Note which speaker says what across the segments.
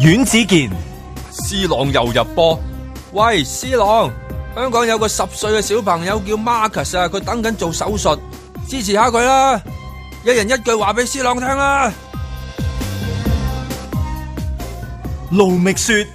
Speaker 1: 阮子健、
Speaker 2: C 朗又入波。喂，C 朗，香港有個十歲嘅小朋友叫 Marcus 啊，佢等緊做手術，支持下佢啦！一人一句話俾 C 朗聽啊啦。
Speaker 1: 盧覓雪、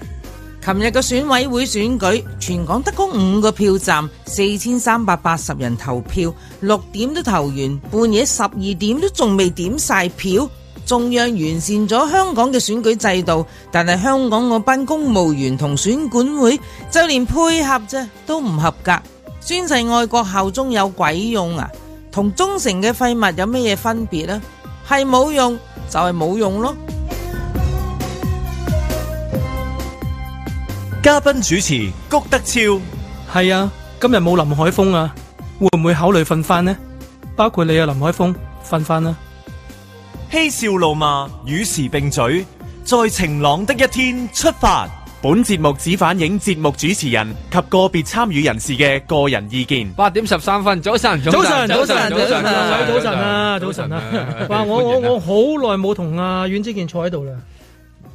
Speaker 3: 琴日嘅選委會選舉，全港得嗰五個票站，四千三百八十人投票，六點都投完，半夜十二點都仲未點晒票。中央完善咗香港嘅選舉制度，但係香港嗰班公務員同選管會就連配合啫都唔合格。宣誓愛國效忠有鬼用啊？同忠誠嘅廢物有咩嘢分別呢？係冇用就係冇用咯。
Speaker 1: 嘉賓主持谷德超、
Speaker 4: 係啊，今日冇林海峰啊，會唔會考慮瞓翻呢？包括你啊，林海峰，瞓翻啦。
Speaker 1: 嬉笑怒罵，與時並舉，在晴朗的一天出發。
Speaker 5: 本節目只反映節目主持人及個別參與人士嘅個人意見。
Speaker 6: 八點十三分，早晨，
Speaker 4: 早晨，早晨，早晨，早
Speaker 6: 早
Speaker 4: 晨啊，早晨啊！哇，我 我我好耐冇同阿阮之健坐喺度啦。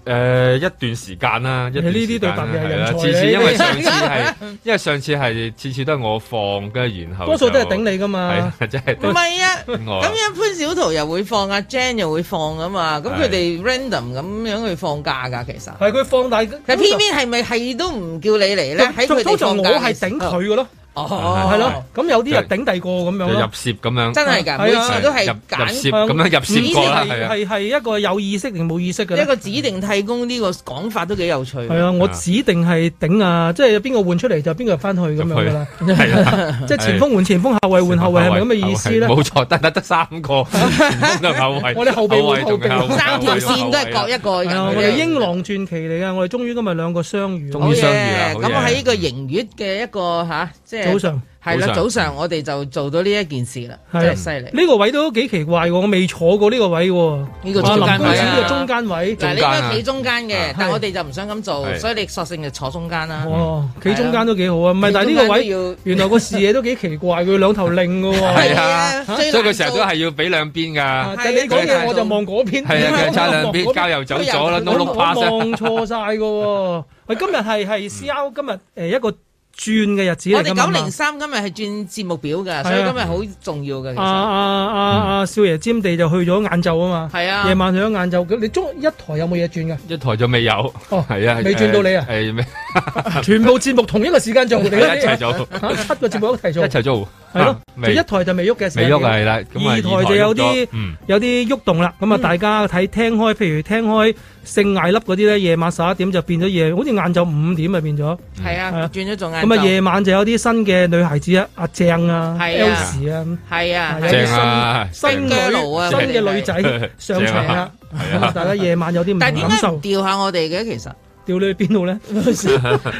Speaker 6: 誒一段時間啦，一段
Speaker 4: 呢啲
Speaker 6: 時間
Speaker 4: 對
Speaker 6: 啦
Speaker 4: 白嘅
Speaker 6: 係
Speaker 4: 人才
Speaker 6: 啦，
Speaker 4: 嚟
Speaker 6: 次次因為上次係， 因為上次係次次都係我放，跟住然後
Speaker 4: 多數都係
Speaker 6: 就
Speaker 4: 頂你㗎嘛
Speaker 6: 係真係
Speaker 3: 唔
Speaker 6: 頂
Speaker 3: 係 啊，
Speaker 6: 我
Speaker 4: 哦
Speaker 3: 咁
Speaker 6: 啊
Speaker 3: 樣潘小桃又會放，阿啊 Jan 又會放噶嘛，咁佢哋 random 咁樣去放假噶，其實。
Speaker 4: 係佢放大，
Speaker 3: 但
Speaker 4: 佢
Speaker 3: 偏偏係咪係都唔叫你嚟咧？喺佢哋
Speaker 4: 通常
Speaker 3: 放
Speaker 4: 我
Speaker 3: 假
Speaker 4: 係
Speaker 3: 嘅時
Speaker 4: 頂
Speaker 3: 候，
Speaker 4: 佢嘅咯，
Speaker 3: 哦，
Speaker 4: 係咯。咁有啲
Speaker 6: 就
Speaker 4: 啊頂第二個咁樣
Speaker 6: 就入
Speaker 4: 咯。
Speaker 6: 攝咁樣，
Speaker 3: 真係㗎，
Speaker 4: 係
Speaker 3: 每
Speaker 4: 啊
Speaker 3: 次都係
Speaker 6: 入入攝
Speaker 3: 揀
Speaker 4: 係啊
Speaker 6: 咁樣入攝過啦，
Speaker 4: 唔知
Speaker 6: 係
Speaker 4: 係
Speaker 6: 啊，
Speaker 4: 係係一個有意識定冇意識嘅
Speaker 3: 一
Speaker 4: 咧？
Speaker 3: 個指定替工呢個講法都幾有趣。
Speaker 4: 係啊，我指定係頂啊，即係邊個換出嚟就邊個入翻去咁樣㗎啦。
Speaker 6: 係啦。
Speaker 4: 即係前鋒換前鋒，後衞換後衞，係咪咁嘅意思咧？
Speaker 6: 冇錯，得得得三 個，前鋒都係後衞，
Speaker 4: 我哋後備
Speaker 6: 後衛
Speaker 4: 後備
Speaker 6: 仲有後衞
Speaker 3: 三條線都係各一個
Speaker 4: 係
Speaker 3: 人
Speaker 4: 啊，
Speaker 3: 嘅
Speaker 4: 我
Speaker 3: 啫。
Speaker 4: 哋英朗傳奇嚟嘅，我哋終於今日兩個相遇。哦
Speaker 6: 終於相遇啦
Speaker 3: 好
Speaker 6: 好
Speaker 3: 嘢
Speaker 6: 嘢
Speaker 3: 咁喺呢個盈月嘅一個吓，即係
Speaker 4: 啊早上
Speaker 3: 係啦，
Speaker 6: 早上
Speaker 3: 早上我哋就做到呢一件事啦，
Speaker 4: 係啊
Speaker 3: 真係犀利。
Speaker 4: 呢個位都幾奇怪喎，我未坐過呢個位喎。
Speaker 3: 呢個
Speaker 4: 啊，
Speaker 3: 中
Speaker 4: 林
Speaker 3: 間
Speaker 4: 居
Speaker 3: 位
Speaker 4: 士
Speaker 3: 啊
Speaker 4: 呢個中間位，
Speaker 3: 嗱，你應該企中間嘅
Speaker 6: 係，
Speaker 3: 但我哋就唔想咁做，
Speaker 6: 係
Speaker 3: 所以你索性就坐中間啦。
Speaker 4: 哦，企中間都幾好啊。唔係，但係呢個
Speaker 3: 企中間都要
Speaker 4: 位原來個視野都幾奇怪，佢兩頭擰嘅喎。
Speaker 3: 係
Speaker 6: 係啊，
Speaker 3: 啊
Speaker 6: 所以佢成日都係要俾兩邊㗎
Speaker 4: 啊。但係你講嘢我就望嗰邊，
Speaker 6: 係啊，佢差兩邊，交
Speaker 4: 交
Speaker 6: 又走咗啦，
Speaker 4: 我
Speaker 6: 碌
Speaker 4: 我
Speaker 6: 碌巴聲。
Speaker 4: 望錯晒嘅喎。喂，今日係係 C R 今日誒一個轉嘅日子
Speaker 3: 我
Speaker 4: 嚟
Speaker 3: 哋九
Speaker 4: 㗎嘛
Speaker 3: 零三今日係轉節目表㗎，所以
Speaker 4: 係啊
Speaker 3: 今日好重要嘅。其
Speaker 4: 啊
Speaker 3: 實
Speaker 4: 啊啊啊！少爺尖地就去咗晏晝啊嘛，
Speaker 3: 係啊
Speaker 4: 夜晚去咗晏晝。咁你中一台有冇嘢轉㗎？
Speaker 6: 一台就未有，
Speaker 4: 哦
Speaker 6: 係啊，
Speaker 4: 未轉到你啊
Speaker 6: 係咩？
Speaker 4: 全部節目同一個時間做，你
Speaker 6: 係一 齊做，
Speaker 4: 嚇七個節目一齊做
Speaker 6: 一，齊做，
Speaker 4: 係咯
Speaker 6: 啊，
Speaker 4: 就
Speaker 6: 未
Speaker 4: 一台就未喐嘅時間
Speaker 6: 未
Speaker 4: 表
Speaker 6: 喐啊，係啦，咁啊
Speaker 4: 二台就有啲
Speaker 6: 喐咗嗯
Speaker 4: 有啲喐動啦。咁啊，大家睇聽開，譬如聽開聖艾粒嗰啲咧，夜晚十一點就變咗夜，好似晏晝五點啊變咗。
Speaker 3: 係
Speaker 4: 係
Speaker 3: 啊
Speaker 4: 啊，
Speaker 3: 轉咗做晏
Speaker 4: 咁啊，
Speaker 3: 晝。
Speaker 4: 夜晚就有啲新嘅女孩子啊，阿鄭啊
Speaker 3: 係啊
Speaker 4: ，Elsie 啊，
Speaker 3: 係啊，
Speaker 4: 係
Speaker 3: 係
Speaker 6: 正
Speaker 3: 啊
Speaker 6: 啊，
Speaker 4: 新
Speaker 3: 正
Speaker 4: 女
Speaker 3: 嘅路啊
Speaker 4: 新
Speaker 3: 正
Speaker 4: 嘅女仔上場
Speaker 6: 正
Speaker 4: 啦
Speaker 6: 啊。
Speaker 4: 咁啊，大家夜晚有啲唔同
Speaker 3: 但係點解
Speaker 4: 感
Speaker 3: 唔
Speaker 4: 受，
Speaker 3: 調下我哋嘅？其實
Speaker 4: 調你去邊度咧？你想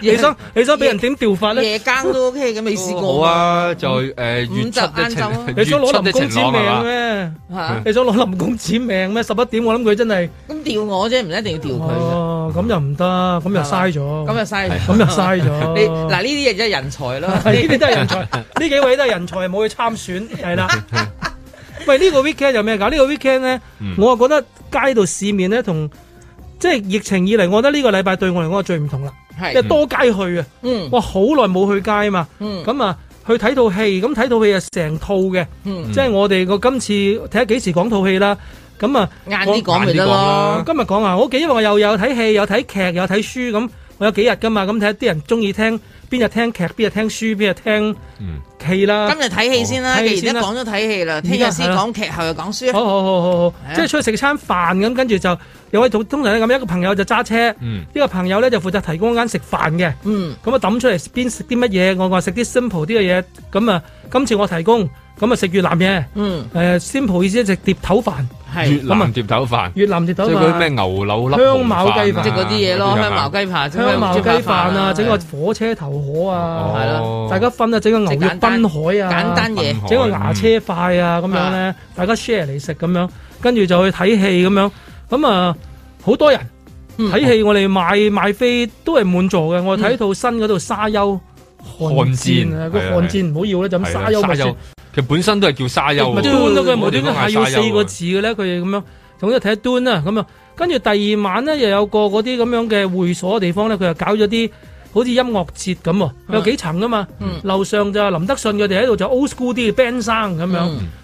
Speaker 4: 你哦想俾人點調法咧？
Speaker 3: 夜更都 OK 嘅，未試
Speaker 6: 好
Speaker 3: 過。
Speaker 6: 啊，就誒
Speaker 3: 五
Speaker 6: 月
Speaker 3: 就
Speaker 6: 出
Speaker 3: 晏
Speaker 6: 的
Speaker 3: 晝啊
Speaker 6: 晴，
Speaker 4: 你想攞林
Speaker 6: 月出的
Speaker 4: 公子
Speaker 6: 晴朗
Speaker 4: 命
Speaker 6: 係啊嘛？
Speaker 4: 咩？
Speaker 3: 嚇
Speaker 4: 你想攞林公子命咩？十一點我諗佢真係，
Speaker 3: 咁調我啫，唔一定要調佢嘅。
Speaker 4: 哦，咁又唔得，咁又嘥咗，
Speaker 3: 咁就啊嘥咗。
Speaker 4: 咁又嘥 咗。
Speaker 3: 你嗱呢啲嘢真係人才咯。
Speaker 4: 係 呢啲都係人才，呢幾位都係人才，冇去參選，係啦。喂，呢、個 weekend 有咩搞？呢、個 weekend 咧，我啊覺得街度市面咧，同即係疫情以嚟，我覺得呢個禮拜對我嚟講係最唔同啦，即係
Speaker 3: 係，
Speaker 4: 多街去啊！
Speaker 3: 嗯
Speaker 4: 哇，好耐冇去街啊嘛，
Speaker 3: 嗯
Speaker 4: 咁啊、去睇套戲，咁睇套戲啊成套嘅，
Speaker 3: 嗯
Speaker 4: 即係我哋個今次睇下幾時講套戲啦。咁啊，
Speaker 3: 晏啲講咪得咯。
Speaker 4: 今日講啊，我屋企因為我又有睇戲，有睇劇，有睇書，咁我有幾日噶嘛，咁睇下啲人中意聽邊日聽劇，邊日聽書，邊日聽
Speaker 6: 嗯
Speaker 4: 戲啦
Speaker 3: 今。日睇戲先啦，
Speaker 4: 好睇戲
Speaker 3: 既然
Speaker 4: 先
Speaker 3: 都
Speaker 4: 啦
Speaker 3: 講咗睇戲啦，聽日先講劇，後日講書。
Speaker 4: 好好好好好
Speaker 3: 啊，
Speaker 4: 即係出去食餐飯咁，跟住就有位同通常咧咁，一個朋友就揸車，
Speaker 6: 嗯
Speaker 4: 一個朋友咧就負責提供間食飯嘅。
Speaker 3: 嗯，
Speaker 4: 咁啊抌出嚟邊食啲乜嘢，我話食啲 simple 啲嘅嘢。咁啊，今次我提供，咁啊食越南嘢。
Speaker 3: 嗯，
Speaker 4: 誒、simple 意思即係碟頭飯，
Speaker 3: 係
Speaker 6: 越南碟頭飯，
Speaker 4: 越南碟頭
Speaker 6: 即係嗰啲咩
Speaker 4: 飯，
Speaker 6: 牛柳粒
Speaker 4: 啊
Speaker 6: 啊
Speaker 4: 香茅雞飯啊
Speaker 3: 即係嗰啲嘢咯，香茅雞扒、
Speaker 4: 香茅雞飯啊，整個
Speaker 3: 係哦
Speaker 4: 火車頭河啊，
Speaker 3: 係啦
Speaker 4: 大家分啊，整個牛
Speaker 3: 即係
Speaker 4: 肉
Speaker 3: 簡單
Speaker 4: 濱海啊，
Speaker 3: 簡單嘢。
Speaker 6: 哦
Speaker 4: 整個牙車塊啊咁樣咧，大家 share 嚟食咁樣，跟住就去睇戲咁樣，咁啊好多人
Speaker 3: 嗯
Speaker 4: 睇戲，我哋買買飛都係滿座嘅。我
Speaker 6: 嗯
Speaker 4: 睇套新嗰套沙丘寒戰啊，
Speaker 6: 寒戰
Speaker 4: 個
Speaker 6: 係啊
Speaker 4: 寒戰唔好要啦，就咁沙丘咪算，
Speaker 6: 佢本啊身都係叫沙丘
Speaker 4: 咪
Speaker 6: 喎，
Speaker 4: 端咯，佢無
Speaker 6: 我
Speaker 4: 端
Speaker 6: 哋都
Speaker 4: 端
Speaker 6: 嗌
Speaker 4: 係要
Speaker 6: 沙丘啊
Speaker 4: 四個
Speaker 6: 喎
Speaker 4: 字嘅咧，佢哋咁樣，總之睇端啦咁啊。跟住第二晚咧又有個嗰啲咁樣嘅會所嘅地方咧，佢又搞咗啲好似音樂節咁喎，有幾層噶嘛。
Speaker 6: 嗯
Speaker 4: 樓上就林德信佢哋喺度就 old school 啲嘅 band 生咁
Speaker 6: 嗯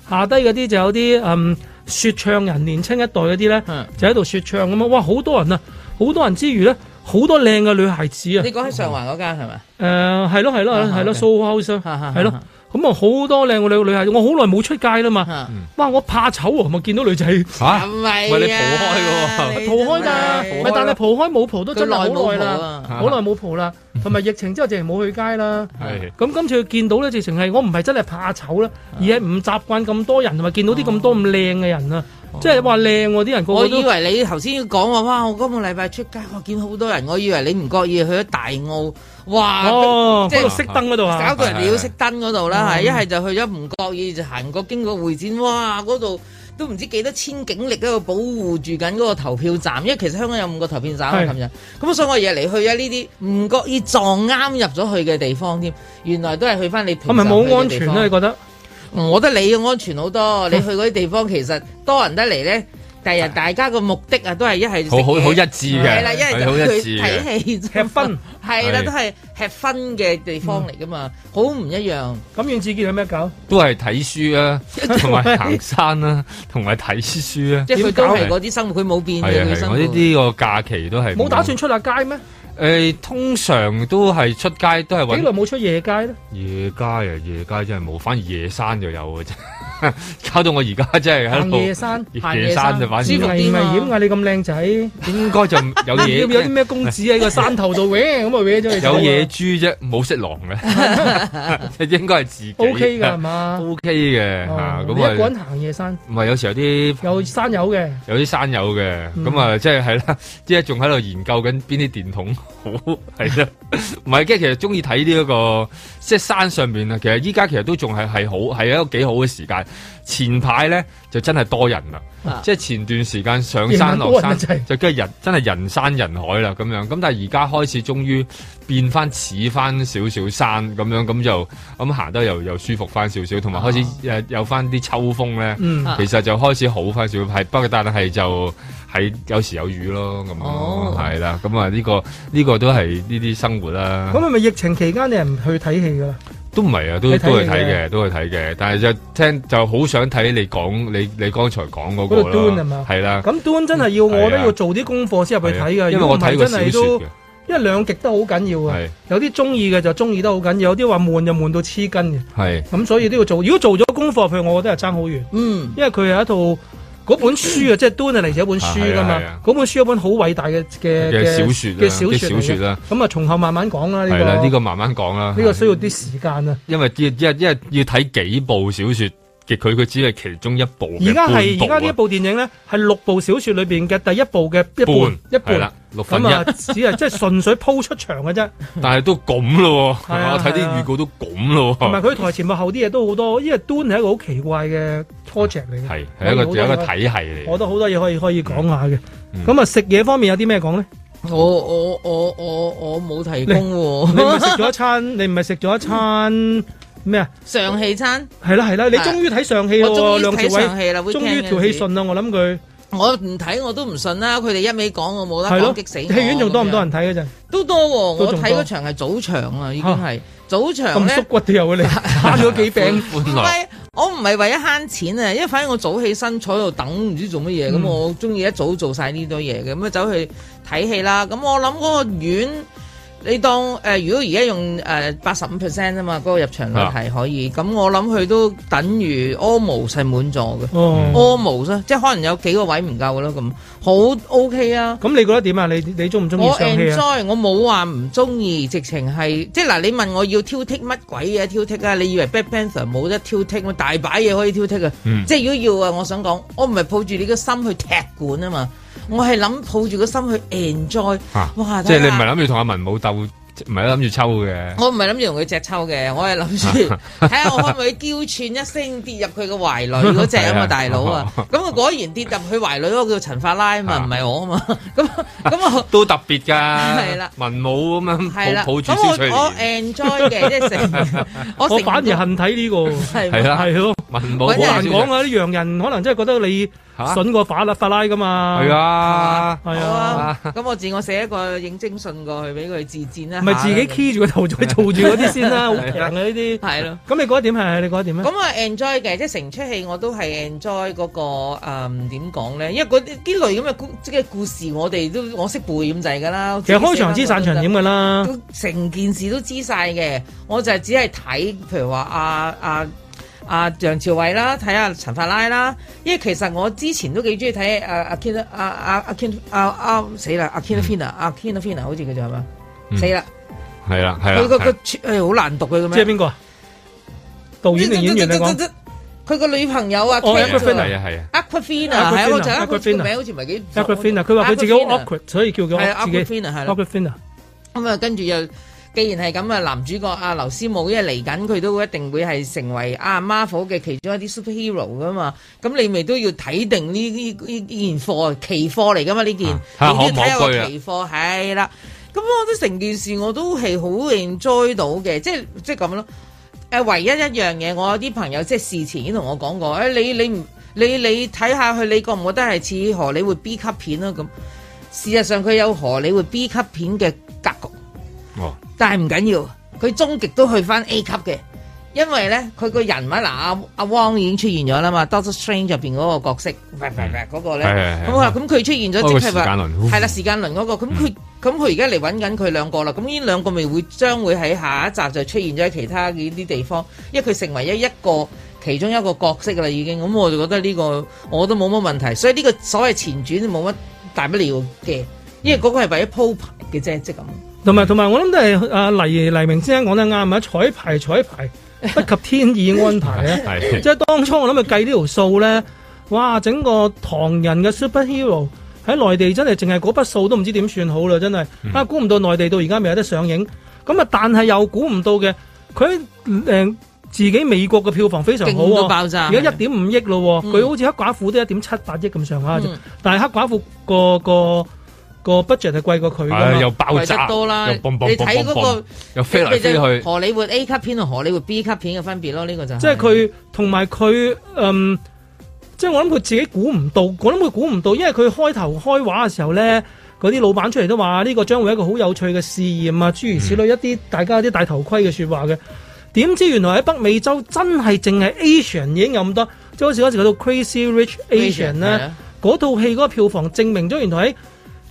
Speaker 4: 樣，下低嗰啲就有啲嗯説唱人年青一代嗰啲咧
Speaker 3: 嗯，
Speaker 4: 就喺度説唱咁樣。哇！好多人啊，好多人之餘咧，好多靚嘅女孩子啊。
Speaker 3: 你講喺上環嗰間係咪？
Speaker 4: 誒係咯係咯係咯係咯
Speaker 3: 啊
Speaker 4: ，show house 啊係咯。咁啊，好多靚嘅女女孩，我好耐冇出街啦嘛。
Speaker 3: 啊
Speaker 4: 哇！我怕醜喎，咪見到女仔
Speaker 6: 吓
Speaker 3: 唔係
Speaker 6: 喂你蒲開㗎
Speaker 3: 喎
Speaker 4: 蒲開㗎，咪但係蒲開冇蒲都
Speaker 3: 啊佢
Speaker 4: 真
Speaker 3: 耐
Speaker 4: 係好
Speaker 3: 冇
Speaker 4: 耐
Speaker 3: 蒲
Speaker 4: 啦，
Speaker 3: 啊。
Speaker 6: 啊
Speaker 4: 好耐冇蒲啦，同埋疫情之後直情冇去街啦。
Speaker 6: 係
Speaker 4: 咁今次佢見到咧，直情係我唔係真係怕醜啦，而係唔習慣咁多人，同埋見到啲咁多咁靚嘅人啊，即係話靚喎啲人個
Speaker 3: 我
Speaker 4: 個
Speaker 3: 以
Speaker 4: 都
Speaker 3: 為你頭先要講話，哇！我今個禮拜出街，我見好多人，我以為你唔覺意去咗大澳，哇！
Speaker 4: 哦，
Speaker 3: 即係
Speaker 4: 嗰度熄燈嗰度
Speaker 3: 搞
Speaker 4: 啊，嗯
Speaker 3: 到人哋要熄燈嗰度啦，係一係就去咗唔覺意就行過經過會展，哇！嗰度都唔知幾多千警力喺度保護住緊嗰個投票站，因為其實香港有五個投票站啊，
Speaker 4: 係
Speaker 3: 琴日咁所以我夜嚟去啊呢啲唔覺意撞啱入咗去嘅地方添，原來都係去翻你平
Speaker 4: 我啊咪
Speaker 3: 常
Speaker 4: 冇安
Speaker 3: 去嘅
Speaker 4: 全
Speaker 3: 地
Speaker 4: 啦？
Speaker 3: 方嗯
Speaker 4: 你覺得？
Speaker 3: 我覺得你安全好多，你去嗰啲地方其實多人得嚟咧，第日大家個目的啊都係一係食
Speaker 6: 好好好一
Speaker 3: 嘢
Speaker 6: 致嘅，
Speaker 3: 係啦，一係
Speaker 6: 係
Speaker 3: 就
Speaker 6: 好一
Speaker 3: 去
Speaker 6: 致嘅。
Speaker 3: 睇戲
Speaker 4: 吃分。
Speaker 3: 係啦，
Speaker 6: 係
Speaker 3: 都係吃分嘅地方嚟噶嘛，好唔一樣。
Speaker 4: 咁阮志傑有咩搞？
Speaker 6: 都係睇書 啊，同埋行山啦，同埋睇書啊。
Speaker 3: 即係佢
Speaker 4: 點
Speaker 3: 都
Speaker 4: 搞
Speaker 3: 係嗰啲生活，佢冇變
Speaker 6: 係
Speaker 3: 嘅
Speaker 6: 啊
Speaker 3: 佢
Speaker 6: 係啊，
Speaker 3: 生
Speaker 6: 我
Speaker 3: 活。
Speaker 6: 呢啲個假期都係
Speaker 4: 冇打算。出下街咩？
Speaker 6: 誒，通常都係出街都係
Speaker 4: 幾
Speaker 6: 揾
Speaker 4: 耐冇出夜街咧？
Speaker 6: 夜街啊，夜街真係冇，反而夜山就有嘅啫。 搞到我而家真係 喺
Speaker 4: 行夜
Speaker 6: 度
Speaker 4: 山，
Speaker 3: 行
Speaker 6: 夜
Speaker 3: 夜
Speaker 6: 山就
Speaker 3: 山
Speaker 6: 反
Speaker 3: 舒服
Speaker 6: 而
Speaker 4: 危
Speaker 3: 啲
Speaker 4: 危
Speaker 3: 嘛
Speaker 4: 險啊！你咁靚仔，
Speaker 6: 應該就 有
Speaker 4: 要
Speaker 6: 野
Speaker 4: 唔要有啲咩公子喺個山頭度 搲咁啊搲咗你走啊？
Speaker 6: 有野豬啫，冇色狼嘅， 應該係自己
Speaker 4: O K 㗎係嘛？
Speaker 6: ，O K 嘅嚇。
Speaker 4: 哦你一個
Speaker 6: 咁
Speaker 4: 人
Speaker 6: 啊，
Speaker 4: 行夜山，
Speaker 6: 唔係有時有啲
Speaker 4: 有山友嘅，
Speaker 6: 有啲山友嘅，
Speaker 4: 嗯
Speaker 6: 咁啊、即係係啦， 即係仲喺度研究緊邊啲 電筒好，係
Speaker 4: 啊
Speaker 6: 啦， 唔係，跟住其實中意睇呢一個，即係山上面啊，其實依家其實都仲係係好，係一個幾好嘅時間。前排咧就真係多人啦，
Speaker 3: 啊
Speaker 6: 即係前段時間上
Speaker 4: 夜
Speaker 6: 山
Speaker 4: 晚
Speaker 6: 落
Speaker 4: 多人啊
Speaker 6: 山
Speaker 4: 真係
Speaker 6: 就跟住人真係人山人海啦咁樣，咁但係而家開始終於變翻似翻少少山咁樣，咁就咁行得又又舒服翻少少，同埋開始
Speaker 4: 啊
Speaker 6: 誒有翻啲秋風咧。
Speaker 4: 嗯，
Speaker 3: 啊
Speaker 6: 其實就開始好翻少少，係不過但係就係有時有雨咯，咁
Speaker 3: 哦
Speaker 6: 咯係啦，咁啊呢個呢個都係呢啲生活啦
Speaker 4: 咁，係咪疫情期間你係唔去睇戲㗎啦？
Speaker 6: 都唔係啊，都
Speaker 4: 你睇
Speaker 6: 都係
Speaker 4: 戲
Speaker 6: 睇
Speaker 4: 嘅
Speaker 6: 嘅，都係睇嘅，但係就聽就好想睇你講你你剛才講嗰
Speaker 4: 嗰個 Dune
Speaker 6: 個
Speaker 4: 係嘛
Speaker 6: 啦，係啦，
Speaker 4: 咁 d 真係要我都
Speaker 6: 啊係啊
Speaker 4: 要做啲功課先入去睇
Speaker 6: 係啊
Speaker 4: 㗎，
Speaker 6: 因為
Speaker 4: 如果
Speaker 6: 我
Speaker 4: 唔
Speaker 6: 睇
Speaker 4: 係
Speaker 6: 過
Speaker 4: 真
Speaker 6: 小
Speaker 4: 係
Speaker 6: 説
Speaker 4: 都
Speaker 6: 嘅，，
Speaker 4: 因為兩極都好緊要啊
Speaker 6: 係。
Speaker 4: 有啲中意嘅就中意得好緊要，有啲話悶就悶到黐筋嘅，
Speaker 6: 係
Speaker 4: 咁所以都要做。如果做咗功課，譬如我覺得係爭好遠。
Speaker 3: 嗯，
Speaker 4: 因為佢有一套嗰本 書啊，即係 d u 嚟自一本書噶
Speaker 6: 啊
Speaker 4: 嘛
Speaker 6: 係啊係啊。
Speaker 4: 嗰本書一本好偉大嘅嘅
Speaker 6: 嘅小説啦
Speaker 4: 嘅小
Speaker 6: 嘅小
Speaker 4: 説
Speaker 6: 説
Speaker 4: 嚟嘅
Speaker 6: 啦，
Speaker 4: 咁啊，從後慢慢講啦。
Speaker 6: 係啦，
Speaker 4: 呢
Speaker 6: 呢
Speaker 4: 個
Speaker 6: 個慢慢講啦，
Speaker 4: 呢個需要啲時間啊。
Speaker 6: 因為要因因為要睇幾部小説嘅佢佢只係其中一部啊嘅
Speaker 4: 而家係
Speaker 6: 半
Speaker 4: 而家呢一部電影咧，係六部小説裏邊嘅第一部嘅一
Speaker 6: 半
Speaker 4: 半一
Speaker 6: 係
Speaker 4: 半
Speaker 6: 啦。，六分
Speaker 4: 咁
Speaker 6: 一
Speaker 4: 啊，。只係即係純粹鋪出場嘅啫，
Speaker 6: 但係都咁咯喎，
Speaker 4: 係啊
Speaker 6: 我睇啲
Speaker 4: 係啊
Speaker 6: 預告都咁咯
Speaker 4: 同埋
Speaker 6: 喎，
Speaker 4: 佢台前幕後啲嘢都好多，因為 d u 係一個好奇怪嘅 project 嚟嘅，
Speaker 6: 係係
Speaker 4: 可以
Speaker 6: 一個
Speaker 4: 好多
Speaker 6: 有一個
Speaker 4: 嘢
Speaker 6: 體系嚟。
Speaker 4: 我覺得好多嘢可以可以講下嘅
Speaker 6: 嗯。
Speaker 4: 咁啊，食嘢方面有啲咩講咧？
Speaker 3: 我我我我我冇提供
Speaker 4: 你唔
Speaker 3: 喎，
Speaker 4: 係食咗一餐，你唔係食咗一餐咩啊？
Speaker 3: 上戲餐，
Speaker 4: 系啦系啦，你
Speaker 3: 係
Speaker 4: 終於睇上戲
Speaker 3: 我終
Speaker 4: 咯，
Speaker 3: 於
Speaker 4: 梁朝
Speaker 3: 睇上
Speaker 4: 偉
Speaker 3: 戲啦，
Speaker 4: 終於條氣
Speaker 3: 氣信，
Speaker 4: 順啦，我諗佢
Speaker 3: 我唔睇我都唔信啦，佢哋一味講我冇得
Speaker 4: 係咯，
Speaker 3: 講，激死我
Speaker 4: 戲院仲多唔多？人睇嗰陣？
Speaker 3: 咁樣都多喎，
Speaker 4: 都
Speaker 3: 我
Speaker 4: 仲
Speaker 3: 睇
Speaker 4: 多
Speaker 3: 嗰場係早場啊，已經係啊早場
Speaker 4: 咁縮
Speaker 3: 咧。
Speaker 4: 骨都有嘅你，慳咗幾餅。
Speaker 6: 歡
Speaker 3: 唔
Speaker 6: 樂
Speaker 3: 係，我唔係為咗慳錢啊，因為反正我早起身坐喺度等，唔知做乜嘢，咁、
Speaker 4: 嗯
Speaker 3: 我中意一早做晒呢堆嘢嘅，咁啊走去睇戲啦。咁我諗嗰個院，你當誒、呃如果而家用誒八十五 percent 啊嘛，嗰、個入場率係可以，咁、我諗佢都等於 almost 係滿座嘅
Speaker 6: 嗯
Speaker 4: 哦，
Speaker 3: ，almost 啊即係可能有幾個位唔夠啦，咁好 OK 啊。
Speaker 4: 咁你覺得點啊？你你中唔中意
Speaker 3: 我
Speaker 4: 上戲啊？
Speaker 3: enjoy，我冇話唔中意，直情係即係嗱，你問我要挑剔乜鬼嘢挑剔啊？你以為 Black Panther 冇得挑剔咩？大把嘢可以挑剔啊！
Speaker 6: 嗯
Speaker 3: 即係如果要啊，我想講，我唔係抱住你個心去踢館啊嘛，我係諗抱住個心去 enjoy。
Speaker 6: 啊
Speaker 3: 哇！
Speaker 6: 即係你
Speaker 3: 睇
Speaker 6: 唔
Speaker 3: 下
Speaker 6: 係諗住同阿文武鬥，唔係諗住抽嘅。
Speaker 3: 我唔 係諗住同佢隻抽嘅，我係諗 住睇下我可唔可以嬌串一聲跌入佢個懷裏嗰只啊
Speaker 6: 係
Speaker 3: 嘛，
Speaker 6: 啊
Speaker 3: 大佬啊！咁我果然跌入佢懷裏嗰個叫陳法拉啊嘛，唔係我啊嘛，咁咁我。
Speaker 6: 都特別㗎，係
Speaker 3: 係啦
Speaker 6: 文武咁
Speaker 3: 係
Speaker 6: 樣
Speaker 3: 啦，
Speaker 6: 抱抱住
Speaker 3: 咁
Speaker 6: 先出
Speaker 3: 我我 enjoy
Speaker 6: 嚟，
Speaker 3: 嘅，即係成我
Speaker 4: 我
Speaker 3: 成
Speaker 4: 反而恨睇呢個，
Speaker 3: 係
Speaker 6: 係啦
Speaker 4: 係咯，
Speaker 6: 文武
Speaker 3: 搵
Speaker 6: 好
Speaker 3: 人
Speaker 4: 好難
Speaker 6: 難講
Speaker 4: 講啊！啲洋人可能真係覺得你
Speaker 6: 嚇
Speaker 4: 筍過法拉法拉噶嘛，
Speaker 6: 係，啊，
Speaker 4: 係
Speaker 3: 好
Speaker 4: 啊，
Speaker 3: 啊，咁我自我寫一個應徵信過去俾佢自薦啦。
Speaker 4: 咪自己 key 住個頭再 做住嗰啲先啦，好
Speaker 6: 係啊
Speaker 4: 平啊呢啲。
Speaker 3: 係咯。
Speaker 4: 咁你覺得點係？你覺得點咧？
Speaker 3: 咁啊 enjoy 嘅，即係成出戲我都係 enjoy 嗰、個誒點講咧，因為嗰啲啲類咁嘅故即係故事，我哋都我識背咁滯㗎啦。
Speaker 4: 其實開場知散場點㗎啦，
Speaker 3: 都成件事都知晒嘅，我就係只係睇，譬如話啊阿阿阿楊朝偉啦，睇下陳法拉啦，因為其實我之前都幾中意睇啊阿阿 Ken 阿阿阿 Ken 阿阿死啦，阿
Speaker 4: 嗯
Speaker 3: Ken Fina 阿 Ken Fina 好似叫做係嘛？死啦！
Speaker 6: 係啦，係啦，
Speaker 3: 佢個
Speaker 6: 係
Speaker 3: 個誒好難讀嘅咁
Speaker 4: 即係
Speaker 3: 樣，
Speaker 4: 邊個啊？導演定演員你講？
Speaker 3: 佢個女朋友啊
Speaker 4: 哦
Speaker 3: Ken
Speaker 6: 係
Speaker 4: Aquafina
Speaker 3: 啊
Speaker 6: 係啊，係啊，
Speaker 3: Aquafina 係啊，我就
Speaker 4: Aquafina，
Speaker 3: Aquafina 名好似唔係幾
Speaker 4: a q u a f i n a 佢話佢自己好
Speaker 3: Aquafina
Speaker 4: awkward，所以叫
Speaker 3: 係
Speaker 4: 佢
Speaker 3: 啊
Speaker 4: 自己
Speaker 3: Aquafina 係啦
Speaker 4: a q u a f i n a
Speaker 3: 咁啊，跟住又既然係咁啊，男主角阿劉思慕，因為嚟緊佢都一定會係成為阿 Marvel 嘅其中一啲 superhero 噶嘛，咁你咪都要睇定呢呢呢呢件貨期貨嚟噶嘛呢件，
Speaker 6: 啊睇下
Speaker 3: 你都要
Speaker 6: 可唔可
Speaker 3: 睇下個
Speaker 6: 居啊
Speaker 3: 期貨係啦。咁我覺得成件事我都係好 enjoy 到嘅，即係即係咁咯。誒，唯一一樣嘢，我有啲朋友即係事前已經同我講過，誒、你你唔你你睇下佢，你覺唔覺得係似荷里活 B 級片啊咁？事實上佢有荷里活 B 級片嘅格局。
Speaker 6: 哦，
Speaker 3: 但係唔緊要，佢終極都去翻 A 級嘅，因為咧佢個人物嗱阿阿汪已經出現咗啦嘛，Doctor Strange 入邊嗰個角色，喂喂喂嗰個咧，
Speaker 6: 嗯係係係
Speaker 3: 咁啊咁佢出現
Speaker 6: 哦個
Speaker 3: 咗即係
Speaker 6: 時間
Speaker 3: 話
Speaker 6: 輪
Speaker 3: 係啦時間輪嗰個，咁佢咁佢而家嚟揾緊佢兩個啦，咁呢兩個咪會將會喺下一集就出現咗喺其他嘅呢啲地方，因為佢成為咗一個。其中一個角色啦，已經咁我就覺得呢個我都冇乜問題，所以呢個所謂前傳冇乜大不了嘅，因為嗰個係為咗鋪排嘅啫，即係咁。
Speaker 4: 同埋同埋，我諗都係阿黎黎明先生講得啱啊！彩排彩排，不及天意安排啊！
Speaker 6: 係
Speaker 4: 即係當初我諗佢計呢條數咧，哇！整個唐人嘅 superhero 喺內地真係淨係嗰筆數都唔知點算好啦，真係啊！估唔到內地到而家未有得上映，咁啊，但係又估唔到嘅，佢誒、呃自己美國嘅票房非常好
Speaker 3: 勁到
Speaker 4: 喎。
Speaker 3: 爆炸。
Speaker 4: 而家一點五億咯喎，
Speaker 3: 嗯
Speaker 4: 佢、好似黑寡婦都一點七八億咁上下啫，
Speaker 3: 嗯
Speaker 4: 但係黑寡婦個個個 budget 係貴過佢㗎嘛
Speaker 6: 唉又爆
Speaker 3: 貴
Speaker 6: 炸
Speaker 3: 得多啦，
Speaker 6: 又
Speaker 3: 你
Speaker 6: 嘣嘣嘣
Speaker 3: 睇
Speaker 6: 嘣
Speaker 3: 嗰
Speaker 6: 嘣
Speaker 3: 個
Speaker 6: 又飛嚟
Speaker 3: 你就
Speaker 6: 飛去，
Speaker 3: 荷里活 A 級片同荷里活 B 級片嘅分別咯，呢個就係
Speaker 4: 即係佢同埋佢嗯，即係我諗佢自己估唔到，我諗佢估唔到，因為佢開頭開畫嘅時候咧，嗰啲老闆出嚟都話啊呢個將會係一個好有趣嘅試驗啊，諸如此類一啲大家有啲戴頭盔嘅説話嘅。點知原來喺北美洲真係淨係 Asian 已經有咁多，即係好似嗰時嗰套 Crazy Rich Asian 嗯咧。
Speaker 3: 啊
Speaker 4: 嗰套戲嗰個票房證明咗原來喺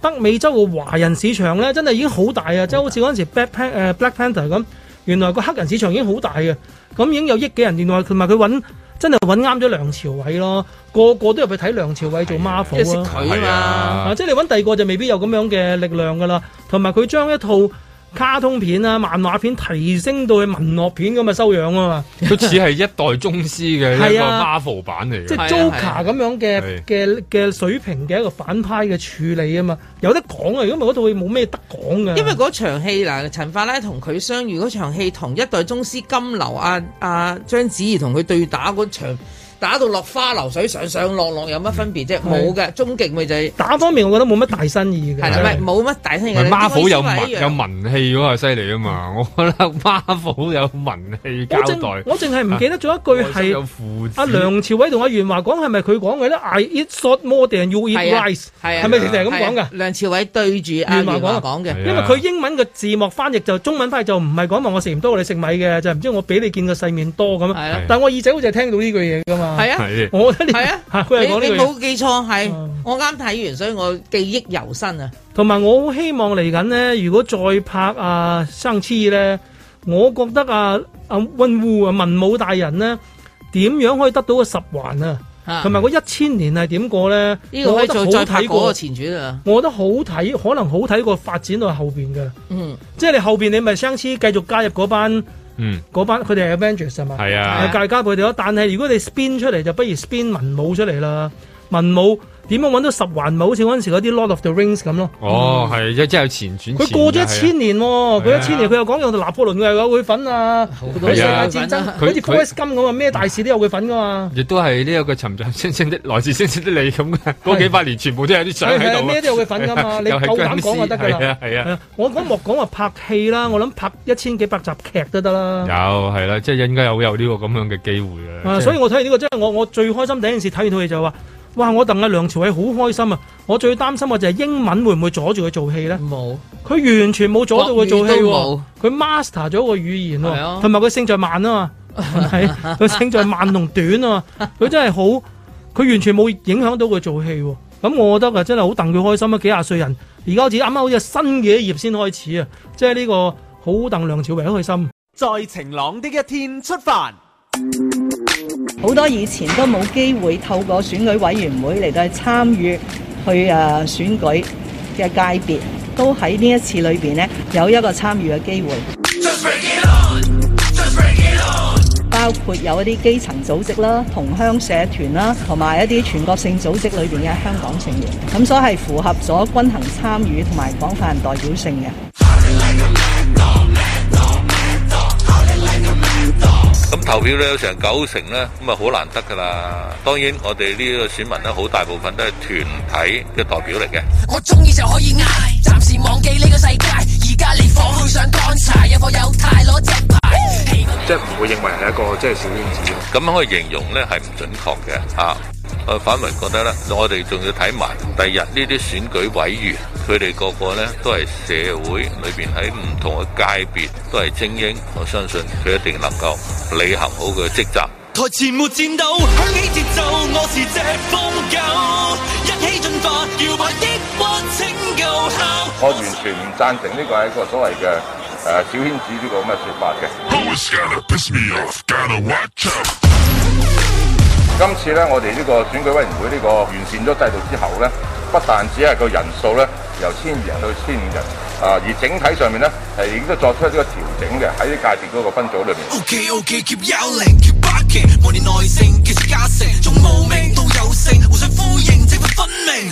Speaker 4: 北美洲嘅華人市場咧，真係已經好大啊！即係好似嗰陣時 Black Pan 誒 Black Panther 咁，原來個黑人市場已經好大嘅，咁已經有億幾人。原來同埋佢揾真係揾啱咗梁朝偉咯，個個都入去睇梁朝偉做
Speaker 3: 即係
Speaker 4: Marvel
Speaker 3: 識
Speaker 4: 啊！
Speaker 3: 佢
Speaker 6: 係
Speaker 3: 啊
Speaker 4: 啊，
Speaker 6: 啊，
Speaker 4: 即係你揾第二個就未必有咁樣嘅力量噶啦。同埋佢將一套卡通片啊、漫畫片提升到去文樂片咁嘅修養啊嘛，
Speaker 6: 佢似係一代宗師嘅一
Speaker 4: 係
Speaker 6: 個
Speaker 4: 啊
Speaker 6: Marvel 版嚟
Speaker 4: 即
Speaker 6: 嘅，
Speaker 4: 係
Speaker 3: 係啊
Speaker 4: Joker 咁樣嘅
Speaker 6: 係
Speaker 4: 嘅嘅水平嘅一個反派嘅處理啊嘛，有得講啊！如果唔係嗰套戲冇咩得講嘅，
Speaker 3: 因為嗰場戲嗱，陳法拉同佢相遇嗰場戲，同一代宗師金流啊啊章子怡同佢對打嗰場，打到落花流水，上上落落有乜分別啫？冇嘅，終極咪就係
Speaker 4: 打方面我覺得冇乜大新意嘅，
Speaker 3: 係啦，
Speaker 6: 係
Speaker 3: 唔係冇乜大聲
Speaker 6: 唔
Speaker 3: 嘅。
Speaker 6: 係 Marvel 有
Speaker 3: 咪
Speaker 6: 文有文氣嗰個犀利啊
Speaker 4: 嗯
Speaker 6: 嘛，我覺得 Marvel 有文氣交
Speaker 4: 我
Speaker 6: 代
Speaker 4: 淨，我淨係唔記得咗一 句
Speaker 6: 內心有
Speaker 4: 係
Speaker 6: 父子
Speaker 4: 阿梁朝偉同阿袁華講係咪佢講嘅咧？I eat salt more than you eat
Speaker 3: 係啊
Speaker 4: rice，
Speaker 3: 係啊
Speaker 4: 係咪成日咁講
Speaker 3: 係
Speaker 4: 㗎
Speaker 3: 啊？梁朝偉對住阿袁
Speaker 4: 袁華
Speaker 3: 華
Speaker 4: 講啊
Speaker 3: 講嘅
Speaker 6: 係。啊
Speaker 4: 因為佢英文嘅字幕翻譯就中文翻譯就唔係講話我食唔多過你食米嘅，就係唔知我比你見嘅世面多咁
Speaker 3: 係啊
Speaker 4: 啊。但我耳仔好似係聽到呢句嘢㗎嘛。
Speaker 3: 係啊。
Speaker 6: 係
Speaker 4: 我覺得呢
Speaker 3: 係啊
Speaker 4: 嚇
Speaker 3: 你
Speaker 4: 佢係講呢句
Speaker 3: 你
Speaker 4: 嘢。
Speaker 3: 冇記錯，係
Speaker 4: 嗯
Speaker 3: 我啱睇完，所以我記憶猶新啊！
Speaker 4: 同埋我好希望嚟緊呢，如果再拍啊生痴呢，我覺得啊啊温戶啊文武大人呢，點樣可以得到個十環啊？
Speaker 3: 嚇
Speaker 4: 同埋嗰一千年係點過呢？
Speaker 3: 呢個可以再
Speaker 4: 我覺得
Speaker 3: 再
Speaker 4: 好
Speaker 3: 拍
Speaker 4: 睇
Speaker 3: 嗰個
Speaker 4: 過，
Speaker 3: 前傳啊！
Speaker 4: 我覺得好睇，可能好睇過發展到後邊嘅。
Speaker 3: 嗯，
Speaker 4: 即係你後邊你咪生痴繼續加入嗰班
Speaker 6: 嗯
Speaker 4: 嗰班，佢哋係 Avengers 係嘛？
Speaker 6: 係啊
Speaker 4: 係。大家佢哋咯。但係如果你 spin 出嚟，就不如 spin 文武出嚟啦。文武點樣揾到十環咪好似嗰陣時嗰啲 Lord of the Rings 咁咯。
Speaker 6: 哦，係即即係有前傳。
Speaker 4: 嗯 佢過咗一
Speaker 6: 前㗎
Speaker 4: 千年喎，
Speaker 6: 係啊
Speaker 4: 佢一千年佢又講有拿破崙佢又有佢份啊，嗰啲世界戰爭，
Speaker 6: 佢
Speaker 4: 好似
Speaker 6: 佢
Speaker 4: Forest 金咁啊，咩大事都有佢份噶嘛。
Speaker 6: 係啊亦都係呢一個尋找星星的 來自星星的你 咁嘅，嗰幾百年全部都有啲相
Speaker 4: 係
Speaker 6: 喺
Speaker 4: 係
Speaker 6: 度啊。
Speaker 4: 咩都有佢份噶嘛，你
Speaker 6: 又係
Speaker 4: 夠
Speaker 6: 僵
Speaker 4: 膽講就
Speaker 6: 屍
Speaker 4: 得㗎
Speaker 6: 係
Speaker 4: 啦。
Speaker 6: 啊係
Speaker 4: 係
Speaker 6: 啊，
Speaker 4: 啊我講莫講話拍戲啦，我諗拍一千幾百集劇都得
Speaker 6: 有
Speaker 4: 啦。
Speaker 6: 係啦，即係應該有有呢個咁樣嘅機會
Speaker 4: 啊，
Speaker 6: 嘅。
Speaker 4: 所以我睇完呢、個真係我我最開心第一件事睇完套戲就係話，哇！我戥阿梁朝偉好開心啊！我最擔心嘅就係英文會唔會阻住佢做戲咧？
Speaker 7: 冇
Speaker 4: 佢完全冇阻到佢做戲
Speaker 7: 國語都
Speaker 4: 喎
Speaker 7: 冇，
Speaker 4: 佢 master 咗個語言
Speaker 7: 係啊
Speaker 4: 喎，同埋佢勝在慢啊嘛， 係佢勝在慢同短啊嘛，佢真係好，佢完全冇影響到佢做戲喎。咁我覺得啊，真係好戥佢開心啊！幾廿歲人，而家好似啱啱好似新嘅一頁先開始啊，即係呢個好戥梁朝偉開心。
Speaker 5: 在晴朗的一天出發。
Speaker 8: 好多以前都冇機會透過選舉委員會嚟到去參與去誒、呃、選舉嘅界別，都喺呢一次裏邊呢，有一個參與嘅機會。包括有一啲基層組織啦、同鄉社團啦，同埋一啲全國性組織裏邊嘅香港成員，咁所以係符合咗均衡參與同埋廣泛代表性嘅。
Speaker 9: 咁投票咧有成九成咧，咁啊好難得噶啦。當然我哋呢個選民咧，好大部分都係團體嘅代表嚟嘅。
Speaker 10: 我中意就可以嗌，暫時忘記呢個世界。而家你放去上乾柴，有貨有態攞隻牌。氣氛
Speaker 11: 即係唔會認為係一個即係小圈子咯。
Speaker 9: 咁樣可以形容咧係唔準確嘅嚇。啊我反為覺得咧，我哋仲要睇埋第日呢啲選舉委員，佢哋個個咧都係社會裏邊喺唔同嘅界別都係精英，我相信佢一定能夠履行好佢嘅職責。
Speaker 1: 台前沒戰鬥，響起節奏，我是隻瘋狗，一起進發，搖擺抑鬱拯救後。
Speaker 12: 我完全唔贊成呢個係一個所謂嘅誒小圈子呢個咁嘅説法嘅。今次咧，我哋呢個選舉委員會呢個完善咗制度之後咧，不但只係個人數咧由千二人到千五人，啊、而整體上面咧係已經都作出一個調整嘅喺啲界別嗰個分組裏面。
Speaker 10: OK OK keep yelling keep barking，我哋耐性其實加成，從無名到有性，互相呼應正反分明。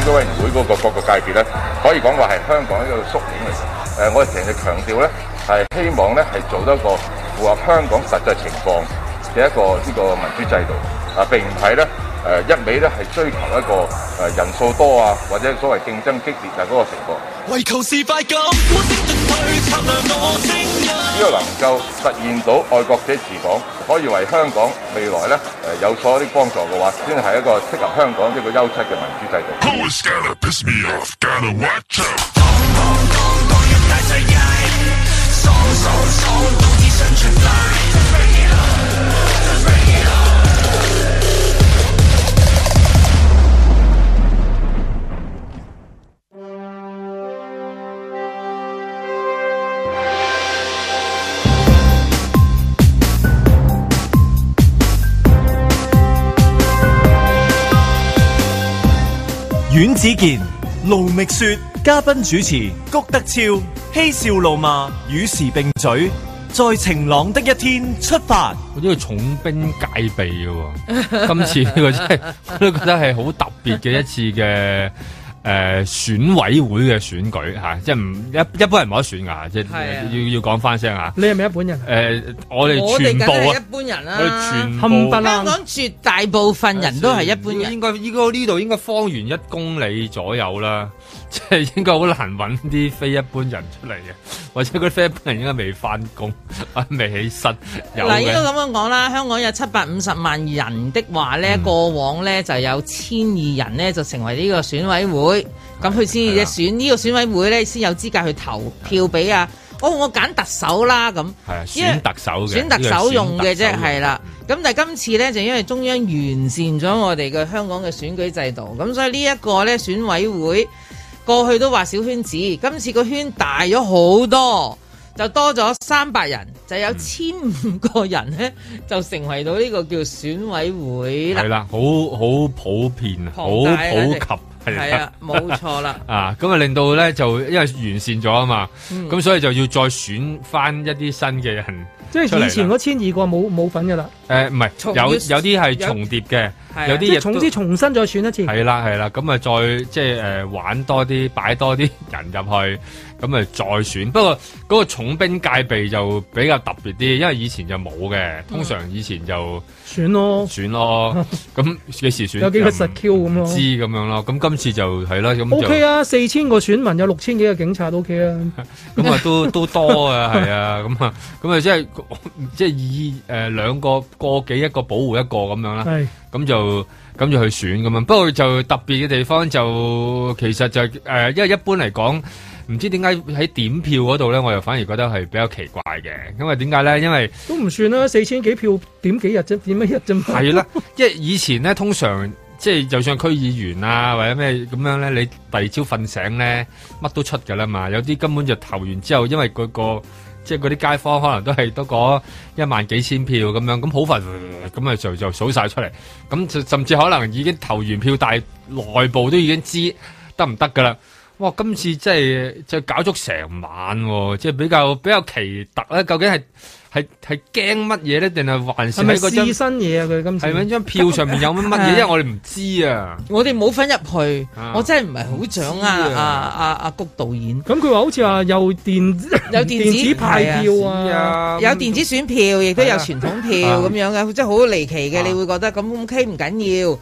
Speaker 12: 選舉委員會嗰個各個界別咧，可以講話係香港一個縮影嚟嘅。誒、我哋成日強調咧，係希望咧係做到一個符合香港實際情況嘅一個呢個民主制度，啊並唔係咧誒一味咧係追求一個誒、人數多啊，或者所謂競爭激烈啊嗰個情況。
Speaker 1: 為求是快感，我的進退策略我聲音。
Speaker 12: 只要能夠實現到愛國者治港，可以為香港未來咧誒有所啲幫助嘅話，先係一個適合香港一個優質嘅民主制度。
Speaker 1: 阮子健、卢觅雪，嘉宾主持谷德超，嬉笑怒骂，与时并举，在晴朗的一天出发。
Speaker 6: 呢個重兵戒備嘅喎， 今次呢個真係我都覺得係好特別嘅一次嘅。誒、選委會嘅選舉嚇、即係唔一一般人冇得選㗎，即係
Speaker 7: 係啊
Speaker 6: 要要講翻聲啊！
Speaker 4: 你係咪一本人
Speaker 6: 誒、？我哋
Speaker 3: 我哋
Speaker 6: 全
Speaker 3: 梗
Speaker 6: 部
Speaker 3: 係
Speaker 6: 啊
Speaker 3: 一，般人
Speaker 6: 我哋
Speaker 3: 啦，
Speaker 6: 全部啊
Speaker 4: 冚唪
Speaker 3: 香
Speaker 4: 唥
Speaker 3: 港絕大部分人都係一般人。
Speaker 6: 應該應該呢度應該方圓一公里左右啦， 即係應該好難揾啲非一般人出嚟嘅，或者嗰啲非一般人應該未翻工， 啊未起身，有
Speaker 3: 嗱，應該
Speaker 6: 嘅。
Speaker 3: 咁樣講啦，香港有七百五十萬人的話咧，
Speaker 6: 嗯
Speaker 3: 過往咧就有千二人咧就成為呢個選委會，咁佢先
Speaker 6: 係啊
Speaker 3: 至選呢個選委會咧先有資格去投票俾啊，哦，我揀特首啦咁。
Speaker 6: 係啊，
Speaker 3: 因為
Speaker 6: 選特首嘅，
Speaker 3: 選特首用嘅啫，係
Speaker 6: 啦。
Speaker 3: 啦。咁但係今次呢，就因為中央完善咗我哋嘅香港嘅選舉制度，咁所以呢一個呢，選委會過去都話小圈子，今次個圈大咗好多，就多咗三百人，就有
Speaker 6: 嗯
Speaker 3: 千五個人呢，就成為到呢個叫選委會
Speaker 6: 係
Speaker 3: 啦。
Speaker 6: 啦，好好普遍啊，好普
Speaker 3: 龐大啊
Speaker 6: 及，係
Speaker 3: 係
Speaker 6: 啦
Speaker 3: 啊。，冇錯啦。
Speaker 6: 啊，咁啊令到
Speaker 3: 嗯
Speaker 6: 咧就因為完善咗啊嘛，咁、所以就要再選翻一啲新嘅人
Speaker 4: 即
Speaker 6: 出
Speaker 4: 係
Speaker 6: 嚟啦
Speaker 4: 以前嗰千二個冇冇份噶啦，
Speaker 6: 诶，唔係
Speaker 4: 重
Speaker 6: 有
Speaker 4: 要
Speaker 6: 有啲係
Speaker 4: 有
Speaker 6: 重疊嘅，
Speaker 3: 啊
Speaker 6: 有
Speaker 4: 即
Speaker 6: 啲
Speaker 4: 係
Speaker 6: 亦
Speaker 4: 總
Speaker 6: 都
Speaker 4: 之重新再選一次。
Speaker 6: 係啦係啦，咁啊再即係诶玩多啲，擺多啲人入去，咁啊再選。不過嗰個重兵戒備就比較特別啲，因為以前就冇嘅，
Speaker 3: 嗯
Speaker 6: 通常以前就
Speaker 4: 選咯，
Speaker 6: 選咯，咁幾時選
Speaker 4: 有幾個
Speaker 6: 就
Speaker 4: 實 Q 咁
Speaker 6: 唔
Speaker 4: 咯
Speaker 6: 知。咁樣咯。咁今次就係啦，咁
Speaker 4: O
Speaker 6: 就
Speaker 4: K 啊，四千個選民有六千幾個警察都 O K 啊。
Speaker 6: 咁啊都都多啊，係啊，咁啊咁啊即係 即係以誒兩個個幾一個保護一個咁樣啦。
Speaker 4: 係
Speaker 6: 咁就咁就去選咁樣。不過就特別嘅地方就其實就誒、呃因為一般嚟講，唔知點解喺點票嗰度咧，我又反而覺得係比較奇怪嘅。因為點解咧？因為
Speaker 4: 都唔算啦，四千幾票點幾日啫，點一日啫 嘛。
Speaker 6: 係啦，即係以前咧，通常即係就算區議員啊或者咩咁樣咧，你第二朝瞓醒咧，乜都出㗎啦嘛。有啲根本就投完之後，因為嗰、個。即係嗰啲街坊可能都係得嗰一萬幾千票咁樣，咁好快咁啊就就數晒出嚟，咁就甚至可能已經投完票，但係內部都已經知得唔得㗎啦。哇！今次真係就搞足成晚喎、即係比較比較奇特咧。究竟係係係驚乜嘢咧，定係還是
Speaker 4: 係咪
Speaker 6: 喺嗰
Speaker 4: 試
Speaker 6: 張
Speaker 4: 新嘢啊？佢今次
Speaker 6: 係咪張票上面有乜乜嘢？因為我哋唔知啊。
Speaker 3: 我哋冇份入去
Speaker 6: 啊，
Speaker 3: 我真係唔係好掌握
Speaker 6: 唔知啊
Speaker 3: 啊啊啊谷導演。
Speaker 4: 咁佢話好似話 有電
Speaker 3: 有電子
Speaker 4: 電子派票啊，
Speaker 3: 有電子選票，亦都有
Speaker 4: 係啊
Speaker 3: 傳統票咁
Speaker 6: 啊
Speaker 3: 樣嘅，即係好離奇嘅。你會覺得咁 OK 唔緊要，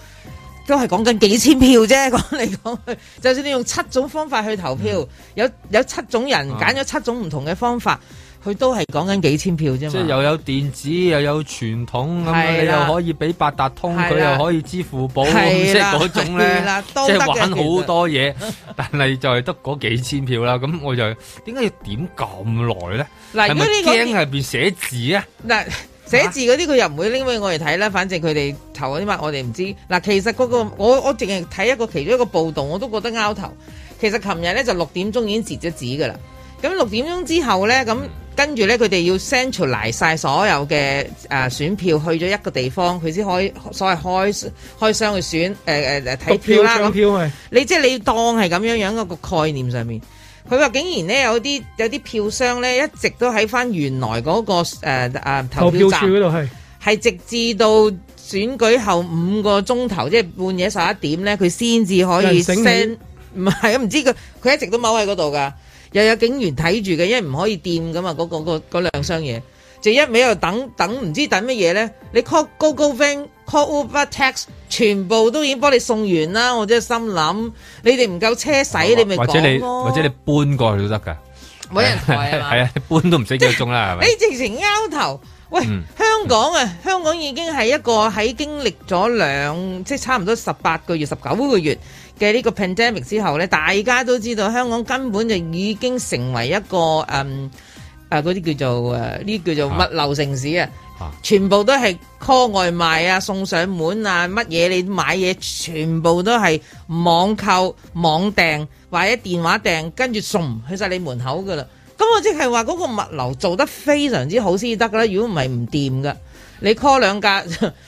Speaker 3: 都係講緊幾千票啫。 講嚟講去，就算你用七種方法去投票，有有七種人
Speaker 6: 嗯啊
Speaker 3: 揀咗七種唔同嘅方法，佢都係講緊幾千票啫
Speaker 6: 即係
Speaker 3: 嘛。
Speaker 6: 又有電子，又有傳統咁樣，
Speaker 3: 係
Speaker 6: 你
Speaker 3: 啦
Speaker 6: 又可以俾八達通，
Speaker 3: 係
Speaker 6: 佢
Speaker 3: 啦
Speaker 6: 又可以支付寶，即
Speaker 3: 係
Speaker 6: 係
Speaker 3: 啦
Speaker 6: 嗰種咧
Speaker 3: 係啦，
Speaker 6: 即
Speaker 3: 都得嘅
Speaker 6: 係玩好多嘢，但係就係得嗰幾千票啦。咁我就點解要點咁耐咧？
Speaker 3: 嗱
Speaker 6: 係咪
Speaker 3: 如果呢個
Speaker 6: 驚係變寫字啊？
Speaker 3: 嗱，寫字嗰啲佢又唔會拎俾我哋睇啦，反正佢哋投嗰啲嘛，我哋唔知。嗱，其實嗰、個我我淨係睇一個其中一個報道，我都覺得拗頭。其實琴日咧就六點鐘已經截咗止㗎啦。咁六點鐘之後咧，咁跟住咧佢哋要 central 嚟晒所有嘅誒、呃、選票去咗一個地方，佢先可以所謂開開箱去選誒誒誒
Speaker 4: 讀
Speaker 3: 睇啊票
Speaker 4: 票
Speaker 3: 啦
Speaker 4: 唱
Speaker 3: 咁。
Speaker 4: 票係
Speaker 3: 你即係你當係咁樣樣一個概念上面。佢話竟然咧有啲有啲票箱咧一直都喺翻原來嗰、個誒、呃啊投
Speaker 4: 投票
Speaker 3: 票
Speaker 4: 處
Speaker 3: 站，
Speaker 4: 嗰度係。
Speaker 3: 係直至到選舉後五個鐘頭，即係半夜十一點咧，佢先至可
Speaker 4: 有
Speaker 3: 以
Speaker 4: 人醒起
Speaker 3: send。唔係啊，唔知佢佢一直都踎喺嗰度㗎，又有警員睇住嘅，因為唔可以掂㗎嘛，嗰、個嗰嗰兩箱嘢。就一味喺度等等，唔知等乜嘢咧？你 call Go Go Van、call Uber、Tax，全部都已經幫你送完啦！我真係心諗，你哋唔夠車使，你咪
Speaker 6: 哦或者你
Speaker 3: 講咯。
Speaker 6: 或者你搬過去都得㗎。
Speaker 3: 冇人抬 啊嘛
Speaker 6: 係啊，你搬都唔使幾個鐘啦，係咪
Speaker 3: 你？直情拗頭。喂，
Speaker 6: 嗯
Speaker 3: 香港啊，香港已經係一個喺經歷咗兩即係差唔多十八個月、十九個月嘅呢個 pandemic 之後咧，大家都知道香港根本就已經成為一個嗯誒嗰啲叫做誒呃呢、叫做物流城市啊。全部都係 call 外賣啊，送上門啊，乜嘢你買嘢全部都係網購、網訂或者電話訂，跟住送去晒你門口噶啦。咁我即係話嗰個物流做得非常之好先得噶啦，如果唔係唔掂噶。你 call 兩架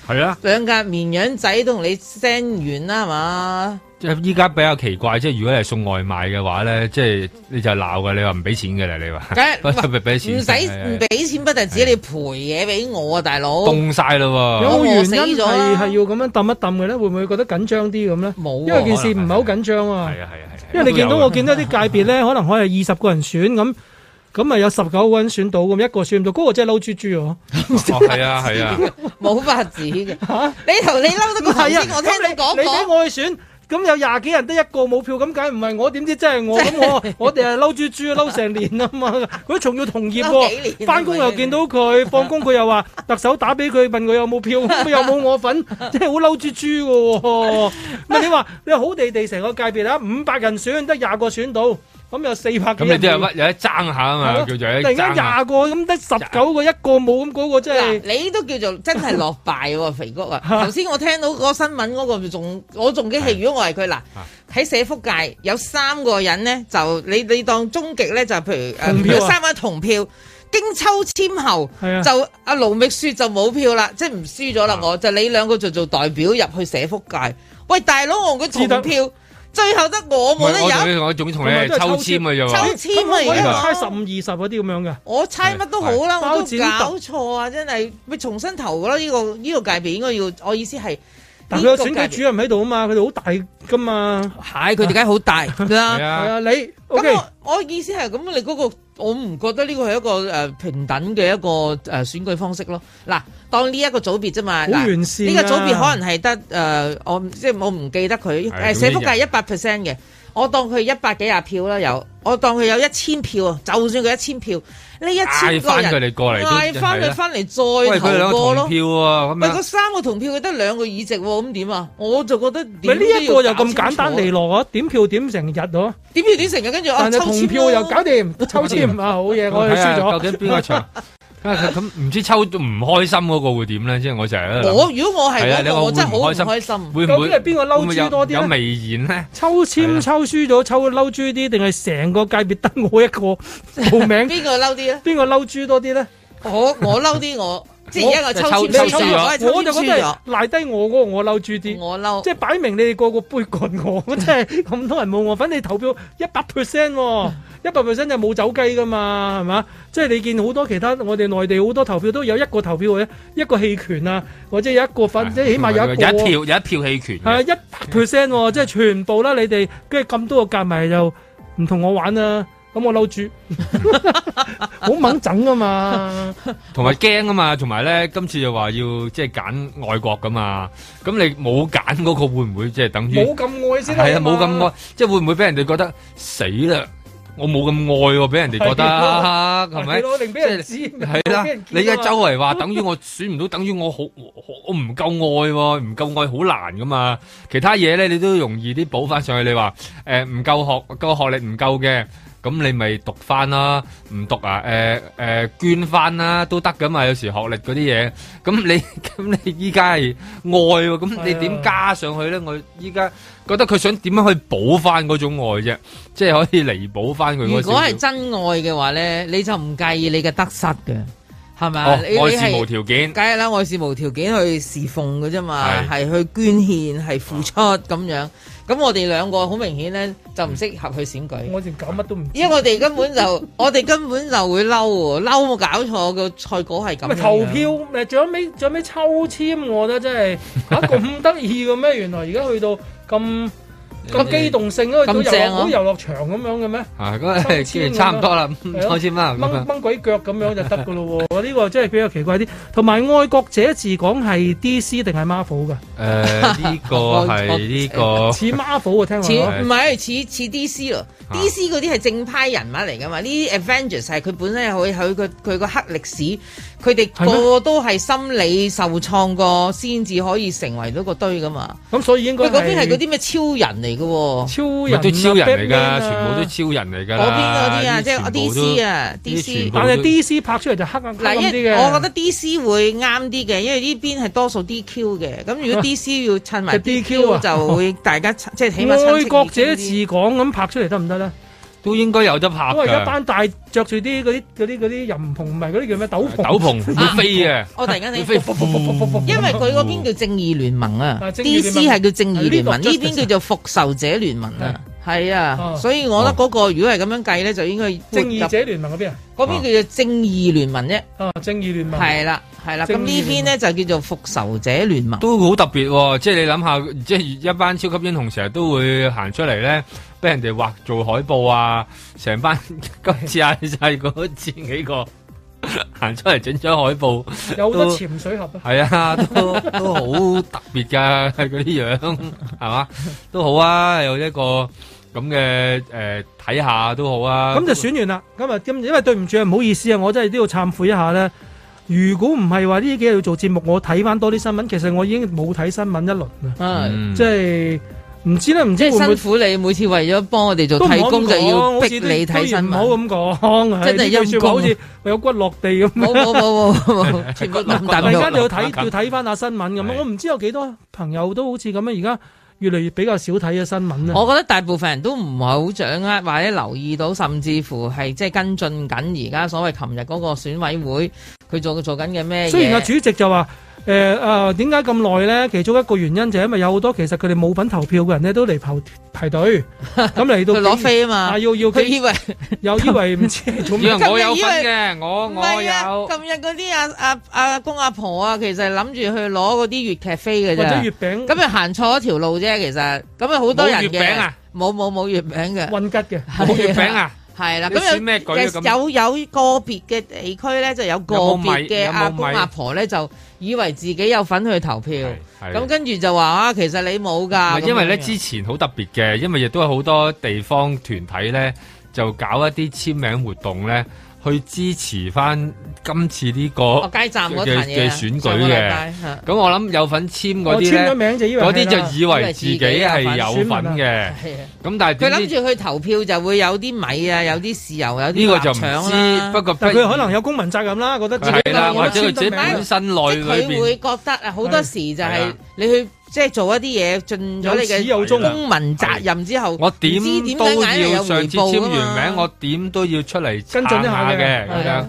Speaker 6: 係啊。
Speaker 3: 兩架綿羊仔都同你 send 完啦，係嘛？
Speaker 6: 即係依家比較奇怪，即係如果你係送外賣嘅話咧，即係你就鬧嘅，你話唔俾錢嘅啦，你 話，
Speaker 3: 梗係
Speaker 6: 咪俾
Speaker 3: 唔
Speaker 6: 錢
Speaker 3: 使
Speaker 6: 先，
Speaker 3: 唔俾錢不但止，你賠嘢俾我啊，大佬。
Speaker 6: 凍晒咯
Speaker 4: 有
Speaker 6: 喎
Speaker 4: 冇
Speaker 3: 我
Speaker 4: 原
Speaker 3: 死
Speaker 4: 因
Speaker 3: 咗
Speaker 4: 係
Speaker 3: 啦
Speaker 4: 係要咁樣揼一揼嘅咧？會唔會覺得緊張啲咁咧？
Speaker 3: 冇
Speaker 4: 因為件事唔係好緊張啊。
Speaker 6: 係啊係啊係啊，
Speaker 4: 因為你見到
Speaker 6: 都有
Speaker 4: 我見到啲界別咧，可能可以二十個人選咁，咁咪有十九個人選到，咁一個選唔到，嗰個真係嬲豬豬喎。
Speaker 6: 哦係啊 係啊，
Speaker 3: 冇法子嘅。你同你嬲得
Speaker 4: 唔
Speaker 3: 過 頭
Speaker 4: 係啊
Speaker 3: 先，我聽你講
Speaker 4: 你俾
Speaker 3: 過。
Speaker 4: 我去選，咁有廿幾人得一個冇票，咁梗係唔係我？點知真係我？咁 我我哋係嬲豬豬嬲成年啊嘛！佢仲要同
Speaker 3: 嬲
Speaker 4: 業
Speaker 3: 幾
Speaker 4: 喎，
Speaker 3: 年啊
Speaker 4: 翻工又見到 佢，放工佢又話特首打俾佢問佢有冇票，咁又冇我份， 真係好嬲豬豬嘅喎！啊咪你話你好地地成個界別啊，五百人選得廿個選到，咁有四百幾
Speaker 6: 咁你
Speaker 4: 人
Speaker 6: 都有
Speaker 4: 票
Speaker 6: 乜有得爭下啊嘛，
Speaker 4: 係咯
Speaker 6: 叫做啊
Speaker 4: 突然間廿個咁得十九個一個冇，咁嗰個真係
Speaker 3: 嗱，你都叫做真係落敗喎，肥谷 啊！頭先我聽到嗰個新聞嗰個仲，我仲驚係如果我係佢嗱，
Speaker 4: 啊
Speaker 3: 喺社福界有三個人咧，就你你當終極咧就係譬如
Speaker 4: 同
Speaker 3: 誒
Speaker 4: 票啊
Speaker 3: 有三個同票。經抽籤後
Speaker 4: 係啊，
Speaker 3: 就阿盧覓雪就冇票啦，即係唔輸咗啦。我就你兩個就做代表入去社福界。喂，大佬，我個
Speaker 4: 知
Speaker 3: 同
Speaker 4: 得
Speaker 3: 票最後得我冇得
Speaker 6: 我同你
Speaker 3: 有。
Speaker 6: 我仲同你係抽籤嘅啫
Speaker 3: 抽
Speaker 6: 喎。
Speaker 3: 籤啊！
Speaker 4: 我以為
Speaker 3: 而
Speaker 4: 猜
Speaker 3: 家
Speaker 4: 十五二十嗰啲咁樣嘅。
Speaker 3: 我猜乜都好啦，
Speaker 4: 係
Speaker 3: 我
Speaker 4: 包
Speaker 3: 都
Speaker 4: 剪
Speaker 3: 搞錯啊！真係咪重新投啦？呢個呢個界別應該要，我意思係。
Speaker 4: 但佢有選舉主任喺度啊嘛，佢哋好大噶嘛。
Speaker 3: 係，佢哋梗係好 大啦。
Speaker 6: 係
Speaker 4: 係
Speaker 6: 啊，
Speaker 4: 啊，你 OK
Speaker 3: 咁我我意思係咁，你嗰、個我唔覺得呢個係一個誒、呃平等嘅一個誒、呃、選舉方式咯。嗱，當呢一個組別啫嘛，
Speaker 4: 好
Speaker 3: 嗱
Speaker 4: 完善啊
Speaker 3: 呢個組別可能係得呃誒，我唔即係我唔記得佢
Speaker 6: 係
Speaker 3: 誒社福
Speaker 6: 總之
Speaker 3: 界一百 percent 嘅，我當佢一百幾廿票啦，有我當佢有一千票啊，就算佢一千票，呢一
Speaker 6: 嗌
Speaker 3: 千個
Speaker 6: 翻佢
Speaker 3: 人
Speaker 6: 哋過嚟都
Speaker 3: 嗌翻
Speaker 6: 係
Speaker 3: 佢
Speaker 6: 啦
Speaker 3: 翻嚟
Speaker 6: 喂，
Speaker 3: 再
Speaker 6: 佢哋
Speaker 3: 投
Speaker 6: 兩個
Speaker 3: 過
Speaker 6: 同
Speaker 3: 咯。
Speaker 6: 票啊喎，咁
Speaker 3: 喂，嗰
Speaker 6: 樣
Speaker 3: 三個同票佢得兩個議席喎，咁點啊？我就覺得
Speaker 4: 唔係
Speaker 3: 點
Speaker 4: 呢一
Speaker 3: 個
Speaker 4: 個又咁簡單利落啊，點票點成日咯，
Speaker 3: 點要點成嘅，跟住啊
Speaker 4: 但係
Speaker 3: 抽
Speaker 4: 同
Speaker 3: 籤
Speaker 4: 票又
Speaker 3: 咯
Speaker 4: 搞掂，抽籤啊好 嘢，我哋
Speaker 6: 睇下
Speaker 4: 輸咗。
Speaker 6: 究竟邊 個場？啊咁咁唔知抽到唔開心嗰個會點咧？即係我成日喺度諗
Speaker 3: 我如果我係
Speaker 6: 係啊
Speaker 3: 嗰
Speaker 6: 你
Speaker 3: 個，
Speaker 6: 話
Speaker 3: 我真係好唔
Speaker 6: 會唔
Speaker 3: 開心。
Speaker 6: 會唔
Speaker 4: 究
Speaker 6: 會
Speaker 4: 竟係邊個嬲
Speaker 6: 會唔會有
Speaker 4: 豬多啲
Speaker 6: 有
Speaker 4: 呢
Speaker 6: 微言咧？
Speaker 4: 抽
Speaker 6: 係啊
Speaker 4: 籤抽輸咗，抽嬲豬啲，定係成個界別得我一個報名？
Speaker 3: 邊個嬲啲咧？
Speaker 4: 邊個嬲豬多啲咧？
Speaker 3: 我我嬲啲我，即係而家我抽
Speaker 6: 抽
Speaker 3: 籤輸
Speaker 6: 抽
Speaker 3: 咗，
Speaker 6: 咗
Speaker 3: 我係抽
Speaker 4: 我就
Speaker 3: 籤
Speaker 4: 覺
Speaker 3: 輸
Speaker 4: 得係
Speaker 3: 咗，
Speaker 4: 賴低我嗰個我 嬲豬啲，
Speaker 3: 我嬲。
Speaker 4: 即係擺明你哋個個杯葛我，真係咁多人冇我份，你投票一百 percent 喎，一百 percent 就冇走雞噶嘛，係嘛？即係你見好多其他我哋內地好多投票都有一個投票嘅，一個棄權啊，或者有一個份，即係起碼有一個
Speaker 6: 有一票有一票棄權
Speaker 4: 係
Speaker 6: 嘅，
Speaker 4: 一百 percent 喎，即係全部啦！你哋跟住咁多個夾埋就唔同我玩啦，咁我嬲 住，好猛整啊嘛！
Speaker 6: 同埋驚啊嘛，同埋咧今次就話要即係揀外國噶嘛，咁你冇揀嗰個會唔會即係等於
Speaker 4: 冇咁愛先啦
Speaker 6: 係啊
Speaker 4: 嘛
Speaker 6: 冇咁愛，即係會唔會俾人哋覺得死啦？我冇咁愛喎，俾人哋覺得係咪
Speaker 4: 係？咯，令俾人知，
Speaker 6: 係啦
Speaker 4: 令俾人，見
Speaker 6: 你
Speaker 4: 啊嘛
Speaker 6: 而家周圍話等於我選唔到，等於我好我我唔夠愛喎，唔夠愛好難噶嘛。其他嘢咧你都容易啲補翻上去。你話誒唔夠學個學歷唔夠嘅，咁你咪讀翻啦，唔讀啊誒誒、捐翻啦都得噶嘛。有時學歷嗰啲嘢，咁你 咁你依家係愛喎，咁你點加上去咧？我依家覺得佢想點樣去補翻嗰種愛啫，即係可以彌補翻佢
Speaker 3: 如
Speaker 6: 嗰
Speaker 3: 果
Speaker 6: 少少
Speaker 3: 係真愛嘅話咧，你就唔介意你嘅得失嘅，係咪
Speaker 6: 哦
Speaker 3: 啊？你
Speaker 6: 愛是
Speaker 3: 你係
Speaker 6: 無條件。
Speaker 3: 梗係啦，愛是無條件去侍奉嘅啫嘛，係去捐獻，係付出
Speaker 4: 啊
Speaker 3: 咁樣。咁我哋兩個好明顯咧，就唔適合去選舉。
Speaker 4: 我仲搞乜都唔知，
Speaker 3: 因為我哋根本 就，我哋根本就會嬲喎，嬲冇搞錯個賽果係咁
Speaker 4: 咪
Speaker 3: 樣。
Speaker 4: 投票啊咪最後尾最後尾抽籤，我覺得真係嚇咁得意嘅咩？原來而家去到 咁咁機動性咯，去到遊
Speaker 3: 咁正
Speaker 4: 樂
Speaker 3: 啊
Speaker 4: 好似遊樂場咁樣嘅咩？
Speaker 6: 啊，咁啊，
Speaker 4: 抽籤
Speaker 6: 既然差唔多啦，嗯
Speaker 4: 係咯
Speaker 6: 抽籤啦，咁
Speaker 4: 掹
Speaker 6: 啊，
Speaker 4: 掹鬼腳咁樣就得噶咯喎！ 呢個真係比較奇怪啲。同埋愛國者治港係 DC 定係 Marvel 噶？
Speaker 6: 哦誒呢 個係呢個
Speaker 4: 似 Marvel 啊，聽
Speaker 3: 似
Speaker 4: 落。
Speaker 3: 唔係似似 DC 咯
Speaker 6: 啊
Speaker 3: ，DC 嗰啲係正派人物嚟噶嘛？呢啲 Avengers 係佢本身有佢佢個佢個黑歷史，佢哋
Speaker 4: 係咩
Speaker 3: 個個都係心理受創過先至可以成為到個堆噶嘛。
Speaker 4: 咁所以應該
Speaker 3: 佢嗰邊係嗰啲咩超人嚟嘅喎，
Speaker 4: 超
Speaker 6: 咪
Speaker 4: 人啊 Batman
Speaker 6: 都 超人嚟㗎，全
Speaker 4: 啊
Speaker 6: 部都超人嚟㗎
Speaker 3: 嗰邊
Speaker 6: 啦。
Speaker 3: 嗰啲啊，即係
Speaker 6: 全部都
Speaker 3: DC 啊
Speaker 6: 呢啲全
Speaker 3: ，DC
Speaker 6: 部。
Speaker 4: 但係 DC 拍出嚟就黑暗黑
Speaker 3: 嗱，
Speaker 4: 暗
Speaker 3: 因
Speaker 4: 啲
Speaker 3: 為
Speaker 4: 嘅。
Speaker 3: 我覺得 DC 會啱啲嘅，因為呢邊係多數 DQ 嘅。咁如果 DC 要襯埋
Speaker 4: 就 DQ
Speaker 3: DQ，
Speaker 4: 啊
Speaker 3: 就會大家親即係 起碼親
Speaker 4: 愛
Speaker 3: 戚
Speaker 4: 國者
Speaker 3: 熱情啲
Speaker 4: 治港咁拍出嚟得唔得咧？
Speaker 6: 都應該有得拍
Speaker 4: 因為一
Speaker 6: 㗎。
Speaker 4: 班大着住啲嗰啲嗰啲嗰啲淫篷，唔係嗰啲叫咩斗篷？
Speaker 6: 斗 篷會飛嘅，
Speaker 3: 我突然 間
Speaker 6: 會
Speaker 3: 睇
Speaker 6: 飛，
Speaker 3: 因為佢嗰邊叫正義聯盟啊
Speaker 4: 啊正義聯盟
Speaker 3: ，DC 係叫正義聯盟，
Speaker 4: 係
Speaker 3: 呢
Speaker 4: 呢個
Speaker 3: 邊叫做復仇者聯盟啊。係啊，
Speaker 4: 哦
Speaker 3: 所以我覺得嗰個如果係咁樣計咧，就應該
Speaker 4: 正義
Speaker 3: 入
Speaker 4: 者聯盟嗰邊啊？
Speaker 3: 嗰邊叫做正義聯盟啫。
Speaker 4: 啊，正義聯盟
Speaker 3: 係啦，係啦。咁
Speaker 4: 正義
Speaker 3: 呢邊咧就叫做復仇者聯盟。
Speaker 6: 都好特別喎。即係你諗下，即係一班超級英雄成日都會行出嚟咧，俾人哋畫做海報啊，成班 今次嗌晒嗰千幾個行出嚟整張海報。
Speaker 4: 有好多
Speaker 6: 都
Speaker 4: 潛水盒啊！
Speaker 6: 係啊， 都都好特別㗎 嗰啲樣，係嘛？都好啊，有一個咁嘅誒睇下都好啊。
Speaker 4: 咁就選完啦。咁啊，咁因為對唔住啊，唔好意思啊，我真係都要懺悔一下咧。如果唔係話呢幾日要做節目，我睇翻多啲新聞，其實我已經冇睇新聞一輪啦。
Speaker 3: 啊
Speaker 6: 嗯
Speaker 4: 即係唔知咧，唔
Speaker 3: 即
Speaker 4: 知
Speaker 3: 係
Speaker 4: 會唔
Speaker 3: 辛
Speaker 4: 會
Speaker 3: 苦你每次為咗幫我哋做
Speaker 4: 都唔好
Speaker 3: 替
Speaker 4: 咁
Speaker 3: 工，就
Speaker 4: 講
Speaker 3: 要
Speaker 4: 好
Speaker 3: 逼
Speaker 4: 似都
Speaker 3: 你睇新聞。
Speaker 4: 都唔好咁講，
Speaker 3: 真係
Speaker 4: 呢句
Speaker 3: 陰
Speaker 4: 説話
Speaker 3: 公
Speaker 4: 好似有骨落地咁。啊
Speaker 3: 冇冇冇冇 冇，全部咁
Speaker 4: 大
Speaker 3: 大
Speaker 4: 家
Speaker 3: 陸
Speaker 4: 要睇
Speaker 6: 咁
Speaker 4: 要睇翻下新聞咁
Speaker 6: 係
Speaker 4: 樣，我唔知有幾多朋友都好似咁樣，而家越嚟越比較少睇嘅新聞啊。
Speaker 3: 我覺得大部分人都唔係好掌握或者留意到，甚至乎係即係跟進緊而家所謂琴日嗰個選委會佢做做緊嘅咩嘢。
Speaker 4: 雖然阿主席就話誒啊點解咁耐咧？其中一個原因就係因為有好多其實佢哋冇份投票嘅人咧，都嚟排排 隊，咁嚟到
Speaker 3: 佢攞飛啊嘛，
Speaker 4: 要要
Speaker 3: 佢以為
Speaker 4: 又以為唔知係做咩，
Speaker 3: 今日以為
Speaker 6: 我
Speaker 3: 唔係啊琴日嗰啲阿阿阿公阿婆啊，其實係諗住去攞嗰啲粵劇飛嘅啫，
Speaker 4: 或者月餅
Speaker 3: 咁咪行錯一條路啫，其實咁啊好多人嘅。
Speaker 6: 冇月餅啊
Speaker 3: 冇冇冇月餅嘅，
Speaker 4: 混吉嘅
Speaker 6: 冇月餅 啊
Speaker 3: 係啦，
Speaker 6: 你
Speaker 3: 咁有
Speaker 6: 選咩舉啊咁
Speaker 3: 有有個別嘅地區咧，就有個
Speaker 6: 有冇米
Speaker 3: 別嘅
Speaker 6: 有冇
Speaker 3: 阿公
Speaker 6: 米
Speaker 3: 阿婆咧，就以為自己有份去投票，
Speaker 6: 係
Speaker 3: 咁跟住就話啊，其實你冇㗎，
Speaker 6: 唔係因為咧
Speaker 3: 咁樣
Speaker 6: 啊之前好特別嘅，因為亦都有好多地方團體咧就搞一啲簽名活動咧，去支持翻今次呢、個
Speaker 3: 哦街站嗰
Speaker 6: 嘅
Speaker 3: 壇嘢
Speaker 6: 嘅
Speaker 3: 啊
Speaker 6: 選舉
Speaker 3: 上個禮拜
Speaker 6: 嘅
Speaker 3: 啊嚇。
Speaker 6: 咁我諗有份簽嗰
Speaker 3: 哦
Speaker 6: 啲
Speaker 3: 簽咗名就以
Speaker 6: 咧，
Speaker 3: 為
Speaker 6: 嗰
Speaker 3: 係
Speaker 6: 啲
Speaker 3: 啦
Speaker 6: 就以為自己係有份
Speaker 3: 以為自
Speaker 6: 嘅
Speaker 3: 己有份選民啊係啊。
Speaker 6: 咁但係
Speaker 3: 佢
Speaker 6: 點
Speaker 3: 諗
Speaker 6: 知
Speaker 3: 住去投票就會有啲米啊，有啲豉油，有啲
Speaker 6: 呢個就唔
Speaker 3: 臘腸啦
Speaker 6: 知，不過不
Speaker 4: 但佢可能有公民責任啦，覺得自己
Speaker 6: 係啦，
Speaker 4: 有
Speaker 6: 或者
Speaker 4: 簽
Speaker 6: 佢自己
Speaker 4: 得名
Speaker 6: 本身內裏
Speaker 3: 佢會
Speaker 6: 邊。
Speaker 3: 覺得啊，好多時就
Speaker 6: 係
Speaker 3: 係
Speaker 6: 啊
Speaker 3: 你去即係做一啲嘢，盡咗你嘅
Speaker 6: 有始有終啊
Speaker 3: 公民責任之後，
Speaker 6: 我
Speaker 3: 唔
Speaker 6: 點
Speaker 3: 知點
Speaker 6: 都
Speaker 3: 解硬係
Speaker 6: 要
Speaker 3: 有
Speaker 6: 上
Speaker 3: 回
Speaker 6: 次簽
Speaker 3: 報啊
Speaker 6: 完名，
Speaker 3: 嘛。
Speaker 6: 我點都要出嚟
Speaker 4: 跟進一下嘅
Speaker 6: 撐嘅咁
Speaker 4: 係
Speaker 6: 樣
Speaker 4: 啊。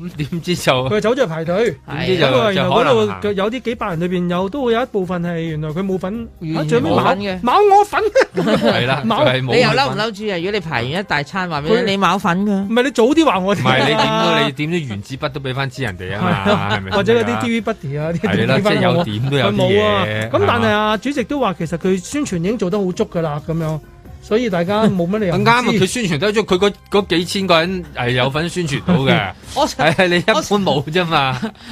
Speaker 6: 咁點知就
Speaker 4: 佢走咗去排隊，
Speaker 6: 點知就
Speaker 4: 咁啊，原來
Speaker 6: 就可能
Speaker 4: 嗰
Speaker 6: 行
Speaker 4: 度有啲幾百人裏邊有都會有一部分係原來佢冇份，啊
Speaker 3: 全
Speaker 4: 最尾
Speaker 3: 冇
Speaker 4: 冇
Speaker 3: 份嘅
Speaker 4: 冇我份，
Speaker 6: 係啦
Speaker 4: 冇
Speaker 6: 佢係冇
Speaker 3: 你又
Speaker 6: 份
Speaker 3: 嬲唔嬲住啊？如果你排完一大餐，話俾你聽
Speaker 4: 佢
Speaker 3: 你冇份㗎。，
Speaker 4: 唔係你早啲話我哋
Speaker 6: 唔
Speaker 4: 啊，
Speaker 6: 係你點都你點都原子筆都俾翻支人哋啊嘛，係咪先啊？
Speaker 4: 或者嗰啲 TV Buddy 啊，啲
Speaker 6: 係啦
Speaker 4: 啲
Speaker 6: 即係有
Speaker 4: 我
Speaker 6: 點都有啲
Speaker 4: 佢冇啊
Speaker 6: 嘢
Speaker 4: 咁但係
Speaker 6: 係
Speaker 4: 啊，主席都話其實佢宣傳已經做得好足㗎啦，咁樣，所以大家冇乜理由
Speaker 6: 咁啱啊！佢宣傳得足，佢嗰嗰幾千個人係有份宣傳 到嘅
Speaker 3: 我
Speaker 6: 係你一般冇啫嘛。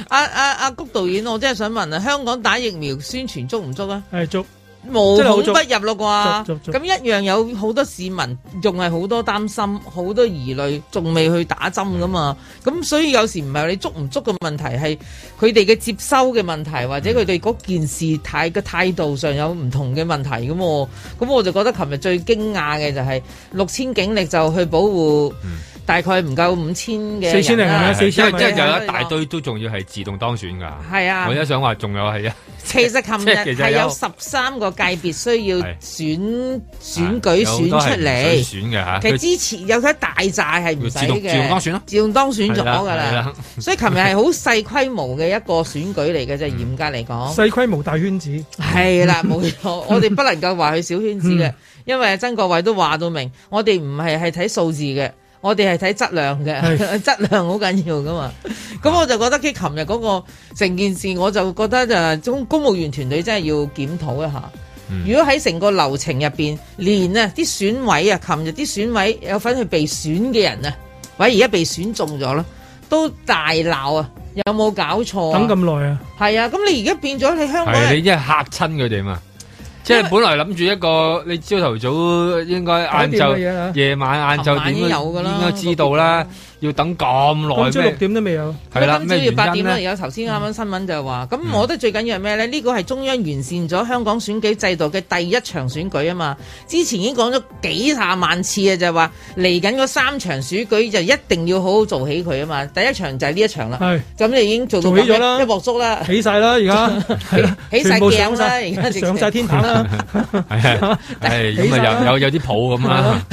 Speaker 3: 阿阿阿谷導演，我真係想問啊，香港打疫苗宣傳足唔足啊？
Speaker 4: 係足
Speaker 3: 無
Speaker 4: 真係好
Speaker 3: 孔不
Speaker 4: 足
Speaker 3: 入咯
Speaker 4: 足
Speaker 3: 啩
Speaker 4: 足，足
Speaker 3: 咁一樣有好多市民仲係好多擔心，好多疑慮，仲未去打針噶嘛。咁所以有時唔係你捉唔捉嘅問題，係佢哋嘅接收嘅問題，或者佢哋嗰件事態嘅態度上有唔同嘅問題咁喎。咁我就覺得琴日最驚訝嘅就係六千警力就去保護
Speaker 4: 嗯
Speaker 3: 大概唔夠五千嘅
Speaker 4: 4000零
Speaker 3: 人啦
Speaker 4: 啊四
Speaker 6: 因
Speaker 4: 千
Speaker 6: 為
Speaker 4: 咪
Speaker 6: 真係有一大堆都仲要係自動當選㗎。
Speaker 3: 係啊
Speaker 6: 我而家想話仲有係啊，
Speaker 3: 其實琴
Speaker 6: 即係其
Speaker 3: 日
Speaker 6: 實
Speaker 3: 係
Speaker 6: 有
Speaker 3: 有十三個界別需要
Speaker 6: 係啊
Speaker 3: 選選舉
Speaker 6: 有好
Speaker 3: 選
Speaker 6: 多係
Speaker 3: 出
Speaker 6: 唔
Speaker 3: 嚟。
Speaker 6: 想選嘅嚇。
Speaker 3: 其實
Speaker 6: 佢
Speaker 3: 之前有睇大寨係唔使
Speaker 6: 自動
Speaker 3: 嘅，
Speaker 6: 自動當選咯
Speaker 3: 自動當選咗㗎
Speaker 6: 係啦係
Speaker 3: 啦
Speaker 6: 啦。
Speaker 3: 所以琴日係好細規模嘅一個選舉嚟嘅
Speaker 6: 嗯
Speaker 3: 啫，嚴格嚟講
Speaker 4: 細規模大圈子，
Speaker 3: 係 啦，冇錯。我哋不能夠話佢小圈子
Speaker 4: 嗯
Speaker 3: 嘅，因為曾國偉都話到明，我哋唔係係睇數字嘅，我哋係睇質量嘅，
Speaker 4: 係啊
Speaker 3: 質量好緊要㗎嘛。咁我就覺得佢琴日嗰個成件事，我就覺得就公公務員團隊真係要檢討一下。
Speaker 4: 嗯
Speaker 3: 如果喺成個流程入邊，連啊啲選委啊，琴日啲選委有份去被選嘅人啊，或者而家被選中咗啦，都大鬧啊！有冇搞錯啊？
Speaker 4: 等咁啊耐啊，
Speaker 3: 係啊！咁你而家變咗你香港
Speaker 6: 係
Speaker 3: 人
Speaker 6: 你一嚇親佢哋嘛。即係本來諗住一個，你朝頭早應該晏
Speaker 4: 搞掂嘅嘢啦
Speaker 6: 晝、夜晚晏
Speaker 3: 琴
Speaker 6: 晝
Speaker 3: 晚已
Speaker 6: 點
Speaker 3: 經有㗎啦
Speaker 6: 應該知道啦，要等
Speaker 4: 今
Speaker 6: 咁
Speaker 4: 朝
Speaker 6: 耐
Speaker 4: 六
Speaker 6: 咩？
Speaker 4: 點都未有，
Speaker 6: 係啦，
Speaker 3: 今朝
Speaker 6: 咩
Speaker 3: 要啊八
Speaker 6: 原
Speaker 3: 點
Speaker 6: 因 嗯
Speaker 3: 啦，
Speaker 6: 咧？
Speaker 3: 有頭先啱啱新聞就話，咁我覺得最緊要係咩咧？呢個係中央完善咗香港選舉制度嘅第一場選舉啊嘛。之前已經講咗幾廿萬次啊，就係話嚟緊嗰三場選舉就一定要好好做起佢啊嘛。第一場就係呢一場
Speaker 6: 啊
Speaker 3: 啦，
Speaker 4: 係
Speaker 3: 咁你已經做到
Speaker 4: 做起咗
Speaker 3: 咁
Speaker 4: 啦
Speaker 3: 一鑊粥啦，
Speaker 4: 起晒啦而 家，係啦，
Speaker 3: 起晒
Speaker 4: 全部
Speaker 3: 鏡
Speaker 4: 上
Speaker 3: 啦
Speaker 4: 晒
Speaker 3: 而家直情
Speaker 4: 上晒天棚啦，
Speaker 6: 係啊，係咁啊，有有有啲 譜咁啦。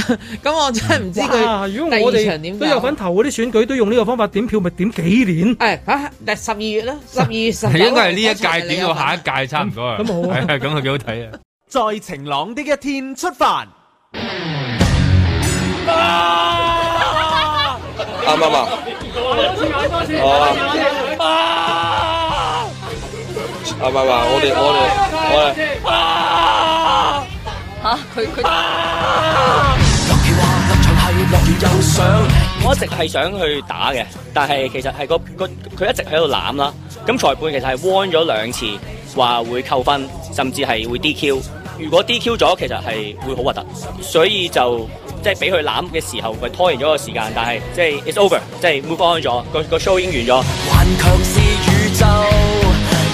Speaker 3: 咁我真 係唔知
Speaker 4: 哇！
Speaker 3: 佢
Speaker 4: 如果我
Speaker 3: 第二場點
Speaker 4: 哋都有份
Speaker 3: 搞。啊
Speaker 4: 投嗰啲選舉，都用呢個方法點票，咪點幾年？
Speaker 3: 誒嚇！哎啊第十二月啦，十二月十
Speaker 6: 係
Speaker 3: 九
Speaker 6: 應該係呢一屆點到下一屆差唔多啊。
Speaker 4: 咁咁好啊
Speaker 6: 係 咁啊幾好睇啊！
Speaker 5: 在晴朗的一天出發。
Speaker 11: 啱唔啱啊？啱唔啱啊？我哋我哋我哋。
Speaker 7: 我一直係想去打嘅，但係其實係個個佢一直喺度攬啦。咁裁判其實係 warn 咗兩次，話會扣分，甚至係會 DQ。如果 DQ 咗，其實係會好核突，所以就即係俾佢攬嘅時候，咪拖延咗個時間。但係即係 it's over，即係 move on 咗，個個 show 已經完咗。
Speaker 10: 顽強是宇宙，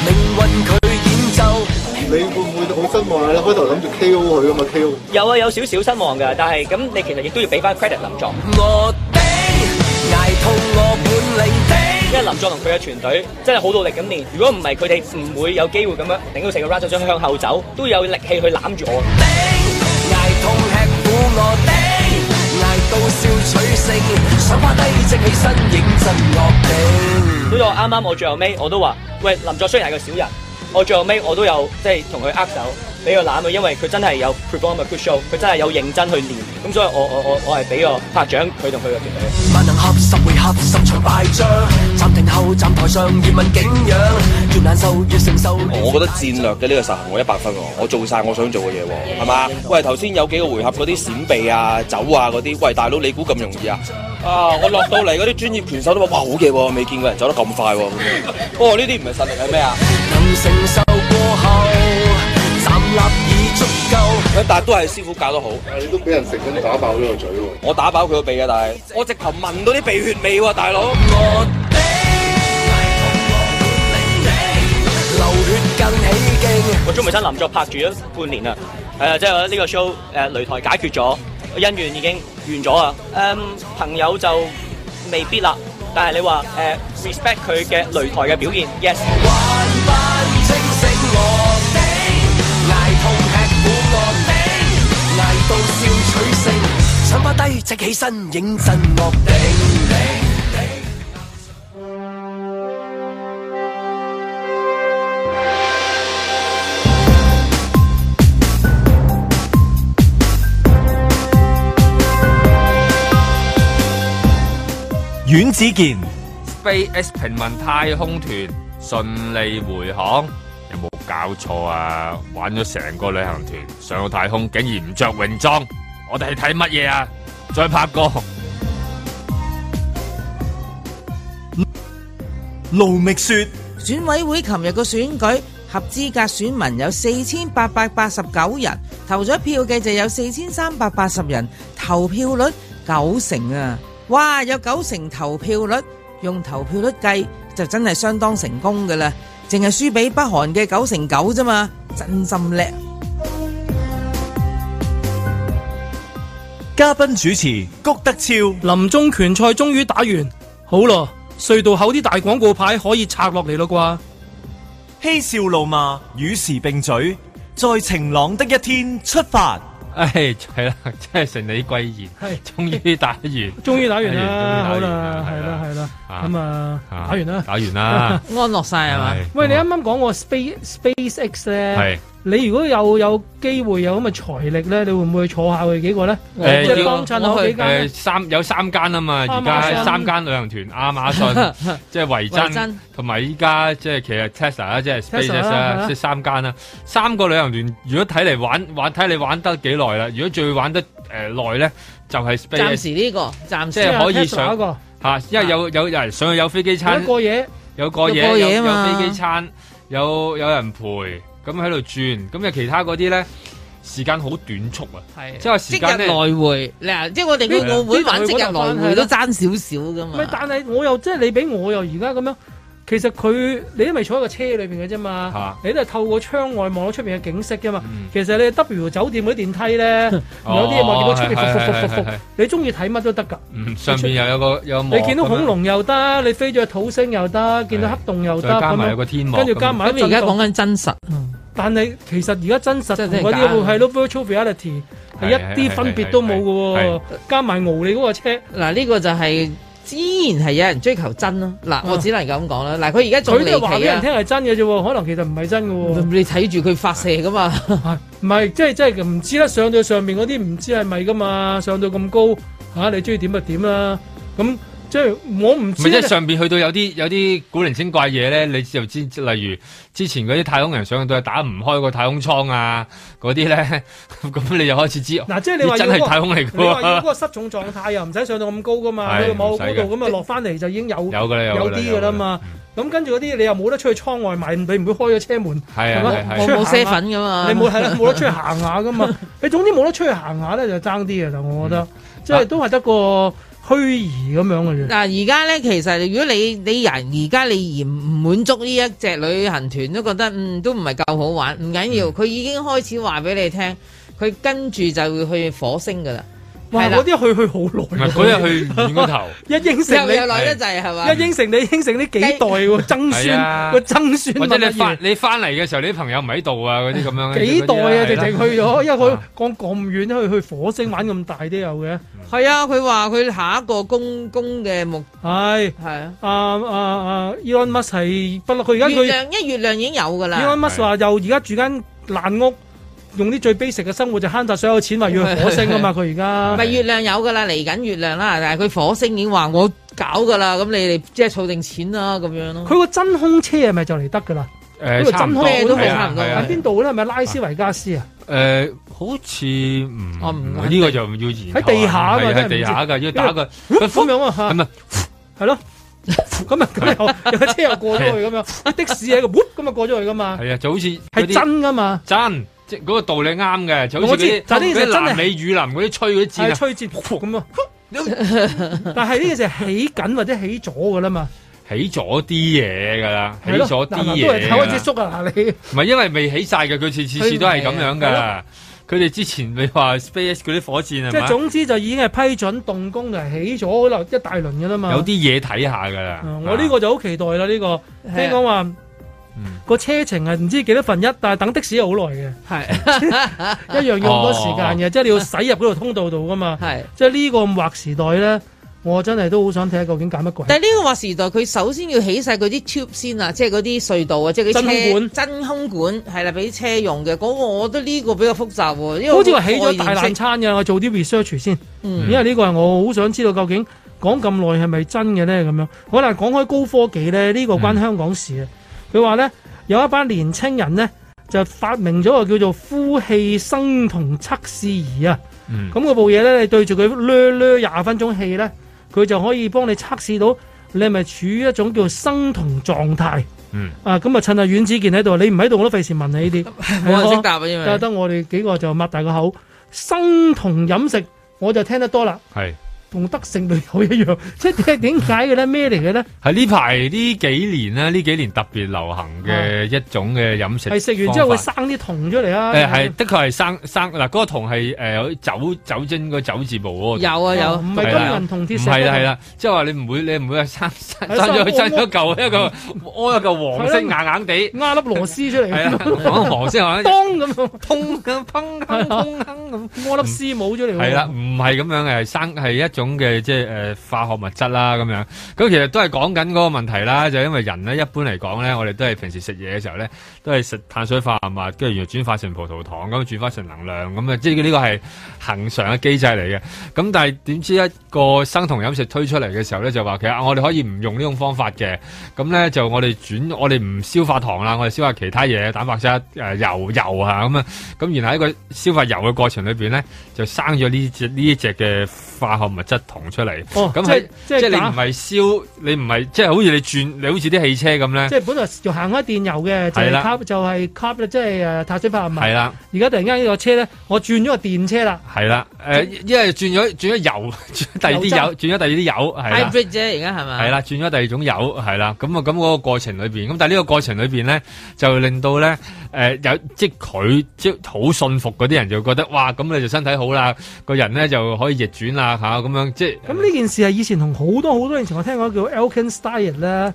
Speaker 10: 命運佢演奏。
Speaker 13: 你會唔會好失望咧？開頭諗住 KO 佢噶嘛，KO
Speaker 7: 有啊，有少少失望㗎，但係咁你其實亦都要俾翻 credit 林作。
Speaker 10: 我的捱痛，我本領的。
Speaker 7: 因為林作同佢嘅團隊真係好努力咁練，如果唔係佢哋唔會有機會咁樣頂到成個 round，就算向後走都有力氣去攬住我。
Speaker 10: 捱痛吃苦我的，捱到笑取勝，想趴低即起身，認真落定。
Speaker 7: 所以我啱啱我最後尾我都話，喂，林作雖然係個小人，我最後尾我都有即係同佢握手，俾佢攬佢，因為佢真係有 perform a good show，佢真係有認真去練，咁所以我我我我係俾個拍掌佢同佢嘅團隊。
Speaker 10: 萬能合十回合，十場敗仗，暫停後站台上越問景仰，越難受越承受。
Speaker 14: 我覺得戰略嘅呢個實行我一百分喎，我做晒我想做嘅嘢喎，係嘛？喂，頭先有幾個回合嗰啲閃避啊、走啊嗰啲，喂大佬你估咁容易啊？啊，我落到嚟嗰啲專業拳手都話：哇，好嘢喎，未見過人走得咁快喎、哦，呢啲唔係實力係咩啊？
Speaker 10: 能承受過後，站立已足夠。
Speaker 14: 但係都係師傅教得好。你都俾人成功打爆咗個嘴喎！我打爆佢個鼻啊，但係我直頭聞到啲鼻血味喎、大佬。
Speaker 10: 流血更起勁。
Speaker 7: 我中美新林作拍住咗半年啦，誒、即係我覺得呢個 show 誒、擂台解決咗，恩怨已經完咗啊。誒、朋友就未必啦，但係你話誒、respect 佢嘅擂台嘅表現，yes。
Speaker 10: 清醒我哋，挨痛吃苦我哋，挨到笑取勝，想巴低直起身，認真惡頂頂。
Speaker 1: 阮子健、
Speaker 6: Space 平民太空團順利回航，有冇搞錯啊？玩咗成個旅行團上到太空，竟然唔着泳裝，我哋係睇乜嘢啊？再拍過
Speaker 1: 盧觅雪、
Speaker 3: 選委會琴日個選舉，合資格選民有四千八百八十九人，投咗票嘅就有四千三百八十人，投票率九成啊！哇，有九成投票率，用投票率計就真係相當成功噶啦，淨係輸俾北韓嘅九成九啫嘛，真心叻！
Speaker 1: 嘉賓主持谷德超，
Speaker 4: 林中拳賽終於打完，好咯，隧道口啲大廣告牌可以拆落嚟咯啩。
Speaker 1: 嬉笑怒罵，與時並舉，在晴朗的一天出發。
Speaker 6: 唉，係啦，真係成李貴賢，終於打完，
Speaker 4: 終於打
Speaker 6: 哎
Speaker 4: 完啦，好
Speaker 6: 終於打完哎
Speaker 4: 啦，係啦，係啦，咁啊，打完啦，
Speaker 6: 打 完啦
Speaker 3: 安樂晒係嘛？
Speaker 4: 喂，你啱啱講我 Space SpaceX
Speaker 6: 係
Speaker 4: 咧，你如果有有機會有咁嘅財力咧，你會唔會坐下佢幾個咧？
Speaker 6: 誒
Speaker 4: 即係
Speaker 6: 要
Speaker 4: 幫襯下幾間
Speaker 6: 誒
Speaker 4: 呢。
Speaker 6: 呃三有三間啊嘛，而
Speaker 4: 亞馬
Speaker 6: 家
Speaker 4: 遜
Speaker 6: 三間旅行團，亞馬 遜即係
Speaker 4: 維
Speaker 6: 維珍
Speaker 4: 珍，
Speaker 6: 同埋依家即係其實 Tesla 啦，即係
Speaker 4: Tesla
Speaker 6: SpaceX
Speaker 4: 啦係
Speaker 6: 啦，
Speaker 4: 啦
Speaker 6: 即係三間啦。三個旅行團，如果睇嚟玩玩睇你玩得幾耐啦。如果最玩得誒耐咧，就
Speaker 3: 暫
Speaker 6: 係
Speaker 3: 時
Speaker 6: SpaceX，
Speaker 3: 呢個，暫時
Speaker 6: 即係可以
Speaker 4: Tesla 嗰
Speaker 6: 上
Speaker 4: 個
Speaker 6: 嚇，因為有有有人上去有飛機
Speaker 4: 啊有
Speaker 6: 餐
Speaker 4: 一，個嘢，
Speaker 6: 有過嘢，
Speaker 4: 有過
Speaker 6: 有
Speaker 4: 夜啊嘛
Speaker 6: 有飛機餐，有有人陪，咁喺度轉。咁有其他嗰啲咧，時間好短促啊，即係話時
Speaker 3: 即日
Speaker 6: 間咧
Speaker 3: 來回，嗱，即係我哋嗰個會玩即日來回都爭少少噶
Speaker 4: 咪
Speaker 6: 啊
Speaker 3: 嘛。
Speaker 4: 但係我又即係你俾我又而家咁樣，其實佢你都未坐喺個車裏邊嘅啫
Speaker 6: 啊
Speaker 4: 嘛，你都係透過窗外望到出邊嘅景色啫嘛。其實你 W 酒店嗰啲電梯咧，有
Speaker 6: 嗯 哦
Speaker 4: 啲嘢望見到出邊
Speaker 6: 係
Speaker 4: 復
Speaker 6: 係
Speaker 4: 復
Speaker 6: 係
Speaker 4: 復
Speaker 6: 係係
Speaker 4: 復，你中意睇乜都得㗎。
Speaker 6: 嗯上面又有個有幕
Speaker 4: 你見到
Speaker 6: 咁樣
Speaker 4: 恐龍又得，你飛咗去土星又得，見到黑洞又得，
Speaker 6: 再加埋
Speaker 4: 咁樣
Speaker 6: 有個天幕
Speaker 4: 跟住
Speaker 6: 咁啊
Speaker 4: 加埋
Speaker 3: 咁而家講
Speaker 4: 緊，
Speaker 3: 緊真實，
Speaker 4: 但係其實而家真實
Speaker 3: 係
Speaker 4: 同嗰
Speaker 3: 假
Speaker 4: 啲係咯 virtual reality 係一
Speaker 3: 係係
Speaker 4: 啲分別都冇嘅
Speaker 3: 係係
Speaker 4: 喎，加埋熬你嗰個車，
Speaker 3: 嗱呢個就係自然係有人追求真咯。嗱，我只能咁講啦。嗱，佢而家仲
Speaker 4: 啊佢都係話
Speaker 3: 離
Speaker 4: 俾
Speaker 3: 奇
Speaker 4: 人
Speaker 3: 啊
Speaker 4: 聽！係真嘅啫喎，可能其實唔係真嘅喎。
Speaker 3: 你睇住佢發射噶嘛？
Speaker 4: 唔係，啊即係即係唔知啦。上到上面嗰啲唔知係咪噶嘛？上到咁高嚇、你中意點就點啦。咁即係我唔
Speaker 6: 咪
Speaker 4: 知
Speaker 6: 即
Speaker 4: 呢。
Speaker 6: 係上邊去到有啲有啲古靈精怪嘢咧，你就知例如之前嗰啲太空人上去到係打唔開個太空艙啊，嗰啲咧， 咁你就開始知
Speaker 4: 嗱，即係你話要
Speaker 6: 真
Speaker 4: 嗰
Speaker 6: 係
Speaker 4: 個
Speaker 6: 太空嚟嘅
Speaker 4: 你話要嗰
Speaker 6: 喎，
Speaker 4: 個失重狀態又唔使上到咁高噶嘛，
Speaker 6: 係
Speaker 4: 去到某個
Speaker 6: 唔
Speaker 4: 高
Speaker 6: 使嘅
Speaker 4: 度咁啊落翻嚟就已經有有
Speaker 6: 有㗎啦有㗎啦
Speaker 4: 啲㗎啦嘛。咁跟住嗰啲你又冇得出去窗外買，你唔會開咗車門，
Speaker 6: 係啊
Speaker 4: 咪
Speaker 6: 係係
Speaker 4: 出去
Speaker 3: 我冇
Speaker 4: 行下
Speaker 3: seven 㗎嘛
Speaker 4: 你冇係啦，冇得出去行下 噶嘛。你總之冇得出去行下咧，就爭啲嘅就我
Speaker 6: 嗯
Speaker 4: 覺得，即
Speaker 6: 啊
Speaker 4: 係都係得個虛擬咁樣嘅啫。
Speaker 3: 嗱，而家咧其實如果你你人而家你嫌唔滿足呢一隻旅行團，都覺得嗯都唔係夠好玩，
Speaker 4: 嗯
Speaker 3: 唔緊要，佢已經開始話俾你聽，佢跟住就會去火星噶啦。
Speaker 4: 哇！
Speaker 3: 係啦
Speaker 4: 嗰啲去去好耐喎，
Speaker 6: 嗰日去遠嗰頭
Speaker 4: 一應承你
Speaker 3: 又又耐得滯係嘛
Speaker 4: 一應承你應承呢幾代喎，曾
Speaker 6: 係啊
Speaker 4: 孫個曾孫
Speaker 6: 或者你
Speaker 4: 乜
Speaker 6: 翻
Speaker 4: 嘢
Speaker 6: 你翻嚟嘅時候，你啲朋友唔喺度啊，嗰啲咁 樣
Speaker 4: 幾代啊，直
Speaker 6: 嗰啲係啦
Speaker 4: 情去咗，因為佢講咁遠，去去火星玩咁大都有嘅。
Speaker 3: 係啊，佢話佢下一個公公嘅目
Speaker 4: 係
Speaker 3: 係啊，
Speaker 4: 啊啊啊！Elon Musk 係不嬲，佢而家
Speaker 3: 月
Speaker 4: 佢
Speaker 3: 亮一月亮已經有㗎啦。
Speaker 4: Elon Musk 話又而家住間爛屋，用啲最 basic 嘅生活就慳晒所有錢，話要去火星 啊嘛！佢而家
Speaker 3: 唔係月亮有㗎啦，嚟緊月亮啦，但係佢火星已經話我搞㗎啦，咁你哋即係儲定錢啦咁樣咯。
Speaker 4: 佢個真空車係咪就嚟得㗎啦？
Speaker 6: 誒
Speaker 4: 佢個
Speaker 6: 差唔
Speaker 4: 真
Speaker 6: 多
Speaker 4: 空車都
Speaker 6: 係啊
Speaker 4: 差唔多
Speaker 6: 係啊
Speaker 4: 喺邊度咧？係咪拉斯維加斯啊？
Speaker 6: 誒，好似唔
Speaker 4: 我哦唔
Speaker 6: 呢個就唔要研究啊
Speaker 4: 喺地下啊嘛真
Speaker 6: 係
Speaker 4: 係唔
Speaker 6: 喺
Speaker 4: 知
Speaker 6: 地下㗎，要打個
Speaker 4: 因為咁樣啊嚇
Speaker 6: 係咪？
Speaker 4: 係咯，咁啊咁又有架車又過咗去咁樣，的士喺個 whoop 咁啊過咗去㗎嘛，
Speaker 6: 係啊，就好似嗰
Speaker 4: 係
Speaker 6: 啲
Speaker 4: 真㗎嘛。
Speaker 6: 真，即係嗰個道理啱嘅，就好
Speaker 4: 我
Speaker 6: 似
Speaker 4: 知
Speaker 6: 嗰
Speaker 4: 但係呢
Speaker 6: 啲
Speaker 4: 件事
Speaker 6: 嗰啲
Speaker 4: 真係
Speaker 6: 南美雨林嗰啲吹嗰啲箭
Speaker 4: 係
Speaker 6: 啊，
Speaker 4: 吹節咁啊！但係呢件事係起緊或者起咗噶啦嘛，
Speaker 6: 起咗啲嘢㗎啦，起
Speaker 4: 係咯
Speaker 6: 咗啲
Speaker 4: 嗱嗱
Speaker 6: 嘢
Speaker 4: 都係
Speaker 6: 㗎
Speaker 4: 唞
Speaker 6: 啦
Speaker 4: 一。隻叔啊！嗱你
Speaker 6: 唔係因為未起晒嘅，佢次次次都係咁樣
Speaker 4: 佢唔係
Speaker 6: 㗎
Speaker 4: 啊。
Speaker 6: 佢哋之前你話 Space 嗰啲火箭
Speaker 4: 即
Speaker 6: 係
Speaker 4: 係
Speaker 6: 咪？
Speaker 4: 總之就已經係批准動工就係起咗啦，一大輪嘅啦嘛。
Speaker 6: 有啲嘢睇下㗎啦。
Speaker 4: 啊
Speaker 6: 啊
Speaker 4: 我呢個就好期待啦！呢個聽講話
Speaker 6: 嗯
Speaker 4: 個車程係唔知幾多分一，但係等的士又好耐嘅，
Speaker 6: 啊
Speaker 4: 係一樣要好多時間
Speaker 6: 哦
Speaker 4: 嘅，即係你要駛入嗰條通道度噶 嘛。
Speaker 3: 係
Speaker 4: 即係呢個咁劃時代咧，我真係都好想睇下究竟揀乜鬼。
Speaker 3: 但係呢個話時代，佢首先要起晒嗰啲 tube 先啊，即係嗰啲隧道啊，即係嗰啲
Speaker 4: 真
Speaker 3: 車
Speaker 4: 空
Speaker 3: 真空管係啦，俾車用嘅。嗰、個我覺得呢個比較複雜喎，因為
Speaker 4: 好似話起咗大
Speaker 3: 難
Speaker 4: 爛餐嘅，我做啲 research 先，
Speaker 3: 嗯
Speaker 4: 因為呢個係我好想知道究竟講咁耐係咪真嘅咧咁樣。好啦，講開高科技咧，呢、個關香港事啊。佢話咧有一班年青人咧就發明咗個叫做呼氣生酮測試儀啊。
Speaker 6: 嗯
Speaker 4: 咁嗰部嘢咧，你對住佢掠掠廿分鐘氣咧，佢就可以幫你測試到你係咪處於一種叫生酮狀態。
Speaker 6: 嗯
Speaker 4: 啊，咁啊趁阿阮子健喺度，你唔喺度我都費事問你呢啲，
Speaker 3: 冇人識答啊因為
Speaker 4: 得得我哋幾個就擘大個口，生酮飲食我就聽得多啦，
Speaker 6: 係。
Speaker 4: 同得性類好一樣，即係點解嘅咧？咩嚟嘅咧？
Speaker 6: 喺呢排呢幾年咧，呢幾年特別流行嘅一種嘅飲食，
Speaker 4: 啊係食完之後會。生啲酮出嚟啊？
Speaker 6: 誒係，的確係生生嗱，嗰個酮係誒酒酒精個酒字部嗰個
Speaker 3: 有啊
Speaker 4: 哦
Speaker 3: 有唔係金銀
Speaker 4: 銅鐵
Speaker 6: 唔
Speaker 4: 石啊
Speaker 6: 係
Speaker 4: 嗰
Speaker 6: 啦
Speaker 4: 個
Speaker 6: 係啦，即係話你唔會你唔會生生
Speaker 4: 係
Speaker 6: 生咗
Speaker 4: 生
Speaker 6: 生咗嚿一個屙一嚿黃色硬硬地
Speaker 4: 啱粒螺絲出嚟，
Speaker 6: 係啦，講黃色硬硬地
Speaker 4: 當咁樣，
Speaker 6: 通咁砰砰砰咁，
Speaker 4: 屙粒絲母出嚟喎。
Speaker 6: 係啦，唔係咁樣嘅，係生係一種嘅即係誒、呃化學物質啦咁樣。咁其實都係講緊嗰個問題啦，就因為人咧一般嚟講咧，我哋都係平時食嘢嘅時候咧，都係食碳水化合物，跟住然後轉化成葡萄糖，咁轉化成能量，咁啊即係呢個係恒常嘅機制嚟嘅。咁但係點知一個生酮飲食推出嚟嘅時候咧，就話其實啊我哋可以唔用呢種方法嘅，咁咧就我哋轉我哋唔消化糖啦，我哋消化其他嘢，蛋白質、誒、油油啊咁啊，咁然後喺個消化油嘅過程裏邊咧，就生咗呢只呢一隻嘅化學物質糖出嚟。
Speaker 4: 哦
Speaker 6: 咁
Speaker 4: 即
Speaker 6: 喺
Speaker 4: 係
Speaker 6: 即
Speaker 4: 即
Speaker 6: 係
Speaker 4: 係
Speaker 6: 你
Speaker 4: 假
Speaker 6: 唔係燒，你唔係即係好似你轉，你好似啲汽車咁咧。
Speaker 4: 即係本來就行開電油嘅，就
Speaker 6: 係
Speaker 4: 係
Speaker 6: 啦
Speaker 4: carb 就係 carb 咧，即係誒碳水化合物。
Speaker 6: 係啦，
Speaker 4: 而家突然間呢個車咧，我轉咗個電車啦。
Speaker 6: 係啦，誒、因為轉咗轉咗油， 轉咗第二啲油，
Speaker 4: 油
Speaker 6: 轉咗第二啲油，係啦。
Speaker 3: hybrid 啫，而家
Speaker 4: 啊
Speaker 3: 係咪？
Speaker 6: 係啦，轉咗第二種油，係啦，咁啊，咁嗰個過程裏邊，咁但係呢個過程裏邊咧，就令到咧，誒、有即係佢即係好信服嗰啲人就覺得，哇，咁你就身體好啦，個人咧就可以逆轉啦吓，咁、樣即係
Speaker 4: 咁呢件事係以前同好多好多年前我聽過叫 Elkins diet 咧，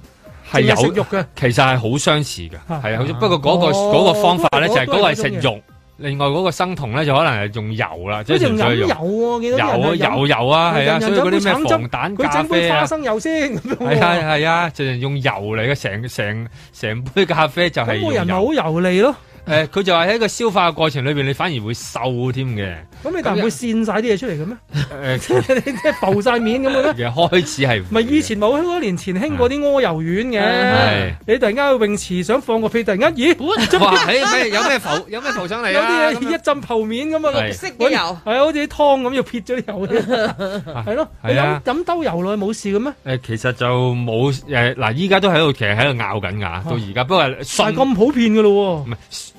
Speaker 6: 係
Speaker 4: 淨
Speaker 6: 有
Speaker 4: 係食肉嘅，
Speaker 6: 其實係好相似嘅，係啊好似，不過嗰、個
Speaker 4: 哦
Speaker 6: 嗰、個方法咧
Speaker 4: 不過
Speaker 6: 就係
Speaker 4: 嗰
Speaker 6: 嗰個係食
Speaker 4: 嗰種
Speaker 6: 肉，另外嗰個生酮咧就可能係用油啦，即
Speaker 4: 好
Speaker 6: 係
Speaker 4: 似
Speaker 6: 純粹係
Speaker 4: 飲
Speaker 6: 用
Speaker 4: 油喎，見到啲人
Speaker 6: 有啊有油啊係啊所以嗰啲咩防彈
Speaker 4: 佢
Speaker 6: 咖
Speaker 4: 整
Speaker 6: 啡
Speaker 4: 杯
Speaker 6: 啊
Speaker 4: 花生油先咁樣喎
Speaker 6: 係啊係啊，就係用油嚟嘅，成成成杯咖啡就係
Speaker 4: 咁
Speaker 6: 用
Speaker 4: 個人咪好
Speaker 6: 油。
Speaker 4: 油膩咯。
Speaker 6: 誒、佢就話喺一個消化嘅過程裏邊，你反而會瘦添 嘅。
Speaker 4: 咁你但係唔會跣晒啲嘢出嚟嘅咩？
Speaker 6: 誒、
Speaker 4: 你即係浮晒面咁嘅
Speaker 6: 其
Speaker 4: 咩？
Speaker 6: 實開始係
Speaker 4: 咪以前冇好多年前興過啲屙油丸
Speaker 6: 係
Speaker 4: 嘅，你突然間去泳池想放個屁，突然間咦，
Speaker 6: 哇！誒咩有咩浮有咩浮上嚟
Speaker 4: 有
Speaker 6: 啊？
Speaker 4: 啲嘢
Speaker 6: 咁樣
Speaker 4: 一浸泡面咁啊，
Speaker 6: 係綠色
Speaker 3: 嘅油
Speaker 4: 係啊，好似啲湯咁要撇咗 啲油嘅，係咯，你
Speaker 6: 係啊
Speaker 4: 飲飲兜油落去冇事嘅咩？
Speaker 6: 誒、其實就冇誒嗱，依家都喺度，其實喺度拗緊㗎，到而家不過係
Speaker 4: 啊但係
Speaker 6: 信
Speaker 4: 咁普遍嘅咯喎。
Speaker 6: 唔係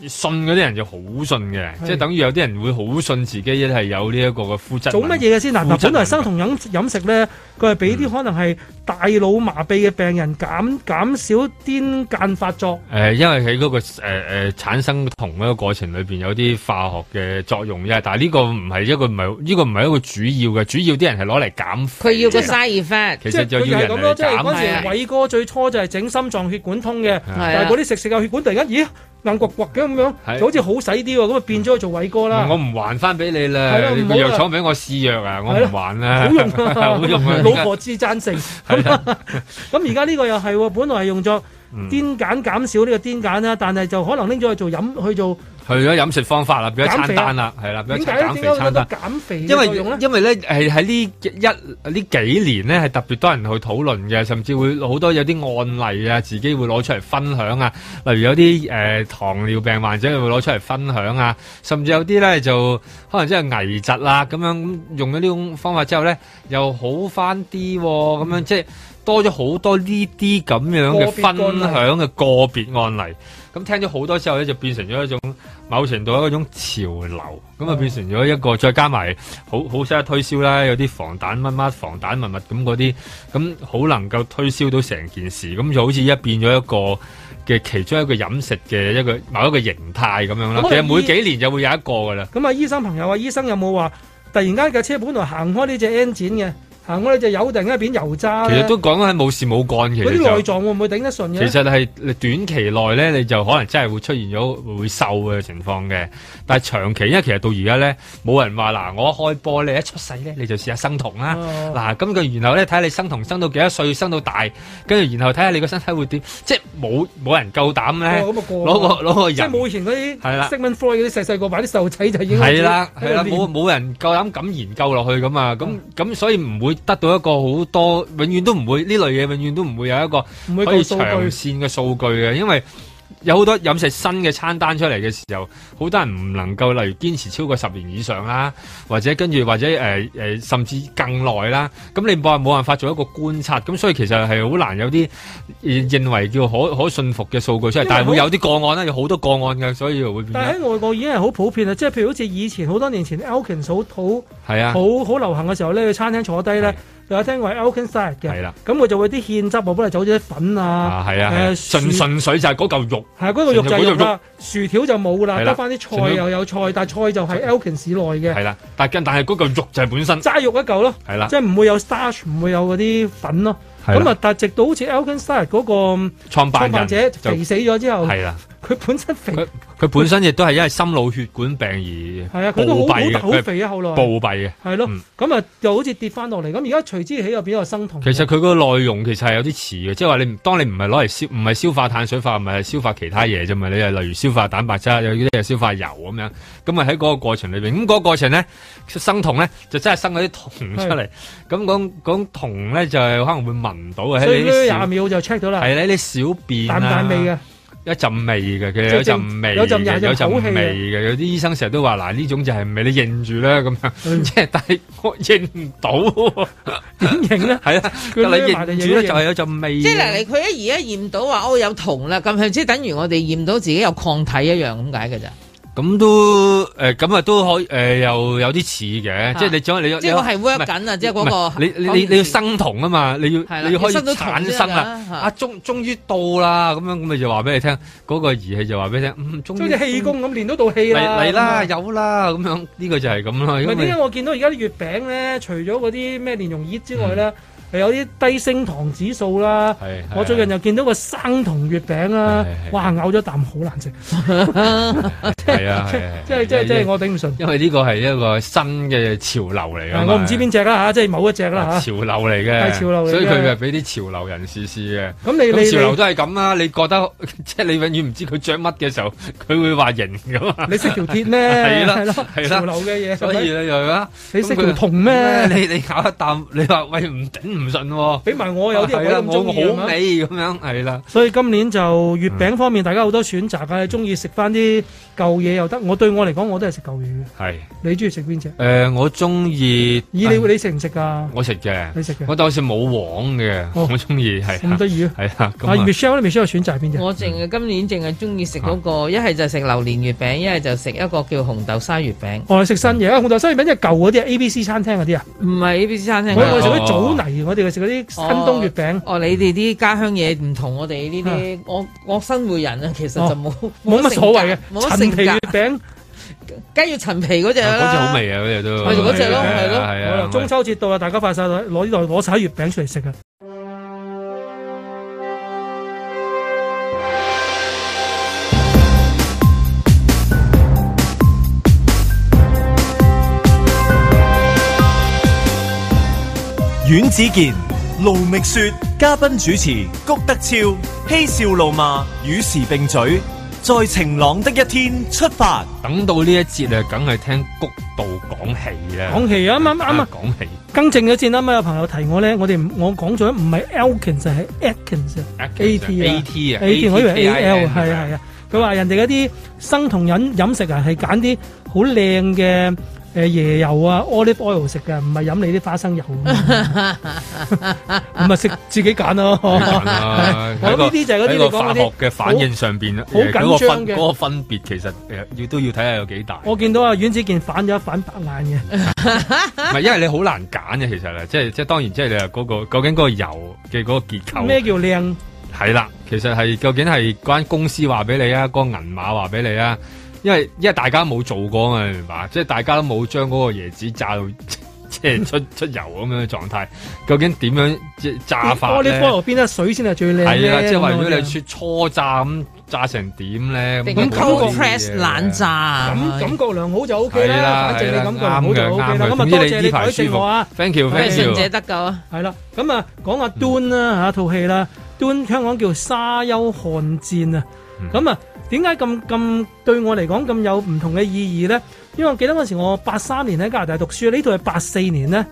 Speaker 6: 信嗰啲人就好信嘅，
Speaker 4: 係
Speaker 6: 即係等於有啲人會好信自己係有呢一個嘅膚質。
Speaker 4: 做乜嘢嘅先？嗱，
Speaker 6: 膚
Speaker 4: 嗱，
Speaker 6: 質
Speaker 4: 本來生酮飲飲食咧，佢係俾
Speaker 6: 嗯
Speaker 4: 啲可能係大腦麻痹嘅病人減減少癲痫發作。
Speaker 6: 誒、因為喺嗰、個誒、呃、產生同一個過程裏邊有啲化學嘅作用啫，但係呢個唔係一個唔係呢個唔係一個主要嘅，主要啲人係攞嚟減
Speaker 3: 佢
Speaker 6: 肥。
Speaker 3: 要個
Speaker 6: 即係
Speaker 3: side effect，
Speaker 6: 其實
Speaker 4: 即係
Speaker 6: 就
Speaker 4: 佢就
Speaker 6: 要
Speaker 4: 係
Speaker 6: 人
Speaker 4: 咁咯，
Speaker 6: 嚟
Speaker 4: 即係嗰時
Speaker 6: 減。
Speaker 4: 偉哥最初就係整心臟血管通嘅，
Speaker 6: 啊
Speaker 4: 但係嗰啲食食下血管突然間，咦硬掘掘嘅咁樣，
Speaker 6: 係
Speaker 4: 就好似好使啲喎，咁啊變咗去做偉哥啦
Speaker 6: 我。唔還翻俾你啦
Speaker 4: 係啦，
Speaker 6: 你
Speaker 4: 唔好
Speaker 6: 個
Speaker 4: 啦
Speaker 6: 藥廠俾我試藥啊，我
Speaker 4: 係
Speaker 6: 唔
Speaker 4: 啦
Speaker 6: 還啦，
Speaker 4: 好用啊，
Speaker 6: 好用啊，啊
Speaker 4: 老婆至贊成。咁啊咁而家呢個又係喎，本來係用作
Speaker 6: 嗯
Speaker 4: 癲簡減少呢個癲簡啦，但係就可能拎咗去做飲去做
Speaker 6: 去咗飲食方法啦，變咗
Speaker 4: 減
Speaker 6: 餐
Speaker 4: 肥啊
Speaker 6: 單啦，係啦，變
Speaker 4: 點
Speaker 6: 咗
Speaker 4: 解
Speaker 6: 餐
Speaker 4: 咧？點解
Speaker 6: 減肥
Speaker 4: 會覺
Speaker 6: 餐
Speaker 4: 得
Speaker 6: 單。
Speaker 4: 減肥
Speaker 6: 因
Speaker 4: 嘅
Speaker 6: 為
Speaker 4: 作用咧？
Speaker 6: 因為咧係喺呢一呢幾年咧係特別多人去討論嘅，甚至會好多有啲案例啊，自己會攞出嚟分享啊。例如有啲誒、呃糖尿病患者會攞出嚟分享啊，甚至有啲咧就可能真係危疾啦咁樣，用咗呢種方法之後咧又好翻啲喎，咁樣即係多咗好多呢啲咁樣嘅分
Speaker 4: 個別案例
Speaker 6: 享嘅個別案例。咁聽咗好多之後咧，就變成咗一種某程度一種潮流，
Speaker 4: 嗯
Speaker 6: 咁啊變成咗一個再加埋好好識得推銷啦，有啲防彈乜乜、防彈物物咁嗰啲，咁好能夠推銷到成件事，咁就好似一變咗一個嘅其中一個飲食嘅一個某一個形態咁樣啦
Speaker 4: 咁。啊我
Speaker 6: 其
Speaker 4: 哋
Speaker 6: 實每幾年就會有一個噶啦，
Speaker 4: 咁啊，醫生朋友啊，醫生有冇話突然間架車本來行開呢只 N 展嘅，行開呢只油，突然間變油渣
Speaker 6: 其
Speaker 4: 咧
Speaker 6: 實都講緊係冇事冇幹，其
Speaker 4: 啊嗰
Speaker 6: 實
Speaker 4: 啲內
Speaker 6: 就。
Speaker 4: 臟會唔會頂得順嘅
Speaker 6: 其
Speaker 4: 咧？
Speaker 6: 實係你短期內咧，你就可能真係會出現咗會瘦嘅情況嘅。但係長期，因為其實到而家咧，冇人話嗱，我一開波你一出世咧，你就試下生酮啦。
Speaker 4: 哦
Speaker 6: 啊嗱、咁佢然後咧睇下你生酮生到幾多歲，生到大，跟住然後睇下你個身體會點，即係冇冇人夠膽咧
Speaker 4: 哦咁啊過
Speaker 6: 攞個攞個
Speaker 4: 即係
Speaker 6: 人
Speaker 4: 冇以前嗰啲
Speaker 6: 係啦
Speaker 4: Sigmund Freud 嗰啲細細個擺啲細路仔就已經開始
Speaker 6: 係啦，
Speaker 4: 喺度
Speaker 6: 係啦，
Speaker 4: 練
Speaker 6: 冇冇人夠膽咁研究落去咁啊，咁咁所以唔會得到一個好多，永遠都唔會呢類嘢，永遠都唔會有一個
Speaker 4: 唔會
Speaker 6: 可以
Speaker 4: 夠數
Speaker 6: 長
Speaker 4: 據
Speaker 6: 線嘅數據嘅，因為有好多飲食新嘅餐單出嚟嘅時候，好多人唔能夠例如堅持超過十年以上啦，或者跟住或者誒誒、呃甚至更耐啦，咁你冇冇辦法做一個觀察，咁所以其實係好難有啲呃認為叫可可信服嘅數據出
Speaker 4: 因
Speaker 6: 嚟
Speaker 4: 為，
Speaker 6: 但係會
Speaker 4: 好
Speaker 6: 有啲個案啦，有好多個案嘅，所以會變
Speaker 4: 但係
Speaker 6: 咗
Speaker 4: 喺外國已經係好普遍啊啦，即係譬如好似以前好多年前 Elkins 好好
Speaker 6: 係啊。
Speaker 4: 好好流行嘅時候咧，去餐廳坐低咧，就有聽過 Elkins diet
Speaker 6: 係
Speaker 4: 嘅
Speaker 6: 啦，
Speaker 4: 咁佢就會啲芡汁啊，本嚟走咗啲粉
Speaker 6: 啊，
Speaker 4: 啊，
Speaker 6: 係啊，係啊
Speaker 4: 誒
Speaker 6: 純純粹就係嗰嚿肉，
Speaker 4: 係嗰個肉就係肉啦，薯條就冇啦，
Speaker 6: 係啦
Speaker 4: 得翻啲
Speaker 6: 剩
Speaker 4: 菜
Speaker 6: 咗
Speaker 4: 又有菜，但係菜就係 Elkins 內嘅
Speaker 6: 係啦，但係但係嗰嚿肉就係本身，
Speaker 4: 齋肉一嚿咯，
Speaker 6: 係啦
Speaker 4: 即係唔會有 starch，唔會有嗰啲粉咯。
Speaker 6: 係啦
Speaker 4: 咁啊，但係直到好似 Elkins diet 嗰個
Speaker 6: 創辦
Speaker 4: 創
Speaker 6: 人
Speaker 4: 辦者
Speaker 6: 就
Speaker 4: 肥死咗之後，
Speaker 6: 係啦，
Speaker 4: 佢本身肥
Speaker 6: 佢佢本身亦都係因為心腦血管病而
Speaker 4: 係啊佢都好
Speaker 6: 暴斃嘅，
Speaker 4: 好好肥啊
Speaker 6: 佢係
Speaker 4: 後來
Speaker 6: 暴斃嘅。
Speaker 4: 係咯
Speaker 6: 嗯，
Speaker 4: 咁啊又好似跌翻落嚟，咁而家隨之起又變咗個生酮。
Speaker 6: 其實佢個內容其實係有啲似嘅，即係話你唔當你唔係攞嚟消唔係消化碳水化合物，係消化其他嘢啫嘛。你係例如消化蛋白質，有啲係消化油咁樣。咁啊喺嗰個過程裏邊，咁、嗰個過程咧生酮咧就真係生嗰啲酮出嚟。咁講講酮咧就係可能會聞到
Speaker 4: 所
Speaker 6: 嘅，喺
Speaker 4: 以
Speaker 6: 你
Speaker 4: 呢
Speaker 6: 啲小
Speaker 4: 廿秒就 check 到啦，
Speaker 6: 係咧啲小便
Speaker 4: 淡唔淡味嘅
Speaker 6: 啊。一陣味嘅，其實有
Speaker 4: 即係
Speaker 6: 陣味嘅，
Speaker 4: 有陣有陣
Speaker 6: 有陣
Speaker 4: 口氣啊嘅
Speaker 6: 味嘅。有啲醫生成日都話：嗱，呢種就係味，你認住啦咁
Speaker 4: 嗯
Speaker 6: 樣。即係但係我認唔到喎，
Speaker 4: 點認咧？
Speaker 6: 係啦，
Speaker 4: 佢
Speaker 6: 但你
Speaker 4: 孭埋就
Speaker 6: 認住
Speaker 4: 認
Speaker 6: 咧
Speaker 4: 咗
Speaker 6: 就係有陣味嘅。啊
Speaker 3: 即係嗱，你佢一而家驗到話哦有酮啦，咁佢即係等於我哋驗到自己有抗體一樣咁解嘅咋。
Speaker 6: 咁都誒，咁啊都可以誒，又有啲似嘅，即係你將你
Speaker 3: 即係我係 work 緊啊即係嗰個
Speaker 6: 你你
Speaker 3: 嗰
Speaker 6: 你
Speaker 3: 件
Speaker 6: 你要
Speaker 3: 事
Speaker 6: 生酮啊嘛，你
Speaker 3: 係
Speaker 6: 要
Speaker 3: 啦
Speaker 6: 你要開
Speaker 3: 要
Speaker 6: 始
Speaker 3: 生到酮
Speaker 6: 產
Speaker 3: 先
Speaker 6: 生
Speaker 3: 得
Speaker 6: 啊，
Speaker 3: 㗎
Speaker 6: 啊終終於到啦，咁樣咁咪就話俾你聽，嗰個儀器就話俾你聽，嗯，終
Speaker 4: 即係好
Speaker 6: 於
Speaker 4: 似氣功咁練到道氣
Speaker 6: 嚟
Speaker 4: 啦。
Speaker 6: 嚟啦，
Speaker 4: 咁啊
Speaker 6: 有啦，咁樣呢個就係咁啦，
Speaker 4: 咪
Speaker 6: 因為
Speaker 4: 點解我見到而家啲月餅咧，除咗嗰啲咩蓮蓉葉之外咧，係有啲低升糖指數啦。
Speaker 6: 嗯係啊
Speaker 4: 我最近又見到個生酮月餅啦，哇！咬咗啖好難食，
Speaker 6: 係啊係啊，
Speaker 4: 即係即係即係我頂唔順。
Speaker 6: 因為呢個係一個新嘅潮流嚟啊嘛，啊
Speaker 4: 我唔知邊只啦嚇，即係某一隻啦
Speaker 6: 潮
Speaker 4: 嚇。
Speaker 6: 流嚟嘅，
Speaker 4: 係潮流嚟嘅
Speaker 6: 所以佢係俾啲潮流人士試嘅。
Speaker 4: 咁你你
Speaker 6: 潮流都係咁啦，你覺得 即係你永遠唔知佢着乜嘅時候， 佢會話型 噶嘛？
Speaker 4: 你識條鐵咩
Speaker 6: 係啦
Speaker 4: 係咯，
Speaker 6: 係啦，
Speaker 4: 潮流嘅嘢
Speaker 6: 所以你又啦，
Speaker 4: 你
Speaker 6: 咁
Speaker 4: 識
Speaker 6: 佢
Speaker 4: 條銅咩
Speaker 6: 你你搞一啖，你話喂唔頂唔順喎，
Speaker 4: 俾埋我有啲人
Speaker 6: 係啦
Speaker 4: 鬼咁鍾意
Speaker 6: 我好
Speaker 4: 係咪
Speaker 6: 味嗯咁樣，係啦。
Speaker 4: 所以今年就月餅方面，大家好多選擇啊！中意食翻啲舊舊嘢又得，我對我嚟講我都係食舊嘢嘅。
Speaker 6: 係
Speaker 4: 你中意食邊只？
Speaker 6: 诶，誒我中意哎
Speaker 4: 咦，你你食唔食㗎？
Speaker 6: 我食嘅，
Speaker 4: 你食嘅哦
Speaker 6: 我但好似冇黃嘅，我中意係
Speaker 4: 咁得意啊
Speaker 6: 係啊，咁
Speaker 4: 阿
Speaker 6: 啊
Speaker 4: Michelle 咧，Michelle 選擇係邊只？
Speaker 3: 我淨係今年淨係中意食嗰個，一係就食榴蓮月餅，一係就食一個叫紅豆沙月餅。
Speaker 4: 我係食新嘢，啊紅豆西餅即係舊嗰啲啊，A B C 餐廳嗰啲啊。
Speaker 3: 唔係 A B C 餐廳
Speaker 6: 啊
Speaker 4: 我我食
Speaker 3: 哦
Speaker 4: 啲棗泥，我哋食嗰啲新東月餅。
Speaker 3: 哦，你哋啲家鄉嘢唔同我哋呢啲，我我新會人啊，其實就冇
Speaker 4: 冇乜
Speaker 3: 性
Speaker 4: 所謂嘅
Speaker 3: 格冇乜
Speaker 4: 陳
Speaker 3: 性
Speaker 4: 皮月
Speaker 3: 格，
Speaker 4: 餅
Speaker 3: 梗係要陳皮嗰只
Speaker 6: 嗰隻好
Speaker 3: 啦。
Speaker 6: 味啊，嗰隻都
Speaker 3: 係嗰隻咯係咯
Speaker 6: 係
Speaker 4: 好
Speaker 6: 啊
Speaker 4: 啦，中秋節到啦，大家快晒攞呢度攞晒啲月餅出嚟食啊！
Speaker 1: 阮子健、卢觅雪，嘉賓主持谷德超，嬉笑怒罵，與時並舉，在晴朗的一天出發。
Speaker 6: 等到呢一節啊，梗係聽谷道講戲啦，
Speaker 4: 講戲啊啱啱啱啊
Speaker 6: 講戲
Speaker 4: 更正咗先啱啱有朋友提我咧，我哋唔我講咗唔係 Elkins 係 Atkins 啊
Speaker 6: Atkins 啊 AT 啊
Speaker 4: AT 我以為 AL
Speaker 6: ATKIN
Speaker 4: 係啊係啊，佢話人哋嗰啲生酮飲飲食啊係揀啲好靚嘅誒椰油啊 olive oil 食嘅，唔係飲你啲花 生油啊。唔係食自己揀咯。
Speaker 6: 好煩啊
Speaker 4: 我諗呢啲就係嗰啲
Speaker 6: 喺
Speaker 4: 你
Speaker 6: 個
Speaker 4: 講嗰
Speaker 6: 化學
Speaker 4: 啲
Speaker 6: 嘅反應上邊啊
Speaker 4: 好
Speaker 6: 誒嗰個
Speaker 4: 緊張
Speaker 6: 分
Speaker 4: 嘅
Speaker 6: 嗰個分別其實誒要都要睇下有幾大。
Speaker 4: 我見到啊阿阮子健反咗一反白眼
Speaker 6: 唔係，因為你好難揀嘅，其實啊咧，即係即係當然，即係你話嗰、個究竟嗰個油嘅嗰個結
Speaker 4: 嘅，咩
Speaker 6: 構
Speaker 4: 叫靚？
Speaker 6: 係啦，其實係究竟係關公司話俾你啊，嗰、個銀碼話俾你啊，因為因為大家冇做過啊嘛，你明白？即係大家都冇將嗰個椰子炸到 即係出出油咁樣嘅狀態，究竟點樣即係炸法
Speaker 4: 我哦呢
Speaker 6: 咧？
Speaker 4: 菠蘿邊得水先係最靚
Speaker 6: 係啦，即係話
Speaker 4: 話
Speaker 6: 如果你雪初炸咁炸成點咧？
Speaker 3: 定咁
Speaker 6: 咁嗰
Speaker 3: cold
Speaker 6: 啲
Speaker 3: press
Speaker 6: 嘢
Speaker 3: 冷炸啊，
Speaker 4: 咁感覺良好就 O K
Speaker 6: 係啦
Speaker 4: 啦，反正你感覺良好
Speaker 6: 係
Speaker 4: 就
Speaker 6: 啦
Speaker 4: O K 啦。
Speaker 6: 啱
Speaker 4: 咁啊，
Speaker 6: 嘅啱嘅
Speaker 4: 多
Speaker 6: 總之
Speaker 4: 謝
Speaker 6: 你
Speaker 4: 你
Speaker 6: 呢排
Speaker 4: 改
Speaker 6: 舒
Speaker 4: 正
Speaker 6: 服
Speaker 4: 我啊
Speaker 6: Thank you，
Speaker 3: 咩
Speaker 6: thank
Speaker 3: 信
Speaker 6: you
Speaker 3: 者得救啊！
Speaker 4: 係啦，咁啊講下 Dune
Speaker 6: 嗯
Speaker 4: 啦嚇套戲啦，Dune 香港叫沙丘瀚戰啊，
Speaker 6: 嗯
Speaker 4: 咁啊點解咁咁對我嚟講咁有唔同嘅意義咧？因為我記得嗰陣時我八三年喺加拿大讀書，呢套係八四年咧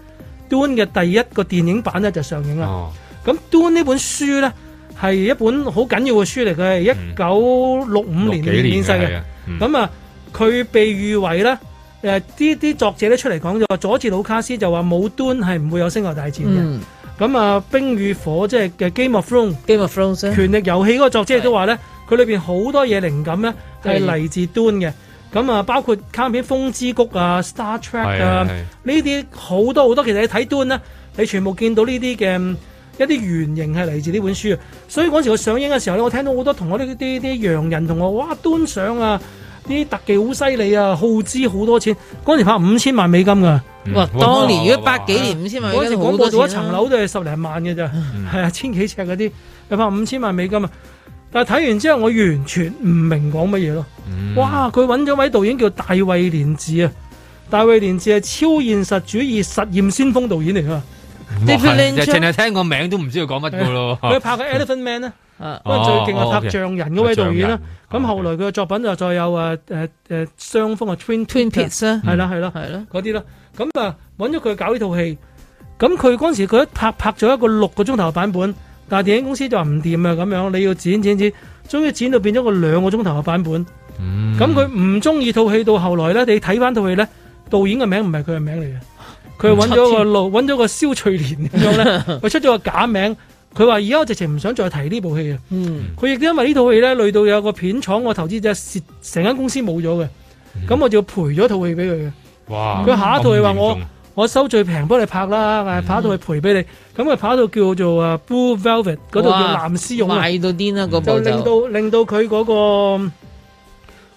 Speaker 4: Dune 嘅第一個電影版咧就上映
Speaker 6: 哦
Speaker 4: 啦。咁 Dune 呢本書咧係一本好緊要嘅書嚟，佢係一九六五年
Speaker 6: 嗯六幾年嘅
Speaker 4: 面世
Speaker 6: 係
Speaker 4: 嘅
Speaker 6: 啊。嗯
Speaker 4: 咁啊，佢被譽為咧。誒啲啲作者咧出嚟講就話，佐治魯卡斯就話冇 Dune 係唔會有星球大戰嘅。
Speaker 3: 嗯
Speaker 4: 咁啊，《冰與火》即係嘅《Game of Thrones》
Speaker 3: ，Game of Thrones 啊
Speaker 4: 《權力遊戲》嗰個作者亦都話咧，佢裏邊好多嘢靈感咧係
Speaker 3: 係
Speaker 4: 嚟自 Dune 嘅。咁啊，包括卡通片《風之谷》啊，《Star Trek》
Speaker 6: 係
Speaker 4: 啊，
Speaker 6: 啊
Speaker 4: 呢啲好多好多。其實你睇 Dune 咧，你全部見到呢啲嘅嗯一啲原型係嚟自呢本書啊。所以嗰時我上映嘅時候咧，我聽到好多同我呢啲啲洋人同我哇 Dune 上啊！啲特技好犀利啊，耗資好多錢，嗰陣時拍五千萬美金㗎。
Speaker 3: 哇！當年如果百幾年五千萬，
Speaker 4: 嗰陣時啊
Speaker 3: 好
Speaker 4: 廣
Speaker 3: 多錢
Speaker 4: 播做
Speaker 3: 啦
Speaker 4: 一層樓都係十零萬嘅咋，係啊，千幾尺嗰啲，你拍五千萬美金啊！但係睇完之後，我完全唔明講乜嘢咯。哇！佢揾咗位導演叫大衛連治啊，大衛連治係超現實主義實驗先鋒導演嚟㗎。David Lynch
Speaker 6: 就淨係聽個名都唔知佢講乜噶咯。
Speaker 4: 佢拍嘅 Elephant Man 咧，
Speaker 3: 啊
Speaker 4: 嗰個最勁哦係拍象人嗰位導演啦
Speaker 6: 哦。
Speaker 4: 咁後來佢嘅作品就再有誒誒誒雙峰啊 Twin
Speaker 3: Twin Peaks 啊
Speaker 4: 係啦係啦係啦嗯嗰啲啦。咁啊揾咗佢搞呢套戲，咁佢嗰陣時佢一拍拍咗一個六個鐘頭嘅版本，但係電影公司就話唔掂啊咁樣，你要剪剪剪，終於剪到變咗個兩個鐘頭嘅版本。
Speaker 6: 嗯
Speaker 4: 咁佢唔中意套戲，到後來咧，你睇翻套戲咧，導演嘅名唔係佢嘅名嚟嘅。佢揾咗 個路，揾咗個蕭翠蓮咁樣 咧，佢出咗個假名。佢話：而家我直情唔想再提呢部戲啊！
Speaker 3: 嗯，
Speaker 4: 佢亦都因為呢套戲咧，累到有個片廠個投資者蝕，成間公司冇咗嘅，咁我就要賠咗套戲俾佢嘅。
Speaker 6: 哇！
Speaker 4: 佢下一套戲話
Speaker 6: 咁
Speaker 4: 我
Speaker 6: 嚴重
Speaker 4: 我收最平幫你拍啦，誒拍一套戲賠俾你，咁佢拍一套叫做啊 Blue Velvet 嗰套叫
Speaker 3: 哇
Speaker 4: 藍絲絨啊
Speaker 3: 賣到癲啦嗰
Speaker 4: 就
Speaker 3: 部
Speaker 4: 令
Speaker 3: 就。
Speaker 4: 到令到佢嗰、個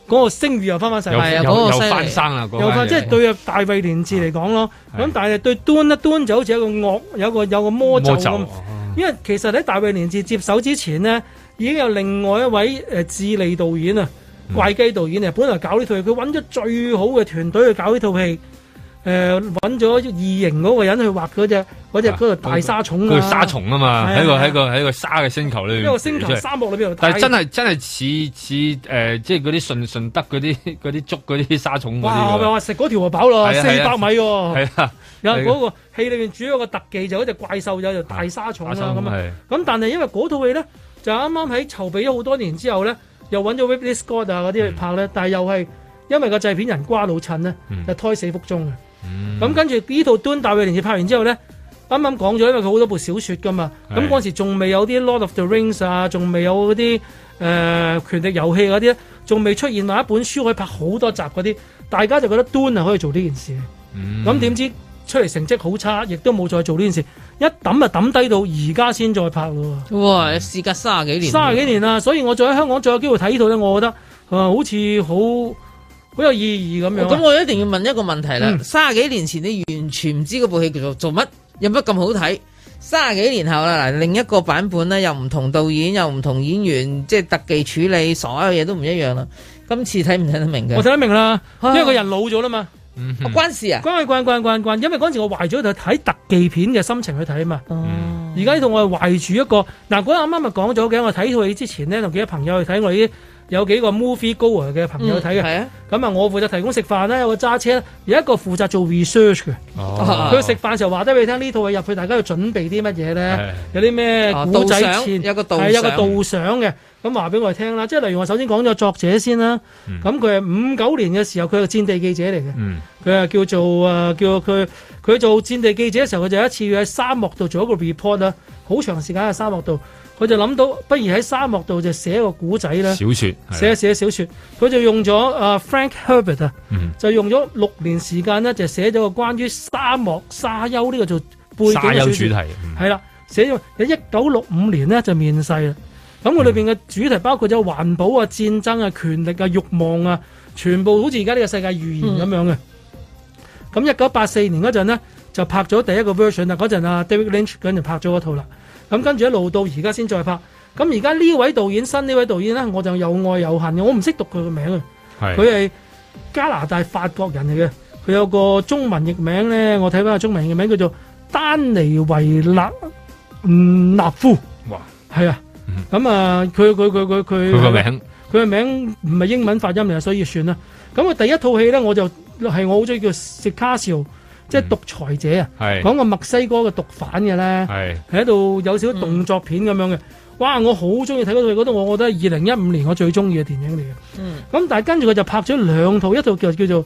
Speaker 4: 嗰、個聲譽又翻翻晒嚟，
Speaker 6: 又係啊又嗰個又犀利翻生啦嗰
Speaker 4: 又翻
Speaker 6: 班嘢
Speaker 4: 即係對啊大衛連治嚟講咯。咁但係對端一端就好似一個惡，有個有個魔咒
Speaker 6: 魔咒啊
Speaker 4: 咁。因為其實喺大衛連治接手之前呢，已經有另外一位誒智利導演啊，
Speaker 6: 嗯
Speaker 4: 怪雞導演啊，本來搞呢套戲，佢揾咗最好嘅團隊去搞呢套戲。誒揾咗異形嗰個人去畫嗰
Speaker 6: 啊
Speaker 4: 只嗰只嗰個大沙蟲
Speaker 6: 佢
Speaker 4: 啊，
Speaker 6: 沙蟲啊嘛，
Speaker 4: 係
Speaker 6: 喺個喺個喺個沙嘅星球裏邊，
Speaker 4: 一個星球沙漠裏邊度睇。
Speaker 6: 但係真係真係似似誒，即係嗰啲順順德嗰啲嗰啲竹嗰啲沙蟲嗰
Speaker 4: 哇！我咪
Speaker 6: 啲㗎
Speaker 4: 話食嗰條就飽咯，
Speaker 6: 係
Speaker 4: 四
Speaker 6: 啊係
Speaker 4: 百
Speaker 6: 啊
Speaker 4: 米喎。
Speaker 6: 係啊，
Speaker 4: 有
Speaker 6: 係
Speaker 4: 嗰個戲裏面主要個特技就嗰隻怪獸有就大沙蟲啦
Speaker 6: 大沙蟲
Speaker 4: 咁啊
Speaker 6: 係。
Speaker 4: 咁但係因為嗰套戲咧，就啱啱喺籌備咗好多年之後咧，又揾咗 w i p l e y Scott 啊嗰啲嚟拍咧，但係又係因為個製片人瓜老襯咧，就胎死腹中嘅。咁跟住呢套《端大衛連接》拍完之後咧，啱啱講咗，因為佢好多部小説噶嘛，
Speaker 15: 係
Speaker 4: 咁嗰時仲未有啲《Lord of the Rings》啊，仲未有嗰啲誒權力遊戲嗰啲咧，仲未出現話一本書可以拍好多集嗰啲，大家就覺得端啊可以做呢件事。咁點知出嚟成績好差，亦都冇再做呢件事，一抌就抌低到而家先再拍咯喎。
Speaker 3: 哇！事隔三十幾年，啊
Speaker 4: 三十幾年啦，所以我再喺香港再有機會睇呢套咧，我覺得啊，好似好好有意義咁樣。啊
Speaker 3: 哦咁我一定要問一個問題啦
Speaker 4: 嗯。
Speaker 3: 三十幾年前你完全唔知嗰部戲叫做做乜，有乜咁好睇？三十幾年後啦，嗱，另一個版本咧，又唔同導演，又唔同演員，即係特技處理，所有嘢都唔一樣啦。今次睇唔睇得明嘅？
Speaker 4: 我睇得明啦，
Speaker 3: 啊
Speaker 4: 因為個人老咗啦嘛。
Speaker 3: 關事啊？
Speaker 4: 關關關關關，因為嗰陣時我懷咗對睇特技片嘅心情去睇啊嘛。
Speaker 3: 哦
Speaker 6: 嗯
Speaker 4: 而家呢套我係懷住一個嗱，嗰日啱啱咪講咗嘅，我睇套戲之前呢，同幾個朋友去睇，我哋有幾個 movie goer 嘅朋友去睇嘅。
Speaker 3: 嗯係啊
Speaker 4: 咁啊，我負責提供食飯啦，有個揸車，有一個負責做 research 嘅。
Speaker 3: 哦
Speaker 4: 佢食飯時候話得俾你聽，呢套戲入去大家要準備啲乜嘢咧？有啲咩
Speaker 3: 哦
Speaker 4: 古仔
Speaker 3: 導賞
Speaker 4: 前
Speaker 3: 有個導
Speaker 4: 係有個
Speaker 3: 賞
Speaker 4: 導賞嘅。咁話俾我哋聽啦，即係例如我首先講咗作者先啦。咁佢係五九年嘅時候，佢係戰地記者嚟嘅。佢啊叫做啊叫佢佢做戰地記者嘅時候，佢就有一次要喺沙漠度做一個 report 啦，好長時間喺沙漠度，佢就諗到不如喺沙漠度就寫一個古仔啦，
Speaker 6: 小說係
Speaker 4: 寫一寫小説，佢就用咗啊 Frank Herbert 啊，
Speaker 6: 嗯
Speaker 4: 就用咗六年時間咧，就寫咗個關於沙漠沙丘呢個做背景
Speaker 6: 沙
Speaker 4: 嘅
Speaker 6: 丘
Speaker 4: 小
Speaker 6: 主題嗯
Speaker 4: 説，係啦，寫咗喺一九六五年呢，就面世啦。咁佢裏邊嘅主題包括咗環保啊、戰爭啊、權力啊、慾望啊，全部好似而家呢個世界預言咁樣嘅。咁一九八四年嗰陣呢，就拍咗第一個 version 啦。嗰陣啊，David Lynch 嗰陣就拍咗嗰套啦。咁跟住一路到而家先再拍。咁而家呢位導演新呢位導演呢，我就又愛又恨嘅。我唔識讀佢嘅名啊。
Speaker 6: 係
Speaker 4: 佢係加拿大法國人嚟嘅。佢有個中文譯名呢，我睇翻個中文譯名叫做丹尼維勒嗯納夫。
Speaker 6: 哇！嗯
Speaker 4: 係啊。咁啊，佢佢佢佢佢
Speaker 6: 佢個名
Speaker 4: 佢嘅名唔係英文發音嚟，所以算啦。咁佢第一套戲咧，我就係我好中意叫《食卡少》，即係獨裁者啊，
Speaker 6: 嗯係嗯
Speaker 4: 講個墨西哥嘅毒販嘅咧，
Speaker 6: 係
Speaker 4: 喺度有
Speaker 6: 嗯
Speaker 4: 少少動作片咁樣嘅。哇！我好中意睇嗰套戲，嗰套我覺得係二零一五年我最中意嘅電影嚟嘅。
Speaker 3: 嗯
Speaker 4: 咁但係跟住佢就拍咗兩套，一套叫叫做《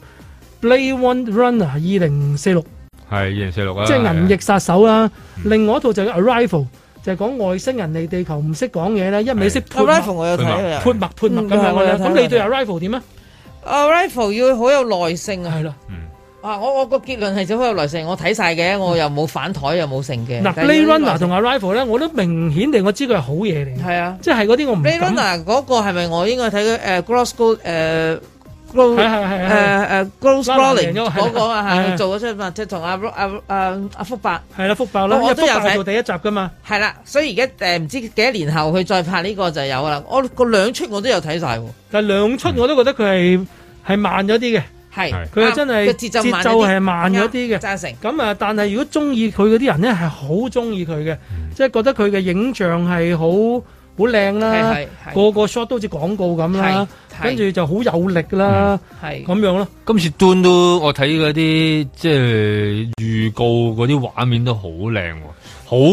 Speaker 4: Blade One Runner 二零四六》。
Speaker 6: 係二零四六啊，
Speaker 4: 即係銀翼殺手啦。另外一套就係 Arrival，就係講外星人嚟地球唔識講嘢咧，一味識潑墨
Speaker 3: Arrival 我有睇啊
Speaker 4: 潑墨潑墨咁
Speaker 3: 嗯
Speaker 4: 樣
Speaker 3: 我有
Speaker 4: 咧。
Speaker 3: 睇
Speaker 4: 咁你對 Arrival 點啊？
Speaker 3: 啊，Rifle 要好有耐性啊。
Speaker 4: 係啦。
Speaker 3: 啊！我我個結論係就好有耐性，我睇晒嘅，我又冇反台又冇成嘅。
Speaker 4: 嗱
Speaker 3: 但係要
Speaker 4: ，Blade
Speaker 3: 有耐
Speaker 4: Runner
Speaker 3: 性
Speaker 4: 同 Arrival 咧，我都明顯地我知佢係好嘢嚟嘅。
Speaker 3: 係啊，
Speaker 4: 即係嗰啲我唔
Speaker 3: Blade
Speaker 4: 敢。
Speaker 3: Runner 嗰個係咪我應該睇嘅？誒 Glasgow 誒 g l o
Speaker 4: 係係係
Speaker 3: 誒
Speaker 4: 係
Speaker 3: 誒 g l o s
Speaker 4: Lana
Speaker 3: Rolling
Speaker 4: 贏咗係
Speaker 3: 嗰個啊，
Speaker 4: 係
Speaker 3: 係
Speaker 4: 係
Speaker 3: 佢做咗出嘛，即係同阿阿阿阿福伯
Speaker 4: 係啦，福爆啦，
Speaker 3: 我哦我
Speaker 4: 因為福
Speaker 3: 都有
Speaker 4: 爆係
Speaker 3: 睇
Speaker 4: 做第一集噶嘛。
Speaker 3: 係啦，所以而家誒唔知幾多年後佢再拍呢個就有啦。我個兩出我都有睇晒喎，
Speaker 4: 但係兩出我都覺得佢係係慢咗啲嘅。
Speaker 3: 係
Speaker 4: 佢係真係
Speaker 3: 啊個節奏慢咗啲
Speaker 4: 係慢咗啲嘅。
Speaker 3: 贊成。
Speaker 4: 咁啊，但係如果中意佢嗰啲人咧，係好中意佢嘅，
Speaker 6: 嗯
Speaker 4: 即係覺得佢嘅影像係好好靚啦
Speaker 3: 係係，係
Speaker 4: 個個 shot 都好似廣告咁啦，
Speaker 3: 係係
Speaker 4: 跟住就好有力啦，
Speaker 3: 係
Speaker 4: 咁樣咯。
Speaker 6: 今次端都我睇嗰啲即係預告嗰啲畫面都好靚喎，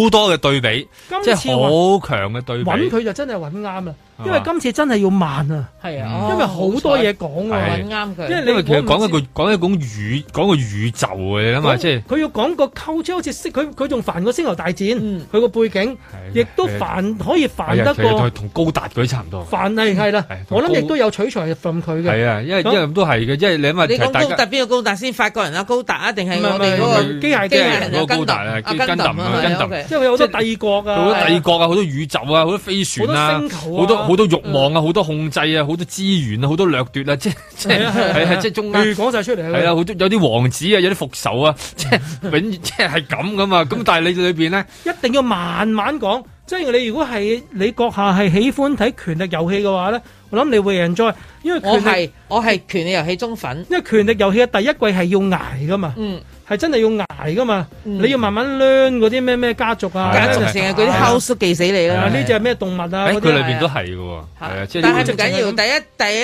Speaker 6: 好多嘅對比
Speaker 4: 今，次
Speaker 6: 即係好強嘅對比。
Speaker 4: 揾佢就真係揾啱啦，
Speaker 6: 係嘛
Speaker 4: 因為今次真係要慢啊，
Speaker 3: 係哦
Speaker 6: 啊
Speaker 4: 因為好多嘢講啊，
Speaker 6: 係
Speaker 4: 因為
Speaker 6: 因為
Speaker 4: 你
Speaker 6: 其實講
Speaker 4: 我
Speaker 6: 一
Speaker 4: 唔
Speaker 6: 個講一種宇講個宇宙嘅，你諗下
Speaker 4: 講
Speaker 6: 即係
Speaker 4: 佢要講個構造，好似星佢佢仲煩過星球大戰，佢個背景亦都煩，可以煩
Speaker 6: 嗯係啊
Speaker 4: 得
Speaker 6: 其實
Speaker 4: 過
Speaker 6: 同高達嗰啲差唔多。
Speaker 4: 煩係係啦。
Speaker 6: 同
Speaker 4: 我諗亦
Speaker 6: 高
Speaker 4: 都有取材 from 佢嘅。
Speaker 6: 係啊，因為因
Speaker 4: 咁
Speaker 6: 為都係嘅，因為 你
Speaker 3: 你
Speaker 6: 諗下
Speaker 3: 講
Speaker 6: 大
Speaker 3: 高達
Speaker 6: 家。
Speaker 3: 邊個高達先？法國人啊，高達啊，定係
Speaker 4: 唔係
Speaker 3: 我哋
Speaker 4: 唔
Speaker 3: 嗰
Speaker 4: 係
Speaker 3: 個
Speaker 4: 機械
Speaker 3: 機
Speaker 4: 機
Speaker 3: 械
Speaker 4: 械人
Speaker 3: 人啊
Speaker 6: 嗰個高達啊
Speaker 3: 根
Speaker 6: 根
Speaker 3: 特
Speaker 6: 特啊根特
Speaker 4: 因為有好多帝國啊，
Speaker 6: 好多帝國啊，好多宇宙啊，好多飛船啊
Speaker 4: 哎好多星，球啊嗯
Speaker 6: 好多好多慾望啊，好多控制啊，好多資源啊，好多掠奪啊，即係即
Speaker 4: 哎
Speaker 6: 係係啊，即係中間
Speaker 4: 佢講晒出嚟
Speaker 6: 係啊，好多有啲王子啊，有啲復仇啊，即係
Speaker 4: 嗯
Speaker 6: 永即係係咁噶嘛。咁但係你裏邊咧，
Speaker 4: 一定要慢慢講。即係你如果係你閣下係喜歡睇權力遊戲嘅話咧，我諗你會 enjoy，因為
Speaker 3: 我
Speaker 4: 權
Speaker 3: 係
Speaker 4: 力
Speaker 3: 我係權力遊戲中粉。
Speaker 4: 因為權力遊戲嘅第一季係要捱噶嘛，
Speaker 3: 嗯，
Speaker 4: 係真係要捱噶嘛，
Speaker 3: 嗯
Speaker 4: 你要慢慢 learn 嗰啲咩咩家族啊，
Speaker 3: 家族
Speaker 4: 咩
Speaker 3: 成日嗰啲 house 都記死你啦
Speaker 4: 啊呢只係咩動物啊？
Speaker 6: 誒
Speaker 4: 嗰
Speaker 6: 佢裏
Speaker 4: 啲
Speaker 6: 邊都係嘅喎，係啊，即係
Speaker 3: 但係
Speaker 6: 呢
Speaker 3: 唔緊要，第一第一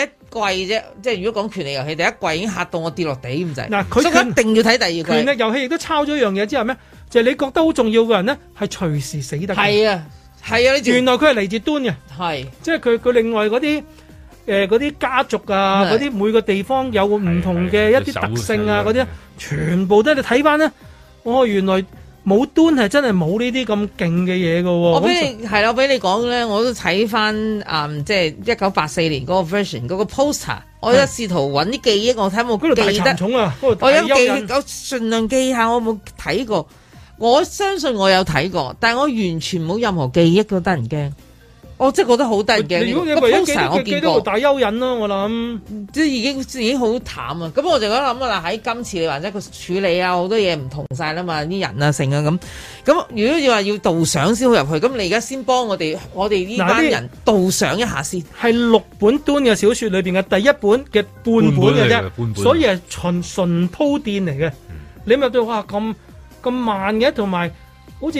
Speaker 3: 季啫，即係如果講權力遊戲第一季已經嚇到我跌落地咁滯。
Speaker 4: 嗱佢
Speaker 3: 所以我一定要睇第二
Speaker 4: 權
Speaker 3: 季。
Speaker 4: 力遊戲亦都抄咗一樣嘢之後咩？就係你覺得好重要嘅人咧，係隨時死得嘅。
Speaker 3: 係啊，係啊，呢條
Speaker 4: 原來佢係嚟自端嘅。
Speaker 3: 係
Speaker 4: 即係佢佢另外嗰啲誒嗰啲家族啊，
Speaker 3: 係
Speaker 4: 嗰啲每個地方有
Speaker 6: 啊
Speaker 4: 唔同嘅一啲特性啊，嗰
Speaker 6: 哦
Speaker 4: 啲全部都係你睇翻咧，哦，原來冇端係真係冇呢啲咁勁嘅嘢嘅喎。
Speaker 3: 我
Speaker 4: 咁
Speaker 3: 俾你係啦，我俾你講咧，我都睇翻嗯，即係一九八四年嗰個 version 嗰個 poster，我有試圖揾啲記憶，我睇有
Speaker 4: 嗰度大
Speaker 3: 冇記
Speaker 4: 蠶
Speaker 3: 得。
Speaker 4: 蟲啊，嗰度大
Speaker 3: 我有記，
Speaker 4: 蚯蚓
Speaker 3: 我盡量記下，我有冇睇過。我相信我有睇過，但係我完全冇任何記憶都得人驚。我真係覺得好得人驚。
Speaker 4: 你如果你
Speaker 3: 個
Speaker 4: 唯一記
Speaker 3: poster 我
Speaker 4: 得記
Speaker 3: 見
Speaker 4: 得個
Speaker 3: 過。
Speaker 4: 大蚯蚓咯，我諗
Speaker 3: 即係已經已經好淡啊！咁我就覺得諗啦，喺今次你或者佢處理啊好多嘢唔同晒啦嘛，啲人啊成啊咁。咁如果要話要導賞先好入去，咁你而家先幫我哋我哋呢
Speaker 4: 嗱
Speaker 3: 班
Speaker 4: 啲
Speaker 3: 人導賞一下先。
Speaker 4: 係六本端嘅小說裏邊嘅第一本嘅半本嘅
Speaker 6: 半本嚟嘅半本嗯
Speaker 4: 啫，所以係純純鋪墊嚟嘅。你咪對哇咁咁慢嘅，同埋好似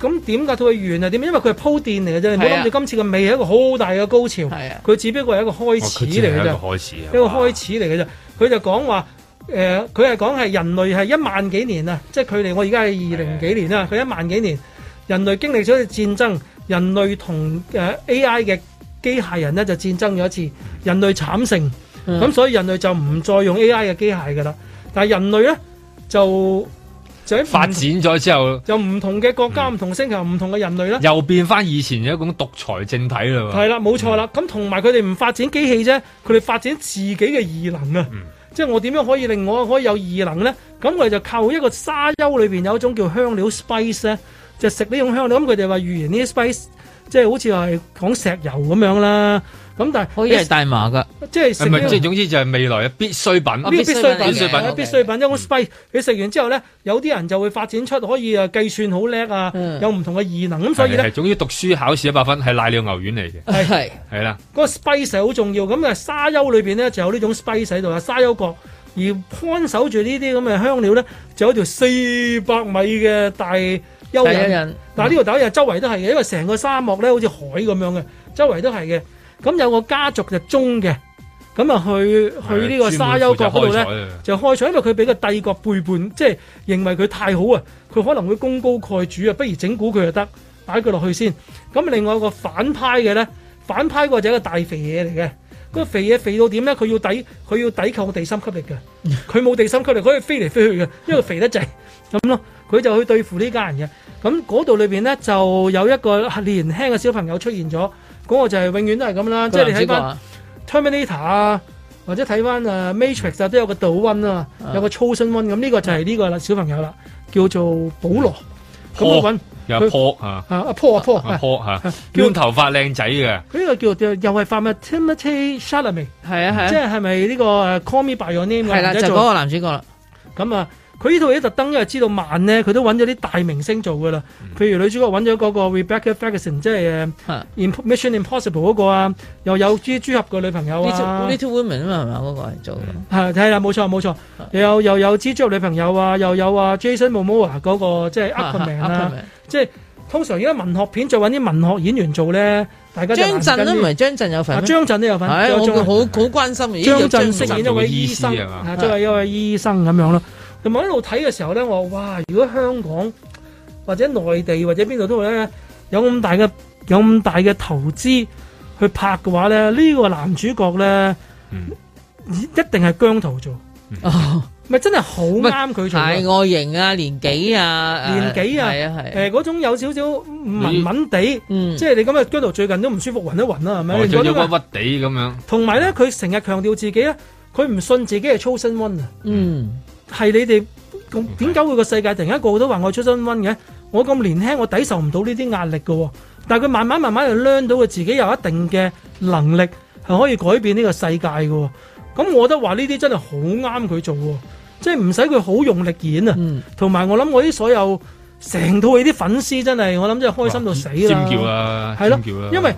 Speaker 4: 咁點解佢會完啊？點？因為佢係鋪墊嚟嘅啫，你唔好
Speaker 6: 係啊
Speaker 4: 諗住今次嘅尾係一個好大嘅高潮，佢只不過係一個開始
Speaker 6: 哦佢只係
Speaker 4: 嚟嘅
Speaker 6: 一個
Speaker 4: 啫。
Speaker 6: 開始啊
Speaker 4: 一個開始嚟嘅啫。佢就講話誒，呃佢係講係人類係一萬幾年啊，即係距離我而家係二零幾年啊啦。佢一萬幾年，人類經歷咗戰爭，人類同誒 AI 嘅機械人咧就戰爭咗一次，人類慘勝，咁、
Speaker 11: 嗯
Speaker 4: 所以人類就唔再用 AI 嘅機械噶啦。但係人類咧就就喺唔
Speaker 6: 發展咗之後，
Speaker 4: 就唔同嘅國家、唔同星球、唔同嘅人類啦。
Speaker 6: 又變翻以前一種獨裁政體啦喎。
Speaker 4: 係啦，冇錯啦。咁同埋佢哋唔發展機器啫，佢哋發展自己嘅異能啊。即係我點樣可以令我可以有異能咧？咁我哋就靠一個沙丘裏邊有一種叫香料 spice 咧，就食呢種香料。咁佢哋話預言呢啲 spice，即係好似話係講石油咁樣啦。咁但係
Speaker 3: 可
Speaker 6: 以係
Speaker 3: 大麻噶，
Speaker 4: 即係食
Speaker 6: 係
Speaker 4: 呢
Speaker 6: 咪
Speaker 4: 個
Speaker 6: 即係總之就係未來嘅必需品？
Speaker 4: 呢個必需品
Speaker 6: 必需
Speaker 4: 嚟嘅，啊必
Speaker 6: 品。
Speaker 4: 需品一種 spice。你食完之後咧，有啲人就會發展出可以啊計算好叻啊，
Speaker 6: 嗯
Speaker 4: 有唔同嘅異能。 咁所以咧
Speaker 6: 係，。總之讀書考試一百分係瀨尿牛丸嚟嘅。
Speaker 3: 係
Speaker 6: 係啦，
Speaker 4: 嗰個 spice 係好重要，咁啊沙丘裏邊咧就有呢種 spice 喺度啊，沙丘角而看守住呢啲咁嘅香料咧，就有一條四百米嘅大蚯
Speaker 3: 大蚯
Speaker 4: 蚓
Speaker 3: 蚓。
Speaker 4: 嗱呢條大蚯蚓周圍都係嘅，因為成個沙漠咧好似海咁樣嘅，周圍都係嘅。咁有個家族就中嘅，咁啊去去呢個沙丘角嗰度咧
Speaker 6: 專門負責開採啊
Speaker 4: 就開採，因為佢俾個帝國背叛，即係認為佢太好啊，佢可能會功高蓋主啊，不如整蠱佢就得，擺佢落去先。咁另外一個反派嘅咧，反派嗰個就係一個大肥嘢嚟嘅。嗰個肥嘢肥到點咧？佢要抵佢要抵抗地心吸力嘅，佢冇地心吸力，佢可以飛嚟飛去嘅，因為佢肥得滯咁咯。佢就去對付呢家人嘅。咁嗰度裏邊咧就有一個年輕嘅小朋友出現咗，嗰、個就係永遠都係咁啦，即係你睇翻。Terminator 啊，或者睇翻誒 Matrix 啊，都有個杜温啊，有個 Chosen One 咁，呢個就係呢個啦，小朋友啦，叫做保羅。咁
Speaker 6: 坡
Speaker 4: 佢揾
Speaker 6: 又
Speaker 4: 佢
Speaker 6: 係坡啊，
Speaker 4: 啊阿 Paul 嗯啊 Paul
Speaker 6: 阿
Speaker 4: 啊
Speaker 6: 坡 嚇，短頭髮靚仔嘅。
Speaker 4: 佢呢個叫做又係發咪 Timothy Chalamet，
Speaker 3: 係啊係啊
Speaker 4: 即係係咪呢個誒 Call Me by Your Name 嘅
Speaker 3: 係啦，
Speaker 4: 男仔
Speaker 3: 就
Speaker 4: 做
Speaker 3: 嗰個男主角啦。
Speaker 4: 咁啊，佢呢套嘢特登因為知道慢咧，佢都揾咗啲大明星做噶啦。
Speaker 3: 嗯
Speaker 4: 譬如女主角揾咗嗰個 Rebecca Ferguson，即係
Speaker 3: 啊
Speaker 4: 誒 Imp- Mission Impossible 嗰個啊，又有蜘蛛俠嘅女朋友啊
Speaker 3: Little。Little Women 啊嘛，係嘛嗰個係做。
Speaker 4: 係係啦，冇錯冇錯，
Speaker 3: 啊
Speaker 4: 又有又有蜘蛛俠女朋友啊，又有啊 Jason Momoa 嗰、個即係 Aquaman 啦
Speaker 3: 啊 Aquaman，
Speaker 4: 即係通常而家文學片再揾啲文學演員做咧，大家就
Speaker 3: 張震都唔係張震有份
Speaker 4: 啊
Speaker 3: 咩，
Speaker 4: 張震都有份
Speaker 3: 係我
Speaker 4: 張震
Speaker 3: 好好關心嘅。
Speaker 4: 張震飾演一位醫生，啊，即
Speaker 3: 係
Speaker 4: 係一位醫生咁樣咯。咁我一路睇嘅時候咧，我話哇！如果香港或者內地或者邊度都好咧，有咁大嘅有咁大嘅投資去拍嘅話咧，呢、個男主角咧、一定係姜濤做，咪、真係好啱佢做
Speaker 3: 大
Speaker 4: 㗎。
Speaker 3: 外形啊，年紀啊，誒
Speaker 4: 年紀啊，
Speaker 3: 係啊係啊。
Speaker 4: 誒嗰種有少少文文地，
Speaker 3: 嗯
Speaker 4: 即係你咁啊，姜濤最近都唔啊舒服，暈一暈啦，係咪？
Speaker 6: 我
Speaker 4: 你
Speaker 6: 仲
Speaker 4: 覺得
Speaker 6: 要
Speaker 4: 佢
Speaker 6: 哦屈屈地咁樣。
Speaker 4: 同埋咧，佢成日強調自己咧，佢唔信自己係粗身温啊。
Speaker 3: 嗯，
Speaker 4: 係你哋咁點解會個世界突然間個個都話我粗身温嘅？我咁年輕，我抵受唔到呢啲壓力嘅喎。但係佢慢慢慢慢就 learn 到佢自己有一定嘅能力係可以改變呢個世界嘅喎。咁我覺得話呢啲真係好啱佢做喎，即係唔使佢好用力演啊。
Speaker 6: 嗯
Speaker 4: 同埋、我諗我啲所有成套戲啲粉絲真係我諗真係開心到死啦，
Speaker 6: 尖叫啊啦
Speaker 4: 係咯
Speaker 6: 尖叫啊啦，
Speaker 4: 因為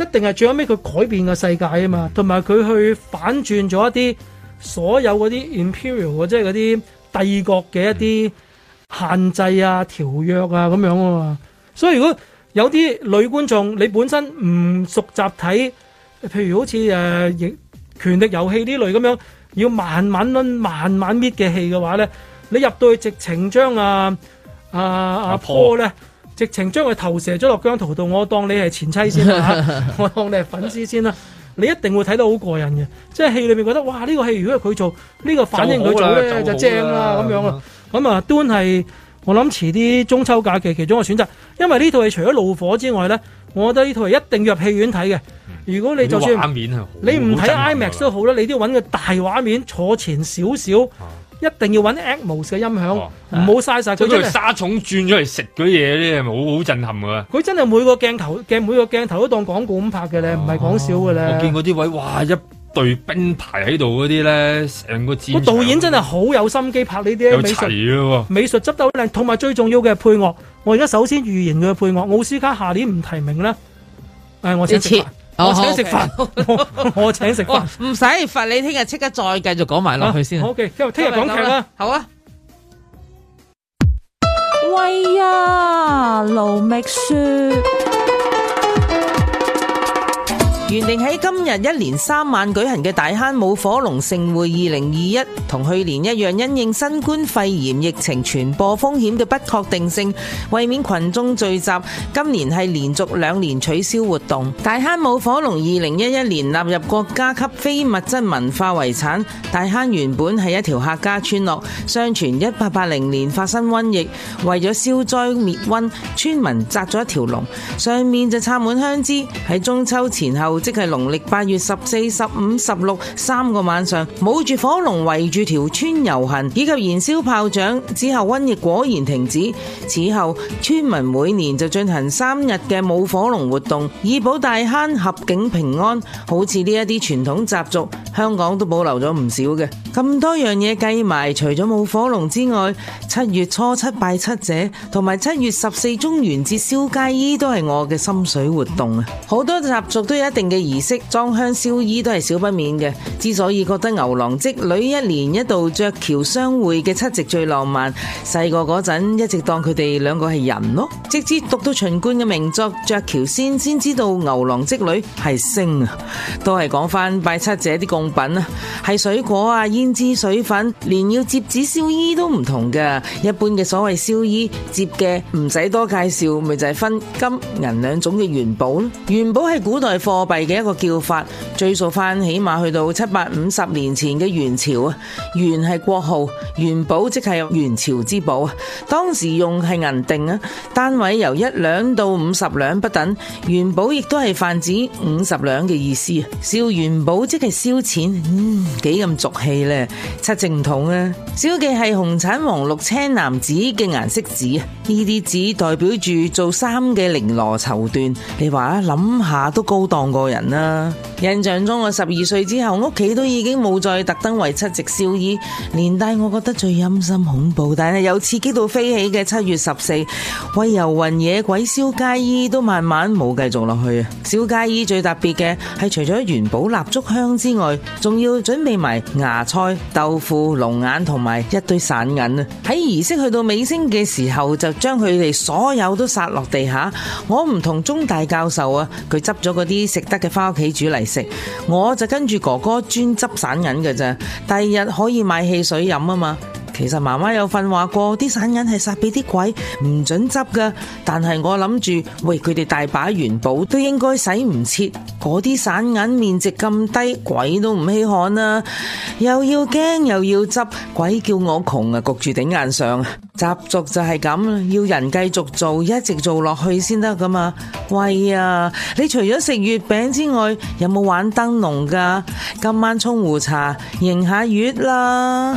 Speaker 4: 一定係最後尾佢改變個世界啊嘛，同埋佢去反轉咗一啲所有嗰啲 imperial 即係嗰啲帝國嘅一啲限制啊、條約啊咁樣啊嘛。所以如果有啲女觀眾你本身唔熟集體，譬如好似誒、呃、亦權力遊戲呢類咁樣，要慢慢攆、慢慢搣嘅戲嘅話咧，你入到去直情將啊啊阿
Speaker 6: 婆
Speaker 4: 婆咧。直 情將佢投射咗落姜圖度，我當你係前妻先啦，嚇我當你係粉絲先啦。你一定會睇到好過癮嘅。即係戲裏面覺得哇，呢個戲如果係佢做，呢個反應佢
Speaker 6: 就好
Speaker 4: 做
Speaker 6: 啦
Speaker 4: 咧
Speaker 6: 就
Speaker 4: 就
Speaker 6: 好
Speaker 4: 正啦
Speaker 6: 啦
Speaker 4: 咁樣啊。咁啊，端係我諗遲啲中秋假期其中一個選擇，因為呢套戲除咗怒火之外咧，我覺得呢套戲一定要入戲院睇嘅。
Speaker 6: 嗯
Speaker 4: 如果你就算
Speaker 6: 啲畫面係啊好
Speaker 4: 你唔睇
Speaker 6: 好震撼
Speaker 4: IMAX 都好啦，你都要揾個大畫面坐前少少，一定要揾 Atmos 嘅音響，唔好嘥晒
Speaker 6: 即
Speaker 4: 佢
Speaker 6: 係
Speaker 4: 真
Speaker 6: 啊哦佢
Speaker 4: 係。
Speaker 6: 沙蟲轉咗嚟食嗰啲嘢咧，係咪好好震撼啊噶？
Speaker 4: 佢真係每個鏡頭嘅每個鏡頭都當廣告咁拍嘅咧，唔係講笑嘅
Speaker 6: 嗯我
Speaker 4: 咧。
Speaker 6: 見嗰啲位，哇！一隊兵排喺度嗰啲咧，成個戰
Speaker 4: 個
Speaker 6: 場啊
Speaker 4: 導演真係好有心機拍呢啲
Speaker 6: 有
Speaker 4: 美
Speaker 6: 齊
Speaker 4: 術，
Speaker 6: 嘅
Speaker 4: 美術執得好靚，同埋最重要嘅係配樂。我而家首先預言佢嘅配樂，奧斯卡下年唔提名咧，誒我請食
Speaker 3: 你
Speaker 4: 飯
Speaker 3: 切，
Speaker 4: 我
Speaker 3: 哦好
Speaker 4: 請食飯，我 我請食飯
Speaker 3: 哇。唔使罰你，聽日即刻再繼續講埋落去先。啊
Speaker 4: 好嘅，聽日講劇啦。
Speaker 3: 好啊。
Speaker 15: 喂呀，卢觅雪。
Speaker 3: 原定喺今日一連三晚舉行嘅大坑舞火龍盛會二零二一，同去年一樣，因應新冠肺炎疫情傳播風險嘅不確定性，為免群眾聚集，今年係連續兩年取消活動。大坑舞火龍二零一一年納入國家級非物質文化遺產。大坑原本係一條客家村落，相傳一八八零年發生瘟疫，為咗消災滅瘟，村民紮咗一條龍，上面就插滿香枝。喺中秋前後，即係農曆八月十四、十五、十六三個晚上，舞住火龍圍住條村遊行，以及燃燒炮仗。之後瘟疫果然停止。此後，村民每年就進行三日嘅舞火龍活動，以保大坑合境平安。好似呢一啲傳統習俗，香港都保留咗唔少嘅。咁多樣嘢計埋，除咗舞火龍之外，七月初七拜七者，同埋七月十四中元節燒街衣都係我嘅心水活動啊！好多習俗都有一定嘅儀式，裝香燒衣都係少不免嘅。之所以覺得牛郎織女一年一度着橋相會嘅七夕最浪漫，細個嗰陣一直當佢哋兩個係人咯，直至讀到秦觀嘅名作《着橋仙》，先知道牛郎織女係星啊！都係講翻拜七姐啲供品啊，係水果啊、胭脂水粉，連要折紙燒衣都唔同嘅。一般嘅所謂燒衣折嘅，唔使多介紹，咪就係分金銀兩種嘅元寶咯。元寶係古代貨幣嘅一個叫法，追溯翻起碼去到七百五十年前嘅元朝啊。元係國號，元寶即係元朝之寶啊。當時用係銀鈿啊，單位由一兩到五十兩不等。元寶亦都係泛指五十兩嘅意思啊。燒元寶即係燒錢，嗯，幾咁俗氣呢？七正統啊！燒嘅係紅橙黃綠青藍紫嘅顏色紙啊，呢啲紙代表住做衫嘅綾羅綢緞。你話啊，諗下都高檔過人啦。印象中我十二歲之後，屋企都已經冇再特登為七夕燒衣，連帶我覺得最陰森恐怖，但係又刺激到飛起嘅七月十四，為遊魂野鬼燒街衣都慢慢冇繼續落去啊！燒街衣最特別嘅係除咗元寶蠟燭香之外，仲要準備埋芽菜、豆腐、龍眼同埋一堆散銀啊！喺儀式去到尾聲嘅時候，就將佢哋所有都撒落地下。我唔同中大教授啊，佢執咗嗰啲食得嘅翻屋企煮嚟食，我就跟住哥哥專執散銀嘅咋。第二日可以買汽水飲啊嘛。其實媽媽有份話過，啲散銀係殺俾啲鬼，唔准執噶。但係我諗住，喂佢哋大把元寶都應該使唔切，嗰啲散銀面值咁低，鬼都唔稀罕啦。又要驚又要執，鬼叫我窮啊，焗住頂硬上。習俗就係咁，要人繼續做，一直做落去先得噶嘛。喂啊，你除咗食月餅之外，有冇玩燈籠噶？今晚沖壺茶，迎下月啦。